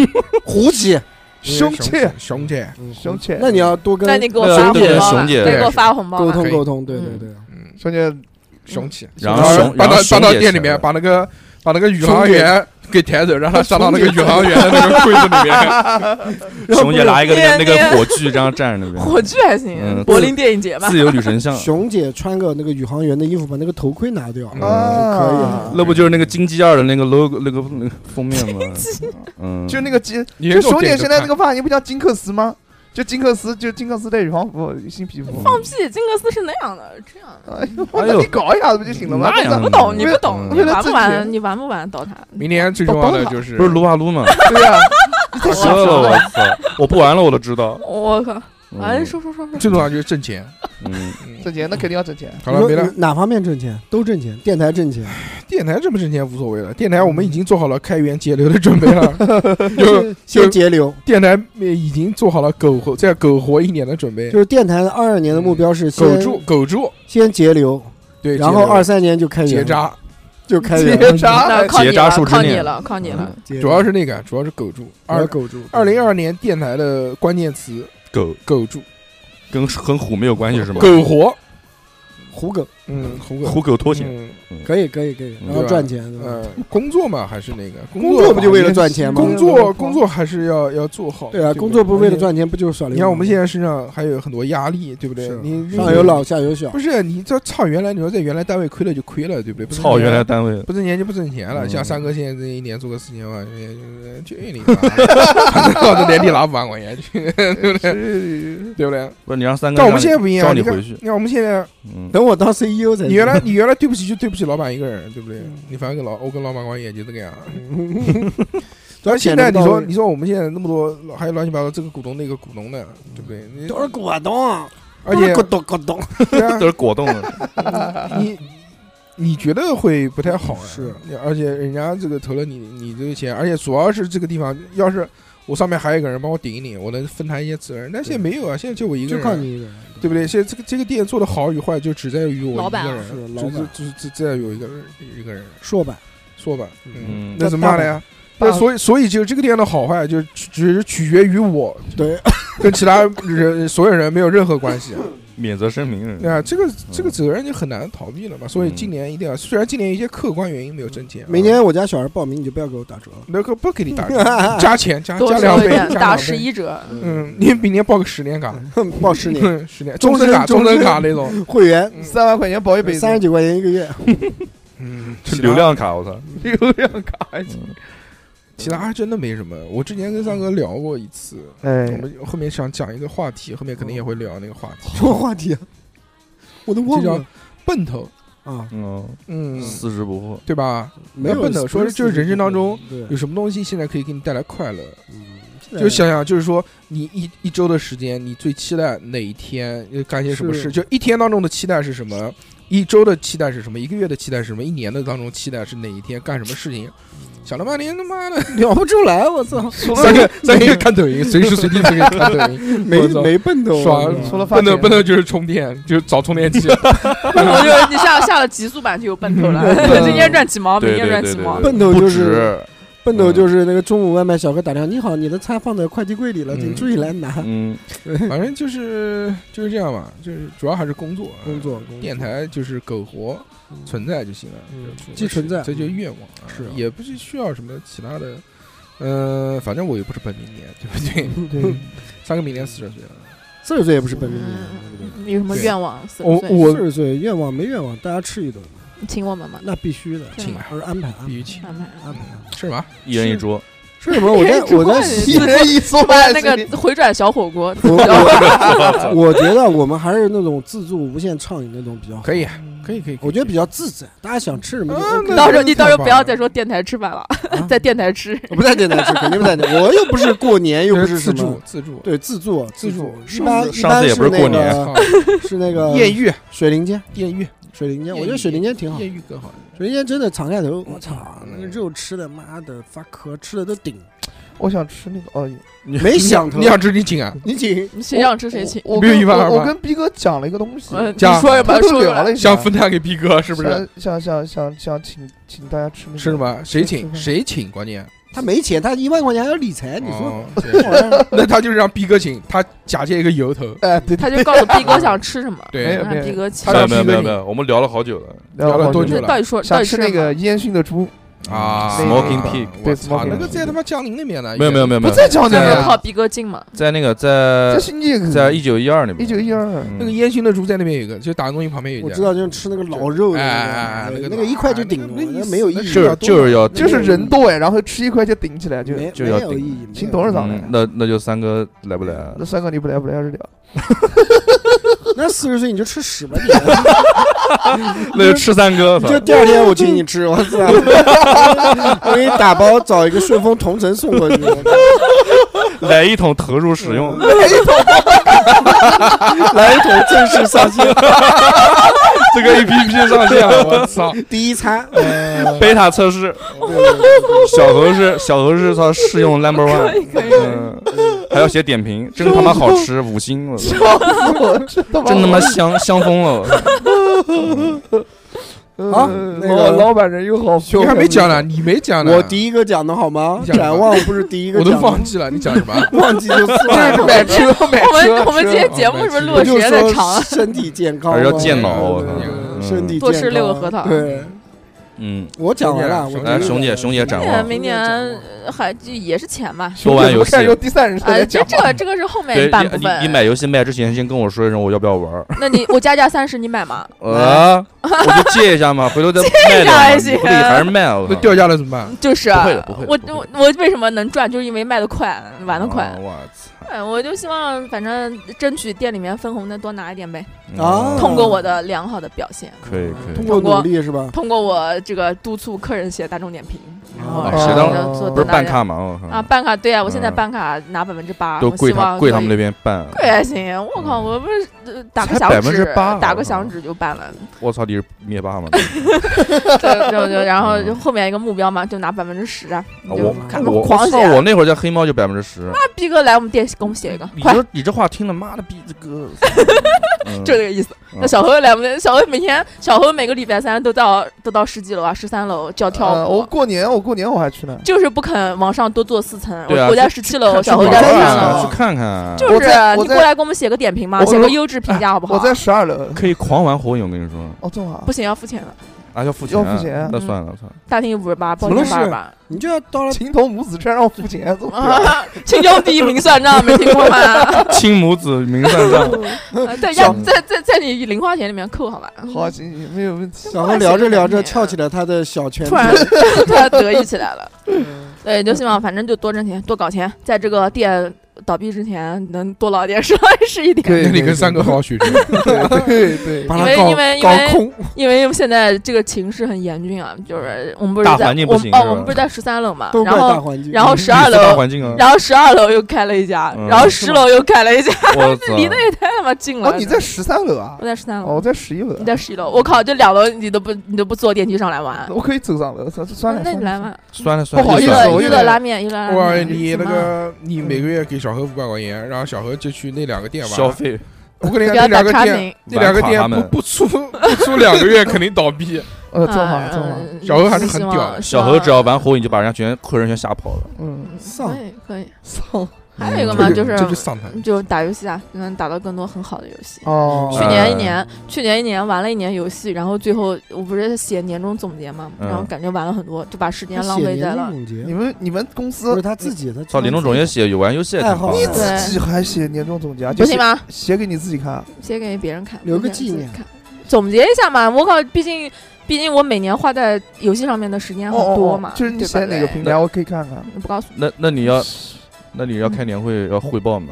S1: 虎起，
S2: 凶
S6: 起
S2: 器，
S6: 雄起，
S2: 凶器。
S1: 那你要多跟
S5: 那你给我
S4: 那
S5: 发红
S4: 对对
S5: 包吧，
S4: 熊姐
S5: 得给我发红包
S1: 沟
S5: 吧。
S1: 通
S6: 可以
S1: 沟通，对对
S5: 嗯
S1: 对，
S6: 嗯，兄弟，雄起，
S4: 然
S6: 然
S4: 后
S6: 后
S4: 熊，
S6: 把
S4: 然后
S6: 他
S4: 熊
S6: 抓到
S4: 姐
S6: 店里
S4: 起
S6: 面，
S4: 来
S6: 把那个把那个宇航
S1: 熊姐
S6: 员给抬走，让他上到那个宇航员的那个柜子里
S1: [LAUGHS]
S6: 面。
S4: [LAUGHS] 熊姐拿一个那个那
S5: 然后
S4: 个火炬，这样站 [LAUGHS] 着那边，
S5: 火炬还行
S4: 嗯，
S5: 柏林电影节吧，
S4: 自由女神
S6: 嗯
S4: 像，
S1: 熊姐穿个那个宇航员的衣服，把那个头盔拿掉，
S4: 嗯
S1: 可以啊
S4: 那不就是那个金鸡二的那个 logo 那个那个封面 [LAUGHS] 吗？嗯，
S2: 就那个金，
S6: 你
S2: 就熊姐现在那个发型不叫金克斯吗？就金克斯，就金克斯带羽绒服，新皮肤。
S5: 放屁，金格斯是那样的，这样的。
S2: 哎呦，
S4: 哎
S2: 那
S4: 呦
S2: 你搞一下子不就行了吗？
S4: 那样
S5: 你不懂，你不
S4: 嗯
S5: 懂，你
S2: 为了
S5: 玩不
S2: 挣
S5: 玩？
S2: 钱
S5: 你玩不玩 DOTA？
S6: 明年最重要的
S2: 宝塔
S6: 就是
S4: 不是撸啊撸吗？
S2: 对呀，
S4: 太邪恶了， [LAUGHS] 我操！我不玩了，我都知道。
S5: 我靠！
S4: 嗯
S5: 哎，说说说说，
S6: 最重要就是挣
S1: [LAUGHS]
S6: 钱。
S4: 嗯，
S2: 挣钱那肯定要挣钱。
S6: 好了，
S1: 你
S6: 没
S1: 说嗯
S6: 了。
S1: 哪方面挣钱都挣钱，电台挣钱，
S6: 电台挣不挣钱无所谓了，电台我们已经做好了开源节流的准备了， [LAUGHS] [LAUGHS]
S1: 嗯
S6: 就
S1: 先节流。
S6: 电台已经做好了苟活再苟活一年的准备
S1: 就，是电台的二二年的目标是
S6: 苟
S1: 先
S6: 住苟住，
S1: 先节流，
S6: 对，
S1: 然后
S6: 节流
S1: 二三年就开源
S6: 结扎，
S1: 就开源，
S2: 结扎，
S5: 那靠你
S4: 结扎
S5: 了，
S4: 数之
S5: 靠你
S4: 恋
S5: 了，靠你了。
S1: 结扎
S6: 主要是那个，主要是苟住。
S1: 要
S6: 二
S1: 苟住。
S6: 二零二年电台的关键词
S4: 狗
S6: 苟住，
S4: 跟跟虎没有关系是吗？
S6: 苟活，
S1: 虎狗
S6: 嗯，虎狗
S4: 虎狗脱险，
S6: 嗯
S1: 可以可以可以，
S4: 嗯
S1: 然后赚钱，对吧
S6: 呃，工作嘛还是那个
S1: 工
S6: 作
S1: 作不就为了赚钱吗？
S6: 工作工作还是要要做好，
S1: 对啊，
S6: 不
S1: 工作不为了。赚钱，不就是耍流氓吗？啊
S6: 你看我们现在身上还有很多压力，对不对
S1: 是？
S6: 你
S1: 上有老下有小
S6: 不，是你这操，原来你说在原来单位亏了就亏了，对不对？不挣
S4: 操！
S6: 钱
S4: 哦原来单位
S6: 不挣钱就不挣钱了，
S4: 嗯
S6: 像三哥现在这一年做个四千万，也就你到这年底拿不完，我也去，对不对？对不对？
S4: 不是你让三哥，
S6: 但我们现在不一样，
S4: 叫你
S6: 看
S4: 回去。
S6: 你看我们现在，
S4: 嗯，
S1: 等我当 CEO 才
S6: 你
S1: 行
S6: 原来你原来对不起就对不起老板一个人，对不对？你反正跟老我跟老板关系也就这个样。主要现在你说你说我们现在那么多，还有乱七八糟这个股东那个股东的，对不对？你
S1: 都是股东，
S6: 而且
S1: 咕咚咕咚，
S6: 对啊
S4: 都是果冻的，
S6: [LAUGHS] 你你觉得会不太好、啊，
S1: 是，
S6: 而且人家这个投了你你这个钱，而且主要是这个地方，要是我上面还有一个人帮我顶一顶，我能分摊一些责任，但现在没有啊，现在就我一个
S1: 就
S6: 人，
S1: 靠，你一个人，
S6: 对不对？现在这个这个店做的好与坏，就只在于我
S3: 老
S6: 一
S3: 板
S6: 个
S3: 啊
S1: 是
S6: 人，
S1: 老
S6: 就
S1: 板
S6: 是就是只只在有一个人一个人
S1: 硕板，
S6: 说吧，
S4: 嗯
S6: 那怎么办呢？
S1: 大
S6: 那
S1: 板
S6: 所以所以就这个店的好坏，就只只是取决于我，
S1: 对，
S6: 跟其他人 [LAUGHS] 所有人没有任何关系啊。
S4: 免责声明。
S6: 对啊，这个这个责任就很难逃避了嘛。所以今年一定要，虽然今年一些客观原因没有挣钱啊，
S1: 明嗯年我家小孩报名，你就不要给我打折了。
S6: 那个不给你打折加钱加
S5: 多
S6: 加
S5: 说
S6: 两
S5: 一
S6: 倍
S5: 遍，，
S6: 加
S5: 打
S6: 两
S5: 十
S6: 倍。
S5: 一折，
S6: 嗯，你明年报个十年卡，
S1: [LAUGHS] 报十年
S6: 嗯，十年终身
S1: 终身
S6: 卡、终身
S1: 终身
S6: 卡那种。
S1: 会员，
S2: 三万块钱保一辈子
S1: 三，十几块钱一个月， [LAUGHS]
S6: 嗯，
S4: 是
S6: 其他
S4: 流量卡，我操！
S2: 流量卡。
S6: 其他还真的没什么。我之前跟三哥聊过一次，
S2: 哎
S6: 我们后面想讲一个话题，后面肯定也会聊那个话题，
S1: 什么话题啊？我都忘
S6: 这叫
S1: 了
S6: 奔头，
S1: 啊，
S4: 嗯，
S6: 嗯，
S4: 四十不惑。
S6: 对吧？
S1: 没有
S6: 不能说是就是人生当中
S1: 对
S6: 有，什么东西现在可以给你带来快乐？
S1: 嗯
S6: 就想想，就是说，你一一周的时间，你最期待哪一天呃干些什么
S1: 是
S6: 事？就一天当中的期待是什么？一周的期待是什么？一个月的期待是什么？一年的当中期待是哪一天干什么事情？想了半天，他妈的，
S1: 聊不出来，我操，
S6: 三个三个月看抖音，随时随地都可以看抖音，
S1: [LAUGHS] 没
S6: 我操
S1: 没奔 [LAUGHS] 头，啊嗯
S6: 爽
S1: 我操
S2: 除了发
S6: 不能
S2: 钱，
S6: 不能就是充电，就是找充电器。
S5: 我就你下下了极速版就有奔头了，今天赚几毛，明
S4: 对
S5: 天
S4: 对
S5: 赚
S4: 对
S5: 几毛
S4: 对，，
S1: 奔头
S4: 不
S1: 就
S4: 止
S1: 是笨头就是那个中午外卖小哥打电话，你好，你的餐放在快递柜里了，
S6: 嗯
S1: 请注意来拿。
S4: 嗯，
S6: 反正就是就是这样吧，就是主要还是工作，
S1: [LAUGHS] 工作
S6: 嗯电台就是苟活存在就行了，
S1: 嗯
S6: 就
S1: 既存在
S6: 这就是愿望啊，
S1: 是啊
S6: 也不是需要什么其他的，呃，反正我也不是本命年，对不对？
S1: 嗯对，
S6: [LAUGHS] 三个明年四十岁了，
S1: 四十岁也不是本命年，
S5: 嗯，有什么愿望？四
S6: 我
S5: 十岁，
S1: 四
S6: 我
S1: 十岁愿望没愿望，大家吃一顿，
S5: 请我们吗？
S1: 那必须的，
S6: 请
S1: 还是安排安
S6: 必
S1: 排
S6: 须请，
S5: 安排
S1: 安排。
S6: 哎是吧？
S4: 一人一桌，
S1: 是什么？我
S6: [LAUGHS]
S1: 在我在
S2: 一人一桌
S5: 把那个回转小火锅，
S1: 我 [LAUGHS] 我我觉得我们还是那种自助无限畅饮那种比较好，
S6: 可以，啊可以，可以，
S1: 我觉得比
S6: 较
S1: 较自在，大家想吃什么就
S6: 嗯
S1: OK
S6: 那
S5: 到时候
S6: 真的
S5: 你
S6: 太
S5: 到时候
S6: 棒
S5: 不要
S6: 了
S5: 再说电台吃饭了，
S1: 啊
S5: 在电台吃。
S1: 我不在电台吃，肯定不在电台，我又不是过年，又不是
S6: 自
S1: 什
S6: 助
S1: 么，
S6: 自助，
S1: 对自助
S6: 自助
S1: 一般
S4: 上次
S1: 一般
S4: 也不是
S1: 那
S4: 过年
S1: 个 [LAUGHS] 是那个
S6: 艳遇，
S1: 水灵间，
S6: 艳遇，
S1: 水灵间，
S6: 艳
S1: 我觉得
S6: 遇
S1: 水灵间挺好，
S6: 艳遇更好一点。
S1: 水灵间真的敞开头，我操，那个肉吃的妈的发壳，吃的都顶，
S2: 我想吃那个哦，
S1: 没想嗯头
S6: 你，想吃你请啊？
S1: 你请
S5: 谁想吃谁请。
S2: 我
S6: 没有
S2: 跟
S6: 一万二
S2: 我
S6: 吧
S2: 我跟逼哥讲了一个东西，
S5: 嗯，你
S6: 讲
S5: 说什么
S2: [LAUGHS] 偷？偷
S5: 说出
S2: 聊
S5: 来
S2: 了一下
S6: 想，分担给逼哥是不是？
S2: 想想想想想请请大家吃那个
S6: 是什么？谁
S2: 吃
S6: 请
S2: 饭
S6: 谁请？关键
S1: 他没钱，他一万块钱还要理财，哎你说
S6: 哦
S1: [LAUGHS]
S6: 对那他就是让逼哥请，他假借一个由头，
S2: 哎，对，
S5: 他就告诉逼哥想吃什么，
S6: 对
S5: 让逼哥请
S6: 他。
S4: 没有
S6: 让
S4: 没有
S6: 逼
S4: 没
S6: 哥
S4: 有没有，我们聊了好久了。
S6: 聊了
S2: 好
S6: 多
S2: 久
S6: 久
S5: 那
S6: 了
S5: 到底说到
S2: 想
S5: 底
S2: 吃
S5: 吃
S2: 那
S5: 什么
S2: 个烟熏的猪，
S6: 啊
S4: Smoking pig
S6: 我
S2: 对
S6: 操，
S2: ，smoking
S6: 那个
S2: pig
S6: 在他妈江宁那边呢，
S4: 没有没有没有没
S2: 不
S4: 有，
S2: 在江
S5: 这
S2: 南
S5: 样
S6: 对
S5: 能
S6: 啊
S5: 靠逼哥近吗？
S4: 在那个在
S6: 呃
S2: 在新界可以，
S4: 在一九一二那边，
S2: 一九一二，
S4: 嗯
S6: 那个烟熏的猪在那边有一个，就打工营旁边有一家，
S1: 我知
S6: [LAUGHS]
S1: 道就是吃那个老肉的
S6: 哎哎哎
S1: 那个
S6: 那个
S1: 那个一块就顶了，
S6: 那个那
S1: 那没有意义，啊
S4: 就是就是要
S6: 嗯
S2: 就是人多哎，然后吃一块钱顶起来就。
S1: 没
S4: 就
S1: 没
S4: 要
S1: 有
S4: 顶
S1: 意义，
S2: 请
S1: 多
S2: 董
S1: 少？
S2: 事长来
S4: 嗯，那那就三哥来不来啊
S2: 那？三哥你不来不来
S6: [LAUGHS]
S2: 是聊， [LAUGHS]
S1: 那四十岁你就吃屎吧
S4: [LAUGHS]
S1: 你，
S4: 那就吃三哥
S1: 就
S4: 吧。
S1: 第二天我请你吃，我
S4: [LAUGHS]
S1: 操！我给你打包找一个顺丰同城送过去，
S4: 来一桶投入使用，
S1: 来一桶正式上线，
S4: 这个 A P P 上
S1: 啊
S4: 线，我操！
S1: 第一餐。
S4: 贝塔测试，小
S5: [LAUGHS]
S4: 何是小何是他试用 number one，
S5: 可以
S4: [LAUGHS]
S5: 可以
S4: 嗯，还要写点
S5: [LAUGHS]
S4: 评，真他妈好吃，五星，我操
S2: 我真他妈
S4: 真他妈香香疯了，我
S5: [LAUGHS]
S4: 操
S6: 啊
S1: 好
S2: 嗯
S1: 那
S2: 老
S1: 个
S2: 老板人又好，
S6: [LAUGHS] 你还没讲呢，你没讲呢，
S1: 我第一个讲的好吗？
S6: 你讲
S1: 展望不是第一个
S6: 我
S1: 讲
S6: 都
S1: 的，
S6: 放弃了，你讲什么？啊
S4: [LAUGHS]
S1: 忘记就算
S2: 就是
S1: 了。
S2: 买车买
S5: 我
S2: 车，
S5: 们我们今天节目是不是录
S1: 我
S5: 的
S1: 就
S5: 时间太长
S1: 说啊
S5: 了？
S1: 身体健康嘛，
S4: 还是要健脑我
S1: 对
S4: 操
S1: 对对
S6: 嗯
S1: 身体
S5: 多
S1: 健
S5: 吃六个
S1: 康
S5: 核桃
S1: 对，
S4: 嗯，
S1: 我讲完了，
S6: 熊姐
S1: 我
S4: 来
S1: 第一个
S4: 熊姐
S1: 讲
S4: 熊姐展
S5: 明年
S4: 望
S5: 明年
S1: 展望
S5: 呃还就也是钱嘛。
S4: 多玩游戏
S2: 看有第三人称
S5: 啊，
S2: 在
S5: 这
S2: 讲话，
S5: 这个这个是后
S4: 对
S5: 面半部
S4: 你你你
S5: 分。
S4: 买游戏卖之前先跟我说一声，我要不要玩
S5: [LAUGHS]
S4: 儿？
S5: 那你我加价三十，你买
S4: [LAUGHS]
S5: 吗？
S4: 啊，我就借一下嘛，回头再卖
S5: 一下
S4: 掉嘛，
S5: 还
S4: 你
S5: 行
S4: 不得还是卖我
S6: 那
S4: 操。
S6: 掉价了怎么办？
S5: 就是啊
S4: 不会的不会的
S5: 我
S4: 不会
S5: 我我为什么能赚，就是因为卖的快，玩的快
S4: 啊。我操
S5: 哎，我就希望反正争取店里面分红的多拿一点呗，
S1: 啊
S5: 通过我的良好的表现，
S4: 嗯可以可
S1: 通
S4: 以，
S1: 过努力是吧？
S5: 通过我这个督促客人写大众点评，然后
S1: 啊
S5: 然后
S4: 谁
S2: 当
S5: 就做
S4: 不
S5: 多
S4: 哦是
S5: 拿
S4: 办
S5: 点
S4: 卡嘛，我
S5: 啊，
S4: 靠，
S5: 办卡对啊，我现在
S4: 嗯
S5: 办卡拿百分之八，我
S4: 都贵
S5: 啊希
S4: 他
S5: 望
S4: 贵
S5: 可
S4: 他们
S5: 以
S4: 那边办，啊
S5: 贵 [LAUGHS] 还行，我靠，我不是呃打个
S4: 才
S5: 响指
S4: 8%，
S5: 打
S4: 我
S5: 个响
S4: 靠
S5: 指就办
S4: [LAUGHS]
S5: 了，
S4: 我操，你是灭
S5: [LAUGHS]
S4: 霸吗？
S5: 对对对，然后就
S4: 嗯
S5: 后面一个目标嘛，就拿百分之十啊，就
S4: 啊我
S5: 看
S4: 我
S5: 狂啊写
S4: 操！我那会儿在黑猫就百分之十，
S5: 逼哥来我们店给我们写一个，
S4: 你
S5: 快，
S4: 这你这话听了妈的逼这
S5: [LAUGHS]
S4: 哥，嗯
S5: 就这个意思。
S4: 嗯
S5: 那小何来我们店，小何每天小何每个礼拜三都到都到十几楼啊，十三楼教跳
S2: 呃我
S5: 舞。啊
S2: 过年我过年我还去呢，
S5: 就是不肯往上多做四层，
S4: 对啊
S5: 我我在十七楼，小何
S4: 去
S5: 在
S4: 玩
S5: 十
S4: 儿
S5: 三
S4: 啊
S5: 楼，
S4: 去看看，
S5: 就
S2: 我
S5: 是
S2: 在我
S5: 你过
S2: 在
S5: 来给我们写个点评嘛，
S2: 我
S5: 写个
S2: 我
S5: 优质评价好不好？啊
S2: 我在十二楼，
S4: 可以狂玩火影，我跟你说，
S2: 哦，正好
S5: 不行要付钱了，
S4: 啊要付钱啊，
S2: 要付钱
S4: 那算了，我操，
S5: 大厅五十八，包
S1: 怎么
S5: 间
S1: 了
S5: 八十
S1: 是
S5: 八。
S1: 你就要到了
S2: 情同母子，居然让我付钱，怎么
S5: 啊， [LAUGHS] 青椒第一名算账，没听过吗？
S4: [LAUGHS]
S5: 啊
S4: 亲母子明算
S3: 哦
S4: 账，
S5: 对，
S1: 小
S5: 要在在在你零花钱里面扣好吧？
S2: 好，行行，没有问题。
S1: 然后聊着聊着翘起了他的小拳
S5: 突
S1: 头， [LAUGHS]
S5: 然突然得意起来了。对，就希望反正就多挣钱，多搞钱，在这个店倒闭之前能多捞点，是是一点。
S6: 那你跟三哥好好学
S1: [LAUGHS]
S6: 学，
S2: 对
S5: [LAUGHS]
S2: 对，哦
S1: 把他搞
S5: 因为因为因
S1: 搞
S5: 为
S1: 空，
S5: 因为现在这个情势很严峻啊，就是我们不是
S4: 大
S5: 在
S4: 环境不
S5: 我们
S4: 行
S5: 哦
S4: 是，吧
S5: 我们不是在十三楼嘛
S1: 都，怪
S5: 然
S1: 大
S5: 后
S1: 环境。嗯
S5: 然后十二
S4: 你是大
S5: 楼。
S4: 环
S5: [LAUGHS]
S4: 境啊，
S5: 然后十二楼又开了一家，
S4: 嗯
S5: 然后十楼又开了一家， [LAUGHS]
S4: 我操，
S5: 离得也太他妈近了。
S2: 哦，你在十三楼啊
S5: 我？在十三楼，
S2: 哦，我在十一楼
S5: 你。在十一楼，我靠，这两楼你都不你都不坐电梯上来玩，
S2: 我可以走上楼，算算了，
S5: 那
S2: 算
S5: 你
S2: 了
S5: 来。嘛，
S4: 算了算了，
S2: 不好意
S5: 一
S2: 思
S4: 算了
S2: 我
S5: 乐
S2: 有
S5: 一
S2: 点
S5: 乐拉面，一乐拉
S6: 哇，
S5: 面，
S6: 你
S5: 嗯什
S6: 那
S5: 么
S6: 个你每个月给小何五百块钱，然后小何就去那两个店玩
S4: 消。费
S6: 我跟你
S5: 不
S6: 讲，
S5: 要
S6: 那
S5: 打
S6: 两个
S5: 差
S6: 店，
S5: 评，
S6: 那两个
S4: 玩垮他
S6: 店
S4: 们
S6: 不不出不出两个月肯定倒闭。
S2: 呃，做好了，做好了。
S5: 嗯
S6: 小何还是很屌的
S5: 希望
S4: 小何只要玩火影就把人家全客人全吓跑了。
S2: 嗯，
S1: 丧
S5: 可以可 [LAUGHS] 以，
S2: 丧
S5: 还有一个
S6: 这
S5: 嘛，
S6: 就
S5: 就是
S6: 这就上台，
S5: 就打游戏啊，就能打到更多很好的游戏。
S2: 哦，
S5: 去年一
S4: 呃
S5: 年，去年一年玩了一年游戏，然后最后我不是写年终总结嘛，
S4: 嗯
S5: 然后感觉玩了很多，就把时间浪
S1: 写
S5: 费
S1: 年
S5: 在
S1: 终
S5: 了。
S1: 总结
S2: 你们你们公
S1: 不是
S2: 司
S1: 他自己，他
S4: 操，林总总也写有玩游戏也挺
S2: 爱好
S4: 棒
S2: 你
S4: 的
S5: 对
S2: 自己还写年终总结啊，
S5: 不
S2: 就
S5: 行
S2: 写
S5: 吗？
S2: 写给你自己看，啊
S5: 写给别人看，
S1: 留个
S5: 不写
S1: 纪
S5: 给自己
S1: 念
S5: 看，总结一下嘛。我靠，毕竟毕竟我每年花在游戏上面的时间很多嘛，
S2: 哦就是你
S5: 对吧
S2: 写哪个
S5: 对
S2: 平台，我可以看看。
S5: 我不告诉你，
S4: 那那你要，那你要开年会要汇报吗？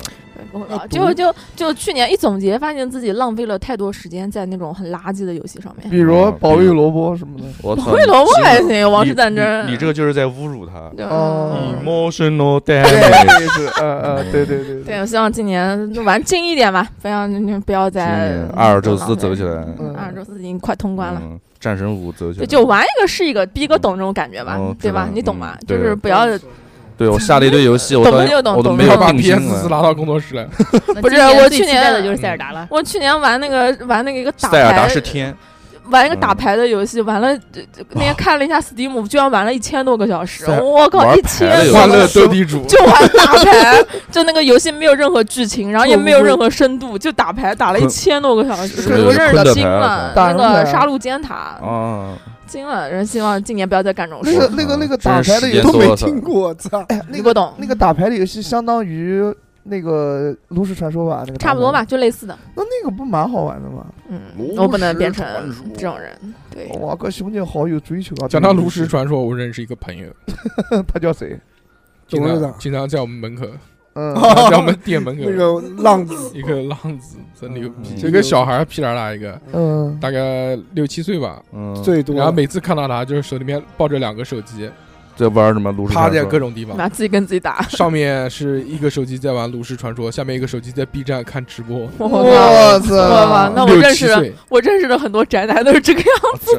S5: 不会
S1: 要
S5: 吧？
S1: 读
S5: 就就就去年一总结，发现自己浪费了太多时间在那种很垃圾的游戏上面。
S4: 嗯
S2: 比如保卫萝卜什么的，
S4: 我操，
S5: 会萝卜还
S4: 你
S5: 行，王室战
S4: 你
S5: 争，嗯
S4: 你这个就是在侮辱他。
S5: 对
S2: 哦
S4: Emotional
S2: 对
S4: damage，
S2: 对 [LAUGHS] 是，呃呃，对对对
S5: 对，我希望今年玩近一点吧，不要不要
S4: 今
S5: 再
S4: 年阿尔宙斯走起来，
S2: 嗯
S5: 阿尔宙斯已经快通关了。
S4: 嗯，战神五走起
S5: 就
S4: 来。
S5: 就玩一个是一个，逼格懂这种感觉吧，
S4: 哦
S5: 对吧
S4: 知？道
S5: 你懂吧？
S4: 嗯
S5: 就
S4: 对
S5: 是不要
S4: 对我下了一堆游戏，我
S5: 懂就
S4: 都
S5: 懂
S4: 我都
S5: 懂
S4: 没
S5: 就
S4: 有
S5: 懂
S6: 把
S4: 定心
S6: PS 四
S4: 了。
S6: 拉到工作室来，
S3: 那
S5: 不是
S3: 今
S5: 我
S3: 最
S5: 去
S3: 期待的
S5: 年
S3: 就是
S4: 嗯
S3: 塞尔达了，
S5: [LAUGHS] 我去年玩那个玩那个一个打
S4: 塞尔达
S5: 牌，
S4: 是天，
S5: 玩一个打
S4: 嗯
S5: 牌的游戏，玩了呃呃那天看了一下 Steam，居然玩了一千多个小时，
S4: 塞
S5: 我靠，
S4: 玩
S5: 一
S4: 牌的
S5: 千
S4: 游戏
S5: 多
S6: 欢
S5: 个
S6: 乐
S5: 小时
S6: 斗地主，
S5: 就玩打牌，就那个游戏没有任何剧情，然后也没有任何深度，就打牌打了一
S4: 困
S5: 千多个小时，
S4: 是
S5: 我认
S4: 困得
S5: 识惊
S4: 牌了
S5: 了，
S2: 打什
S5: 那
S2: 么
S5: 个
S2: 牌啊
S5: 杀戮尖塔
S2: [LAUGHS]
S4: 啊，
S5: 惊了，人希望今年不要再干这种
S2: 那
S5: 事
S2: 个
S5: 儿。
S2: 那个那个
S4: 真
S2: 打
S4: 是
S2: 牌的
S4: 时
S2: 游戏
S1: 都
S4: 间多
S1: 没
S4: 了
S1: 听过，我操！
S2: 哎呀，那
S5: 你不
S2: 个
S5: 懂
S2: 那个打牌的游戏相当于那个炉石传说吧，那个打牌
S5: 差不多吧，。就类似的。
S2: 那那个不蛮好玩的吗？
S5: 嗯，
S4: 炉
S5: 我不能变
S4: 石
S5: 成
S4: 传说
S5: 这种人。对，
S4: 哦
S2: 哇，哥兄弟好有追求啊！嗯
S6: 讲到炉石传说，我认识一个朋友，
S2: 说，他叫谁？
S6: 经
S1: 董事
S6: 常
S1: 长
S6: 经常在我们门口，
S2: 嗯，
S6: 在我们店门口
S1: 那，个浪子，
S6: 一个浪子，真牛逼，
S4: 嗯
S6: 就一个小孩儿屁啦啦一个，
S5: 哦
S2: 嗯，
S6: 大概六七岁吧。
S4: 嗯，
S1: 最多
S6: 然后每次看到他，就是手里面抱着两个手机，
S4: 在玩什么炉石
S6: 趴
S4: 传
S6: 在
S4: 说？
S6: 各种地
S5: [LAUGHS]
S6: 方。
S5: 拿自己跟自己打。
S6: 上面是一个手机在玩《炉石传说》，下面一个手机在 B 站看直播。
S5: 我
S2: 我
S5: 哇
S2: 操！
S5: 那我
S6: 六
S5: 认
S6: 七
S5: 识的
S6: 岁，
S5: 我认识的很多宅男都是这个样。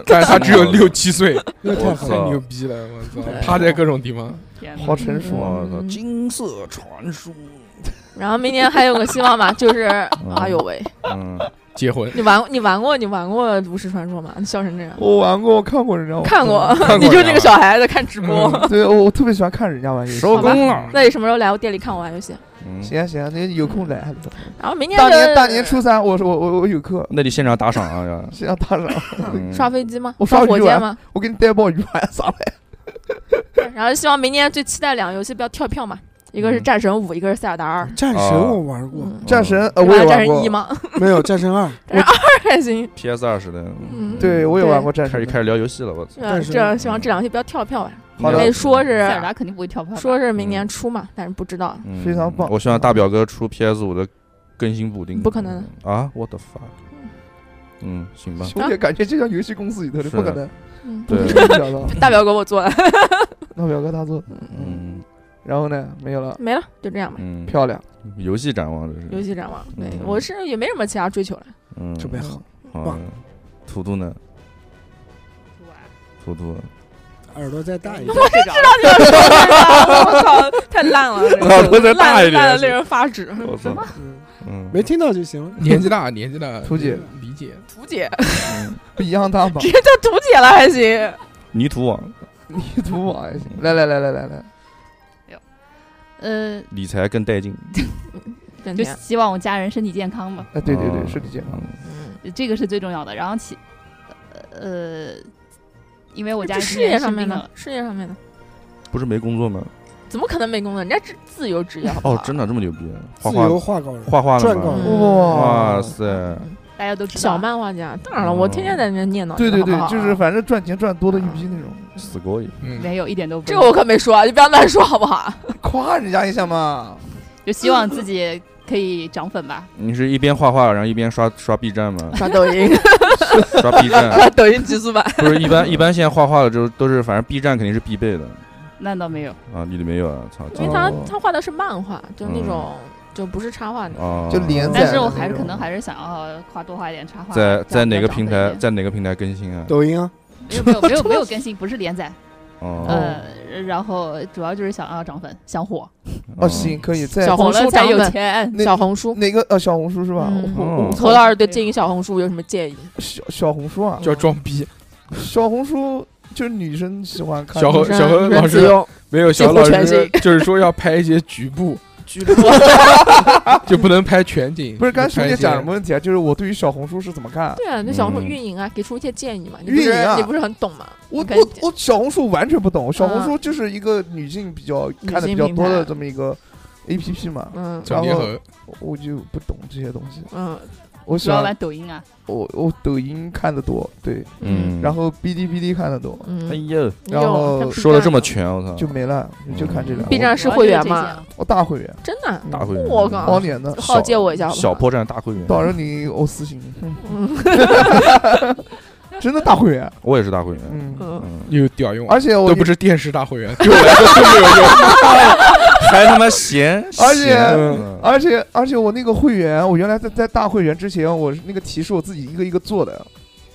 S6: 但是他只有
S4: [LAUGHS]
S6: 六七岁，
S1: 那太
S4: 我
S1: 狠
S4: 操
S1: 了，
S6: 太牛逼了！我
S5: 对
S6: 操，趴在各种地方。
S3: 天
S2: 好
S3: 哪！
S2: 成熟啊！
S4: 我操，
S5: 嗯
S4: 金色传说，
S5: 然后明年还有个希望吧，就是哎呦喂，
S4: 嗯，
S6: 结
S5: [LAUGHS]
S6: 婚，
S5: 你玩你玩过你玩过《炉石传说》吗？你笑成这样，
S2: 我玩过，我看过人家，
S5: 看过，哦
S6: 看过
S5: [LAUGHS] 你就那个小孩子看直播。
S2: 嗯对我我特别喜欢看人家玩游戏。
S4: 收工
S6: 嗯
S4: 了。
S5: 那你什么时候来我店里看我玩游戏？
S4: 嗯
S2: 行啊行啊，那有空来还是。
S5: 然后明年
S2: 大年
S5: 的
S2: 大年初三，我说我我我有课，
S4: 那你现场打赏
S5: [LAUGHS]
S4: 啊！要
S2: 先让大人，
S4: 嗯
S5: 刷飞机吗？
S2: 我
S5: 刷
S2: 刷
S5: 火
S2: 鱼
S5: 箭
S2: 丸
S5: 吗？
S2: 我给你带包鱼丸啥来？
S5: 然后希望明年最期待两个游戏不要跳票嘛，一个是
S4: 嗯
S5: 战神五，一个是塞尔达二。
S1: 战神
S4: 啊
S1: 我玩过，
S5: 嗯，
S2: 战神，呃，
S5: 你
S2: 我也
S5: 玩战
S2: 玩
S5: 神一
S2: 过，
S5: 吗？ [LAUGHS]
S1: 没有战神二，
S4: 嗯
S5: 开心。
S4: PS 二时代，
S5: 嗯
S2: 对我也玩过战
S4: 开
S2: 神
S4: 始
S2: 的。
S4: 开始聊游戏了，我操！
S5: 呃
S1: 战神
S5: 这样希望这两个游戏不要跳票吧。
S2: 好的
S5: 因为说是
S4: 啊
S3: 塞尔达肯定不会跳票吧，
S5: 说是明年出嘛，但是不知道。
S4: 嗯
S2: 非常棒
S4: 我希望大表哥出 PS 五的更新补丁。
S5: 不可能
S4: 啊！我的妈！嗯，行
S5: 啊
S4: 吧。
S2: 我也感觉就像游戏公司里头的，
S4: 是
S2: 不可能，
S5: 嗯，
S2: 不
S4: 对
S5: [LAUGHS]
S2: 可能想到。
S5: 大表哥我做的，
S2: 那表哥他做，
S4: 嗯
S2: 然后呢，没有了，
S5: 没了，就这样吧。
S4: 嗯，
S2: 漂亮，
S4: 游戏展望这
S5: 游
S4: 是。
S5: 戏展望，对
S4: 嗯
S5: 我是也没什么其他追求了。
S4: 嗯，
S1: 特别好。
S4: 好
S1: 棒
S4: 的。图图呢？图图，
S1: 耳朵再大一点，
S5: 我就知道你要说这 [LAUGHS] 个，啊我操，太烂
S2: [LAUGHS]
S5: 了，这
S4: 脑
S5: 个
S4: 子再大一点
S5: 烂的令人发指。
S4: 我操，
S1: 嗯
S4: 嗯，
S1: 没听到就行了。
S6: 年纪大，年纪大，
S2: 图解
S6: 理解。
S5: 图姐，
S4: 嗯
S2: 不一样大嘛
S5: 直，接叫图姐了还行。
S4: 泥土网
S2: 泥土网也行。来来来来来来，
S3: 呃，
S4: 理财更带劲。
S5: 真
S3: 就
S5: 甜，
S3: 希望我家人身体健康吧，
S2: 哎，对对对，
S4: 嗯
S2: 身体健康。
S5: 嗯
S3: 这个是最重要的。然后其，呃，因为我家
S5: 这
S3: 人
S5: 事
S3: 今年
S5: 业上
S3: 生
S5: 面
S3: 病
S5: 的
S3: 了，，
S5: 事业上面的，
S4: 不是没工作吗？
S5: 怎么可能没工作？人家是自由职业，好不好
S4: 哦，真的这么牛逼？画
S1: 自
S4: 画
S1: 由画稿人，
S4: 画画
S1: 撰
S4: 了
S1: 稿
S4: 吗？
S1: 人，
S5: 嗯
S2: 哇
S4: 哇，塞！
S3: 大家都知道。
S5: 小漫画家。当然了，我天天在那念叨。
S2: 哦对对对
S5: 好不，好
S2: 就是反正赚钱赚多的一批那种，
S4: 死过瘾。
S6: 嗯，
S3: 没有一点都不
S5: 这个我可没说，啊，你不要乱说好不好？？
S2: 夸人家一下嘛。
S3: 就希望自己可以涨粉吧。
S4: 你是一边画画，然后一边刷刷 B 站吗 [LAUGHS]
S5: 刷抖音，
S4: 刷 B 站
S5: 刷抖音极速版。
S4: 不是一般一般现在画画的就都是，反正 B 站肯定是必备的
S3: 那倒没有，
S4: 啊。你里面有啊，操！
S5: [LAUGHS] 因为他
S4: 哦
S5: 他画的是漫画，就
S2: 嗯
S5: 那种就不是插画那种。
S4: 哦，
S2: 就连载
S3: 但是
S2: 的
S3: 我
S2: 那
S3: 还是
S2: 种
S3: 可能还是想要画多画一点插画。
S4: 在
S3: 这
S4: 在
S3: 样比
S4: 哪
S3: 较
S4: 个
S3: 涨
S4: 平
S3: 粉一
S4: 台
S3: 点
S4: 在哪个平台更新啊？
S1: 抖音啊，
S3: 没有没有没有没
S4: [LAUGHS]
S3: 有更新，不是连载，
S5: 嗯
S4: 哦
S3: 呃，然后主要就是想要涨粉，想火，
S2: 哦，行，，可以再
S5: 小啊红
S3: 火
S5: 书
S3: 了才
S5: 涨
S3: 有 [LAUGHS]
S5: 粉，
S3: 钱。
S2: 那
S5: 小红书。
S2: 哪个呃小红书是吧？
S5: 嗯
S2: 我我我
S4: 哦
S5: 何老师对经营小红书有什么建议？
S2: 小小红书啊，
S6: 叫装逼，
S2: 小红书就是女生喜欢看
S6: 小红
S2: 红
S6: 呃小何老师
S5: 自用
S6: 没有小
S5: 几乎
S6: 老
S5: 全
S6: 师
S5: 信
S6: 就是说要拍一些局部，
S2: 局部，
S6: [LAUGHS] 就不能拍全景。
S2: 不是刚才兄
S6: 拍一
S2: 弟
S6: 些
S2: 讲什么问题啊？就是我对于小红书是怎么看？
S5: 对啊，那小红书
S4: 嗯
S5: 运营啊，给出一些建议嘛。你不
S2: 运营
S5: 是
S2: 啊
S5: 你不是很懂吗？
S2: 我
S5: 感
S2: 我
S5: 觉
S2: 我小红书完全不懂，小红书就是一个女性比较
S5: 嗯女性
S2: 看的比较多
S5: 平
S2: 的
S5: 台
S2: 这么一个 A P P 嘛，
S5: 嗯
S6: 整叠合
S2: 我就不懂这些东西。
S5: 嗯
S2: 我
S3: 主要
S2: 想
S3: 玩抖音啊，
S2: 我我抖音看的多，对，
S4: 嗯，
S2: 然后哔哩哔哩看的多，
S4: 哎
S5: 嗯，
S4: 呦，
S5: 你有
S2: 然后
S5: 看 B
S4: 说的
S5: 站
S4: 这么
S5: 吗
S4: 全，我操，
S2: 就没了，就看这两个。
S5: B 站是啊会员吗？
S3: 啊
S2: 我大会员，
S5: 真的，
S4: 大会员
S5: 我靠
S2: 往年的，
S5: 号借我一下好不好
S4: 嗯小破站大会员，
S2: 到时候你我私信你，
S5: 嗯 [LAUGHS]
S2: 真的大会员，
S4: 我也是大会员，
S2: 嗯，
S5: 嗯，
S4: 嗯，
S6: 有屌用啊，
S2: 而且我
S6: 都不是电视大会
S2: [LAUGHS]
S6: 员，对我来说都没有用。
S4: 还他妈闲，
S2: [LAUGHS] 而且
S4: 闲嗯
S2: 而且而且我那个会员，我原来在在大会员之前，我是那个题是我自己一个一个做的，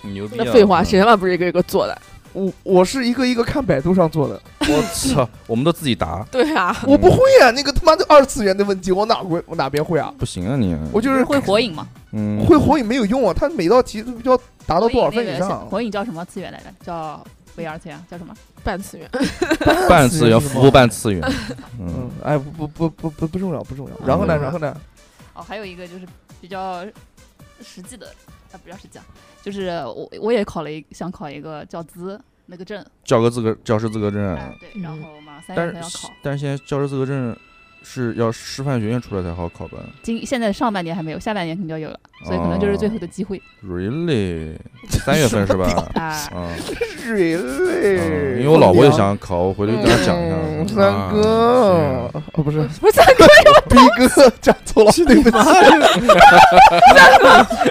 S4: 牛逼啊，
S5: 那废话，
S4: 嗯
S5: 谁他妈不是一个一个做的？
S2: 我我是一个一个看百度上做的，
S4: 我操，我们都自己答，
S5: 对啊，
S2: 我不会啊，那个他妈的二次元的问题，我哪会我哪边会啊？
S4: 不行啊你，
S2: 我就是
S3: 会火影吗？
S4: 嗯，
S2: 会火影没有用啊，它每道题都要达到多少分以
S3: 火影那
S2: 上啊
S3: 个？火影叫什么次元来着？叫非二次元，叫什么？
S5: 半次元，
S4: 半次元
S2: 是吗
S4: 服务半次元，嗯
S2: 嗯，，哎，不不不不不不重要，不重要。然后呢，
S4: 嗯
S2: 然后呢？
S3: 哦，还有一个就是比较实际的，啊，不叫实际啊，就是我我也考了一想考一个教资那个证，
S4: 教个资格教师资格证，
S3: 哎，对，然
S5: 嗯
S3: 后马上三月份
S4: 但
S3: 要
S4: 是
S3: 考，
S4: 但是现在教师资格证是要师范学院出来才好考吧
S3: 今现在上半年还没有，下半年肯定要有了，所以可能就是最后的机会
S4: 啊？Really？三月份是吧？
S3: 啊。
S4: 啊，
S2: 瑞
S4: 嗯
S2: 瑞，
S4: 因为我老婆也想考，我回头跟她讲一
S2: 嗯
S4: 下。
S2: 三哥，
S6: 啊
S2: 哦不是
S5: 不是三
S2: [LAUGHS]
S5: 哥，
S2: 逼哥，讲错了，对不起。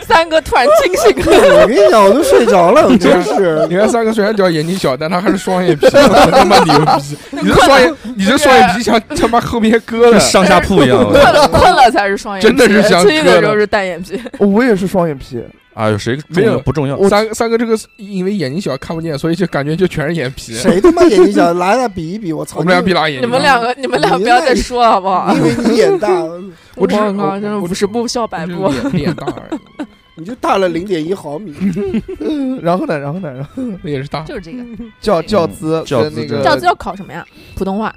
S5: 三哥突然清醒了，
S1: 我跟你讲，我都睡着了，我真是
S4: [LAUGHS]
S6: 你看三哥虽然屌眼睛小，但他还是双
S2: [LAUGHS]
S6: 眼皮，他妈牛逼！你这双眼，你这双眼皮像他妈后面
S4: [LAUGHS]
S6: 割
S4: 跟
S6: 了，
S4: 上下铺
S6: [LAUGHS]
S4: 一样，我
S5: 困了困了才是双眼皮，
S6: 真的是想
S5: 吹
S6: 割
S5: 的
S6: 了
S5: 时候是单眼皮，
S2: [LAUGHS] 我也是双眼皮，
S4: 哎呦，谁重
S6: 没有
S4: 要不重要？
S6: 三三哥这个是因为眼睛小看不见，所以就感觉就全是眼皮。
S1: 谁他妈眼睛小，来来比一比，我操！
S6: 我们俩闭拉眼睛。
S5: 你们两个你们俩不要再说了好不好
S1: 你，？因为你眼
S4: [LAUGHS]
S1: 大，
S6: 我只是
S5: 靠，真的
S6: 我
S5: 五十步笑百
S6: 就是
S5: 步，
S6: 脸脸大而
S2: [LAUGHS]
S6: 已，
S1: 你就大了零点一毫米。
S2: 嗯然后呢，然后呢，然后
S6: 那也是大。
S3: 就是这个
S2: 教
S3: 对
S2: 教资
S4: 嗯教
S2: 跟
S4: 资
S2: 那个
S4: 证
S5: 教资要考什么呀？普通话，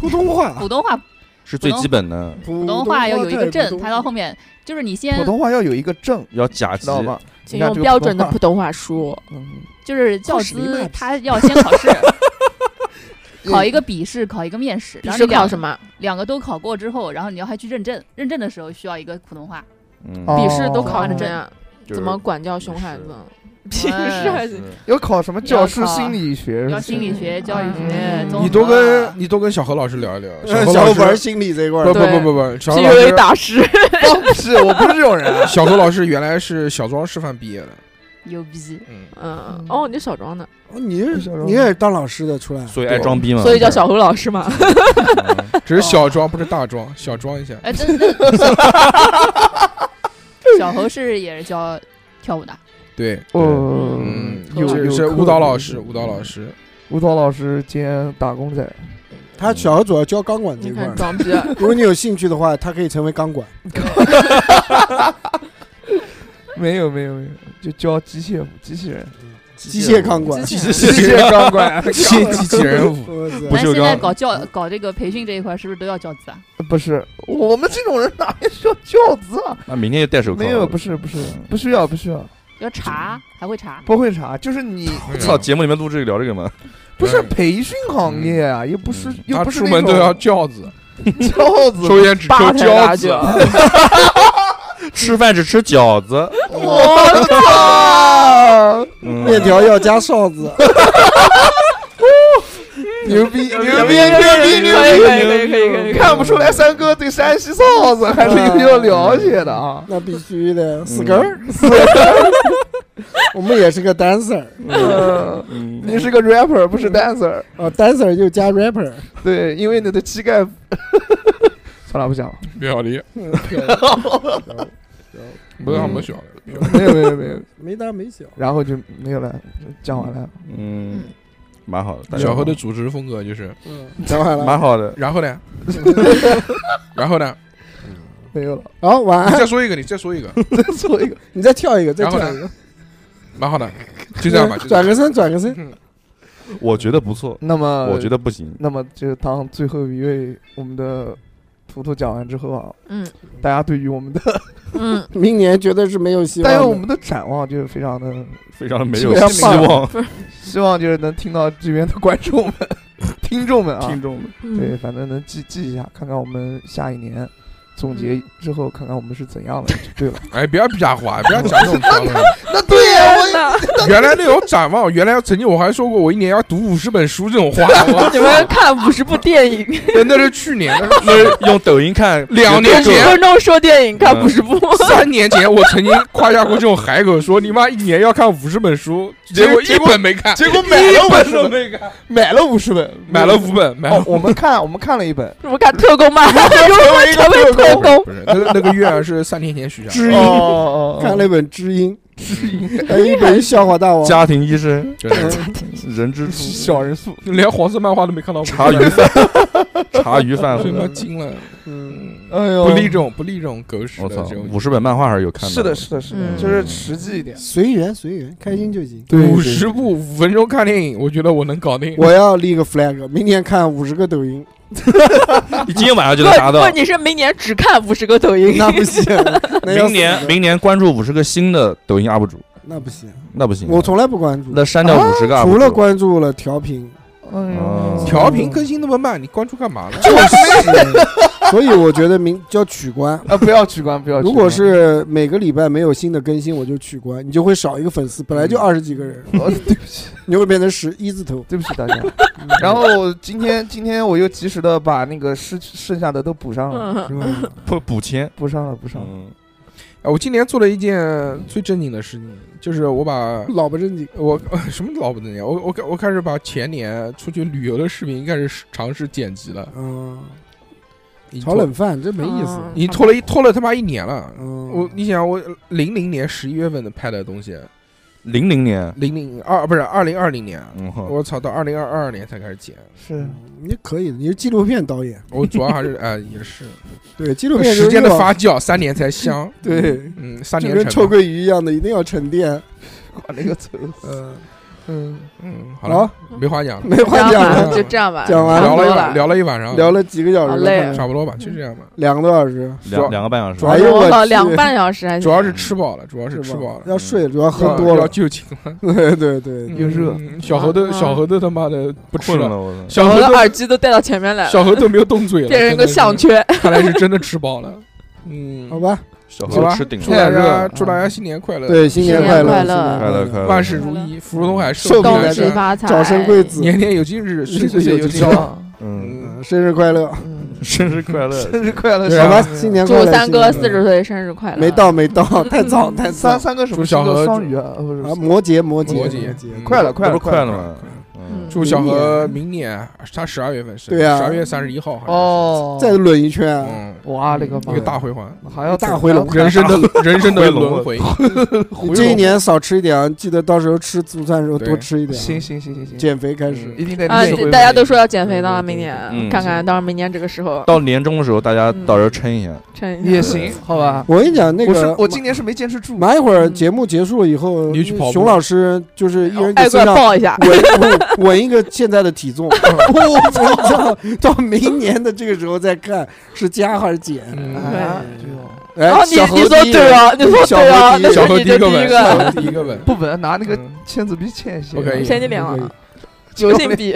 S1: 普通话
S3: 普，通话，
S4: 是最基本的，
S1: 普
S3: 普通话要有一个
S1: 对
S3: 证，它到后面就是你先
S2: 普通话要有一个证，
S4: 要甲
S2: 知
S4: 级
S2: 道吗？
S5: 请
S2: 你看
S5: 用
S2: 这个
S5: 标准的
S2: 普
S5: 普通话说。
S2: 嗯
S3: 就是教
S1: 考实力
S3: 资
S1: 嘛，
S3: 它要先考试，考一个笔试，考一个面试，
S5: 你
S3: 然后
S5: 是
S3: 你两
S5: 考什么？
S3: 两个都考过之后，然后你要还去认证，认证的时候需要一个普通话，
S4: 嗯，
S2: 哦
S5: 笔试都考
S3: 哦
S5: 成这样，
S4: 就是
S5: 怎
S4: 嗯
S5: 么管教熊孩子？
S3: 是
S5: 笔试还行，
S2: 要考什么
S3: 要
S2: 教师
S3: 考
S2: 心理学？
S3: 要心理学、教育学
S5: 嗯、
S3: 综合
S6: 你多跟你多跟小何老师聊一聊，
S2: 呃
S6: 何
S1: 呃小
S6: 老
S1: 伙伴
S6: 师
S1: 心理这一块
S6: 不
S1: 儿，
S6: 不不不不，
S5: [LAUGHS]
S6: 小何老
S5: PUA
S6: 师
S5: 大师，
S2: 哦不是，我不是这种人。啊
S6: [LAUGHS] 小何老师原来是小庄师范毕业的，
S3: 牛逼，
S6: 嗯，
S5: 嗯，哦，你是小庄的，
S1: 你是你也是当老师的出来，
S4: 所以爱装逼嘛，
S5: 所以叫小侯老师嘛。
S4: 嗯
S6: 只是小庄不是大
S2: 哦
S6: 庄，小庄一下。
S3: 哎，真的。小侯是也是教跳舞的，
S6: 对，
S2: 哦，
S6: 嗯，
S2: 有
S6: 是
S2: 有嗯
S6: 是
S2: 课
S6: 舞蹈老师，舞蹈老师，
S2: 舞蹈老师兼打工仔，
S1: 他小何主要教钢管这
S5: 你
S1: 一块
S5: 看
S1: 儿。
S5: 装逼，
S1: 如果你有兴趣的话，他可以成为钢管。
S2: 没有没有没有，就教机械机器人，
S1: 机械钢管
S5: 机
S2: 机械
S6: [LAUGHS]
S2: 钢管，
S6: 机机器人舞，
S1: 我操
S4: 不
S3: 咱
S4: 锈
S3: 现在
S4: 钢
S3: 搞教搞这个培训这一块，是不是都要教资啊？
S6: 呃
S2: 不是我们这种人哪里需要教资啊？
S4: 那明天就戴
S5: [LAUGHS]
S4: 手铐。
S2: 没有，不是不是
S4: 嗯
S2: 不需要不需要，
S3: 要查，还会查。
S2: 不会查，就
S6: [LAUGHS]
S2: 是你
S6: 啊
S4: 操，节目里面录这个聊这
S5: [LAUGHS]
S4: 个嘛，
S2: 不是培训行业啊，又不是
S4: 嗯
S2: 又
S6: 他
S2: 不是
S6: 出门都要教
S2: [LAUGHS]
S6: 子，
S2: 教
S6: [LAUGHS]
S2: 子，
S6: 抽烟只抽
S5: 八抬
S6: 教
S5: 大
S6: 子
S5: 脚，，
S6: [LAUGHS]
S4: 吃饭只吃
S5: [LAUGHS]
S4: 饺子，
S2: 我操！
S4: 嗯
S1: 面条要加哨子，
S2: 牛逼牛逼
S4: 牛
S2: 牛
S4: 逼
S2: 逼
S5: 可以
S2: 牛
S5: 可以
S4: 嗯
S5: 可以可以可以
S2: 逼！，看不出来，三哥对山西臊子还是有有了解的啊。
S1: 那必须的，死根儿。我们也是个 dancer，
S2: 嗯，
S4: 嗯
S2: [LAUGHS] 你是个 rapper 不
S6: 嗯
S2: 是 dancer，
S1: 哦，dancer 又加 rapper，
S2: 对，因为你的膝盖。算了，不讲了。
S6: 表弟，不要那么小的，
S2: 没有没有没有，
S1: 没大没小。
S2: 然后就没有了，讲完了。
S4: 嗯，蛮好的，大
S6: 嗯
S4: 家
S6: 小何的主持风格就是，
S1: 嗯，讲完了，
S4: 蛮好的，
S6: 然后
S2: [LAUGHS]
S6: 呢，然后呢，
S2: 没有了， [LAUGHS]
S1: 好，晚
S6: 你
S1: 安。
S6: 再说一个，你再说一个，
S2: 再做一个。
S1: 你再跳一个，再
S6: 然后
S1: 跳
S6: 呢
S1: 一个。
S6: 蛮好的，就这样吧，就这
S2: [LAUGHS]
S1: 转
S6: 样
S1: 个身，转个身，
S4: 我觉得不错，
S2: 那
S5: 呃
S2: 么
S4: 我觉得不行。
S2: 那么就当最后一位我们的图图讲完之后啊，
S5: 嗯
S2: 大家对于我们的，
S5: 嗯，
S1: 明年绝对是没有希望
S2: 大
S1: 的。
S2: 家我们的展望就是非常的，
S4: 非常没有
S2: 这个要
S4: 希
S2: 放
S4: 望。
S2: 希望就是能听到这边的观众们、听众们啊，
S1: 众们，
S5: 嗯
S2: 对，反正能记记一下，看看我们下一年总结之后，看看我们是怎样的，就对了。
S6: 哎，不要瞎话，不要讲
S2: [LAUGHS]
S6: 这种脏话。
S2: 那对
S5: 天哪！
S6: [LAUGHS] 原来那种展望，原来曾经我还说过，我一年要读五十本书这种话， [LAUGHS]
S5: 你们看五十部电影，
S6: 那那是去年，那是
S4: 那用抖
S5: [LAUGHS]
S4: 音看
S6: 两年
S5: 五
S6: 前
S5: 十分钟说电影，看
S4: 嗯
S5: 五十部，
S6: 三年前我曾经夸下过这种海口，说你妈一年要看五十本书， [LAUGHS] 结果一本没看，
S4: 结果买
S6: 一
S4: 了我
S6: 本
S4: 说
S6: 都没看，
S2: 买了五十本，
S6: 买了五本，买了
S2: 哦，我们看我 [LAUGHS] 们看了一本，
S5: 什么看特工嘛，如何成为特工？
S6: 不是那个那个月啊是三年前许下
S1: 知
S6: 的，
S1: 音
S2: 哦哦
S1: 看了一本《知音
S6: 知音》，
S1: [LAUGHS] 还有一本《笑话大
S4: [LAUGHS]
S1: 王》。嗯
S4: 家庭医生
S6: 真的
S4: 人之初
S2: 小人书，
S6: 连黄色漫画都没看到，
S4: 茶余饭 [LAUGHS] 茶余
S5: [LAUGHS]
S4: 饭后
S6: 他，妈惊了，
S1: 嗯，
S6: 嗯
S2: 哎呦，
S6: 不立这种不立这种狗屎
S4: 我
S6: 的
S4: 操
S6: 这，
S4: 五
S6: 种。
S4: 十本漫画还是有看的。
S2: 是的，是的，是的，
S5: 嗯
S2: 就是实际一点。
S1: 随缘随缘，开心就行。
S2: 对
S6: 五十部五分钟看电影，我觉得我能搞定。
S1: 我要立个 flag，明天看五十个抖音，
S4: [LAUGHS] 你今天晚上就
S5: 不
S4: 能
S6: [LAUGHS]
S4: 达到
S5: 不，。你是明年只看五十个抖音，
S1: 那不行，那要
S4: 明年
S1: 死的
S4: 明年关注五十个新的抖音 UP 主，
S1: 那不行，
S4: 那不行。啊
S1: 我从来不关注，
S4: 那删掉五十
S6: 啊
S4: 个 UP 主，
S1: 除了关注了调频，
S2: 哎
S4: 哦
S2: 呦，
S6: 调频更新那么慢，你关注干嘛呢？
S1: 就是， [LAUGHS] 所以我觉得明叫取关。
S2: 啊，不要取关，不要取关。
S1: 如果是每个礼拜没有新的更新，我就取关，你就会少一个粉丝，本来就二十几个人，
S2: 哦，对不起，
S1: 你会变成十一字头。
S2: 对不起大家。然后今天今天我又及时的把那个失剩下的都补上了，
S5: 嗯
S1: 是吧？
S4: 不补签。
S2: 补上了，补上了。
S4: 嗯，
S6: 啊，我今年做了一件最正经的事情，就是我
S1: [LAUGHS]
S6: 把
S1: 老不正经，
S6: 我 [LAUGHS] 什么老不正经，我我我开始把前年出去旅游的视频开始尝试剪辑了，
S1: 嗯，
S6: 已经
S1: 炒
S6: 拖
S1: 冷饭这没意思。
S6: 已经拖了一拖了他妈一年了。
S1: 嗯，
S6: 我你想我零零年十一月份的拍的东西，
S4: 零零年，
S6: 零零二不是二零二零年，
S4: 嗯哼，
S6: 我操，到二零二二年才开始剪。
S2: 是
S1: 你可以的，你是纪录片导演，
S6: 我主要还
S1: [LAUGHS]
S6: 是哎也是
S1: 对纪录片就是
S6: 时间的
S1: 要
S6: 发酵，三年才香。
S1: [LAUGHS] 对，
S6: 嗯，三
S1: 就
S6: 年
S1: 跟臭
S6: 成吧。
S1: 鳜鱼一样的，一定要沉
S6: [LAUGHS]
S1: 淀。
S2: 把那个词，
S1: 嗯，
S2: 嗯，
S6: 嗯，好
S1: 好
S6: 了，，没话讲了，
S1: 没话
S5: 这
S1: 讲
S5: 样吧，
S1: 了，
S5: 就这样吧，
S1: 讲完
S5: 差
S6: 聊
S5: 不
S6: 了一
S5: 多
S6: 晚聊了一晚上，
S1: 聊了几个小时
S5: 好
S1: 了，
S5: 累啊
S1: 看看
S6: 差不多吧，就这样吧。
S1: 两个多小时，
S6: 主要
S4: 两两个半小时
S1: 主。要哎呦我
S5: 了
S1: 去
S5: 哦两个半小时还行，
S6: 主要是吃饱了，啊主要是吃
S1: 吧
S6: 饱了，
S1: 要睡，主要喝
S6: 要
S1: 多
S6: 要
S1: 了，
S6: 就寝了。
S1: [LAUGHS] 对对对，
S2: 又热
S6: 嗯小猴都
S5: 啊
S6: 小猴都他妈的不吃
S4: 困
S6: 了，
S4: 了，我操！
S6: 小
S5: 我
S6: 猴
S5: 的
S6: 都
S5: 耳机都带到前面来了，
S6: 小猴都没有动嘴了，
S5: 变成一个项
S6: 圈，
S5: 圈。
S6: 看来是真的吃饱了。嗯，
S1: 好，吧，
S4: 小
S6: 好吧
S4: 何吃顶
S6: 祝
S4: 了，
S6: 大
S2: 太热
S6: 家
S2: 了
S6: 祝大家新年快乐，
S1: 对，新年
S5: 新
S1: 快
S5: 年快
S1: 新
S5: 乐
S1: 年
S4: 快乐快乐，
S6: 万事如意，福如东海，
S1: 寿比
S5: 恭
S1: 南
S6: 比
S5: 喜
S1: 山
S6: 山，
S5: 发财，
S1: 早生贵子，
S6: 年年有今日，岁岁有今
S2: 有今
S6: 朝 [LAUGHS]
S2: 朝。
S4: 嗯，
S6: 嗯
S1: 嗯，生日快乐，
S2: 嗯，
S4: 生日
S6: [LAUGHS]
S4: 快乐！
S2: 生日快乐，
S6: 对
S1: 好
S6: 啊
S1: 吧，
S2: 小何
S1: 新年快
S5: 祝
S1: 乐，
S5: 三哥
S1: 新
S5: 四
S1: 年
S5: 十岁生日快乐！
S1: 没到没到，太早太早
S2: 三，三个什么
S6: 祝小
S2: 星座
S6: 何
S2: 双鱼啊，呃不是
S1: 啊，摩羯摩羯
S6: 摩
S1: 摩
S6: 羯，嗯
S2: 快了，
S4: 那
S2: 快了，
S4: 不是快了
S2: 了！
S4: 吗？嗯，
S6: 祝小何明年他十二月份生日，
S1: 对啊
S6: 十二月三十一号好像是，
S2: 哦，
S1: 再轮一圈，啊
S6: 嗯，
S2: 哇，那个
S6: 一
S2: 妈
S6: 个
S2: 呀，
S6: 大回环，
S2: 还要
S1: 大回笼
S2: 还要
S6: 人生的人生的
S4: 回笼
S6: 轮 [LAUGHS] 回。
S1: 你这一年少吃一点啊，记得到时候吃午餐的时候多
S6: 嗯对
S1: 吃一点啊，
S2: 行行行行行，
S1: 减肥开始
S6: 嗯，
S2: 一定得
S5: 啊！
S2: 练
S6: 这
S5: 大家都说要减肥的，
S1: 对对对
S5: 明年
S4: 嗯
S5: 看看，到时候明年这个时候
S4: 到年终的时候，大家到时候称一下。
S5: 趁
S2: 也
S5: [LAUGHS]
S2: 行，好吧。
S1: 我跟你讲，那
S2: 我是
S1: 个
S2: 我今年是没坚持住，
S1: 马一会儿节目结束了以后，
S6: 嗯你就去跑步
S1: 熊老师就是一人给
S5: 挨个
S1: 身上
S5: 抱
S1: [LAUGHS]
S5: 一下。
S1: 稳稳稳一个现在的
S6: [LAUGHS]
S1: 体重，我操！到明年的这个时候再看是加还是减。
S6: 嗯
S2: 啊
S1: 哎
S2: 这种
S1: 哎，
S5: 哦，你
S1: 小
S5: 你
S1: 猴
S5: 说
S1: 第一
S5: 对
S1: 人
S5: 哦，你说
S1: 小
S5: 对
S1: 猴
S5: 哦，
S1: 第一
S6: [LAUGHS]
S5: 那
S6: 小
S5: 是
S6: 何
S5: 你
S6: 第
S5: 就
S6: 一
S5: 第
S6: 个
S5: 一
S6: 吻，小
S5: 个，
S6: 何第一个吻，
S2: 不稳，拿那个
S6: 嗯
S2: 签字笔签一下
S6: 不可以
S5: 千金脸了，
S2: 有
S5: 有性笔，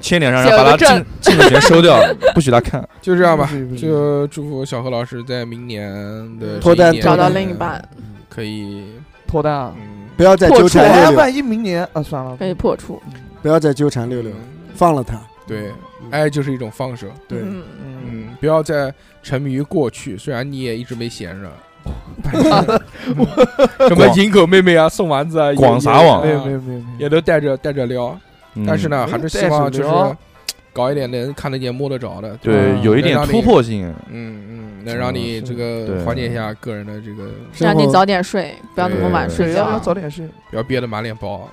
S4: 签脸上，
S5: 写
S4: 然后
S5: 个
S4: 把他
S5: 证
S4: 进进 [LAUGHS] 入权收掉，不许他看。
S6: 就这样吧
S1: 嗯
S2: 不是不，是
S6: 就祝福小何老师在明年的
S1: 脱单
S6: 新一年
S5: 找到
S1: 嗯
S5: 另一半，
S6: 可以，
S2: 脱单啊？
S6: 嗯，
S1: 不要再纠
S2: 哎
S1: 缠六六，
S2: 万一明年啊，算了，
S5: 被破处。
S1: 不要再纠缠六六，
S6: 嗯
S1: 放了他。
S6: 对，爱就是一种放手，
S1: 对，
S5: 嗯
S2: 嗯，
S6: 嗯，不要再沉迷于过去，虽然你也一直没闲着， [LAUGHS] 什么
S4: 广
S6: 营口妹妹啊、送丸子啊、
S4: 广
S6: 也
S4: 撒网
S2: 没
S6: 也
S2: 有没有没有没有，
S6: 也都带着带着撩，但是，呢，
S2: 嗯
S6: 还是
S2: 带
S6: 希望
S2: 着
S6: 就是
S2: 撩
S6: 搞一点能看得见、摸得着的，
S4: 对，
S2: 嗯
S4: 有一点突破性。
S6: 嗯嗯，能让你
S2: 嗯
S6: 这
S4: 对
S6: 个缓解一下个人的这个，
S1: 生
S5: 让你
S1: 活
S5: 早点睡，不要那么晚睡
S2: 对，
S5: 觉
S2: 要。要早点睡。
S6: 不要憋得满脸包，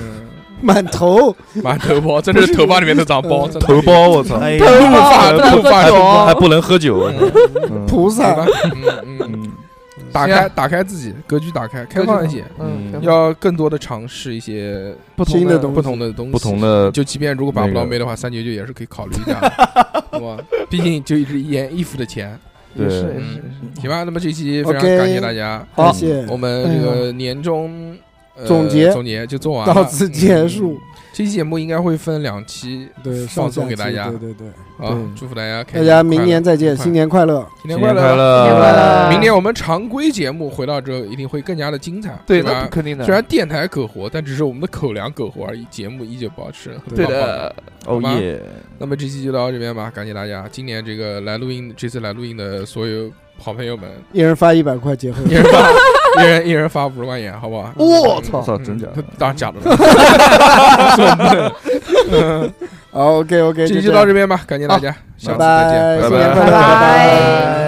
S6: 嗯。
S1: 满头
S6: 满头包，真的是头发里面那长
S1: 嗯
S6: 包，真的
S4: [LAUGHS] 头包，我操！
S6: 哎
S5: 头发
S4: 还
S5: 不能
S4: 不
S5: 喝
S4: 还
S5: 酒，
S4: 不还不能喝酒，
S6: 嗯
S4: 嗯
S1: 菩萨，
S6: 嗯嗯嗯，
S4: 嗯
S6: 打
S2: 行
S1: 啊
S6: 开打开自己，格局打开，开放一些，
S2: 嗯，
S4: 嗯
S2: 开放嗯
S6: 要更多的尝试一些
S2: 不同
S1: 新的东西
S6: 不同的东西，
S4: 不同。的
S6: 就即便如果把不
S4: 那
S6: 到
S4: 个
S6: 妹的话，三九九也是可以考虑一
S1: [LAUGHS]
S6: 下的，好吧？毕竟就一只一言一服的钱，
S2: 也是
S4: 对
S2: 也是
S6: 嗯
S2: 也是
S6: 行吧？那么这期非常
S1: OK
S6: 感谢大家，
S2: 好
S1: 感谢，
S6: 我们这个年终、呃
S1: 总结
S6: 总结就做完了，
S1: 到此结束
S6: 嗯。。这期节目应该会分两期
S1: 对，上
S6: 放
S1: 下
S6: 送给
S1: 期
S6: 大家
S1: 对对对，
S6: 啊
S1: 对，
S6: 祝福大家开
S1: 大
S6: 心
S1: 家
S6: 快
S1: 明
S6: 乐
S1: 年再见，
S6: 快
S1: 新年快乐！
S6: 新年
S4: 新年
S6: 快乐！
S4: 快乐，
S5: 新年快乐
S6: 明年我们常规节目回到之后一定会更加的精彩，
S2: 对，那
S6: 吧
S2: 不？肯定的，
S6: 虽然电台苟活，但只是我们的口粮苟活而已，节目依旧保持。很
S2: 对
S6: 棒棒。
S2: 的，
S4: 哦
S6: 吧
S4: 耶！
S6: 那么这期就到这边吧，感谢大家。今年这个来录音，这次来录音的所有好朋友们，
S1: 一人发一百块结婚
S6: [LAUGHS] 一，人发一人一人发五十块钱，好不好？
S1: 我
S6: 嗯 [LAUGHS]
S1: 操
S4: 我操，真假的？
S6: 当然假的了。
S1: 好，OK OK，
S6: 这期
S1: 就
S6: 就到这边吧，感谢大家，下
S1: 拜
S6: 次再见，
S1: 拜，
S4: 拜
S1: 新年
S4: 拜
S1: 快乐，
S5: 拜拜
S1: 拜拜。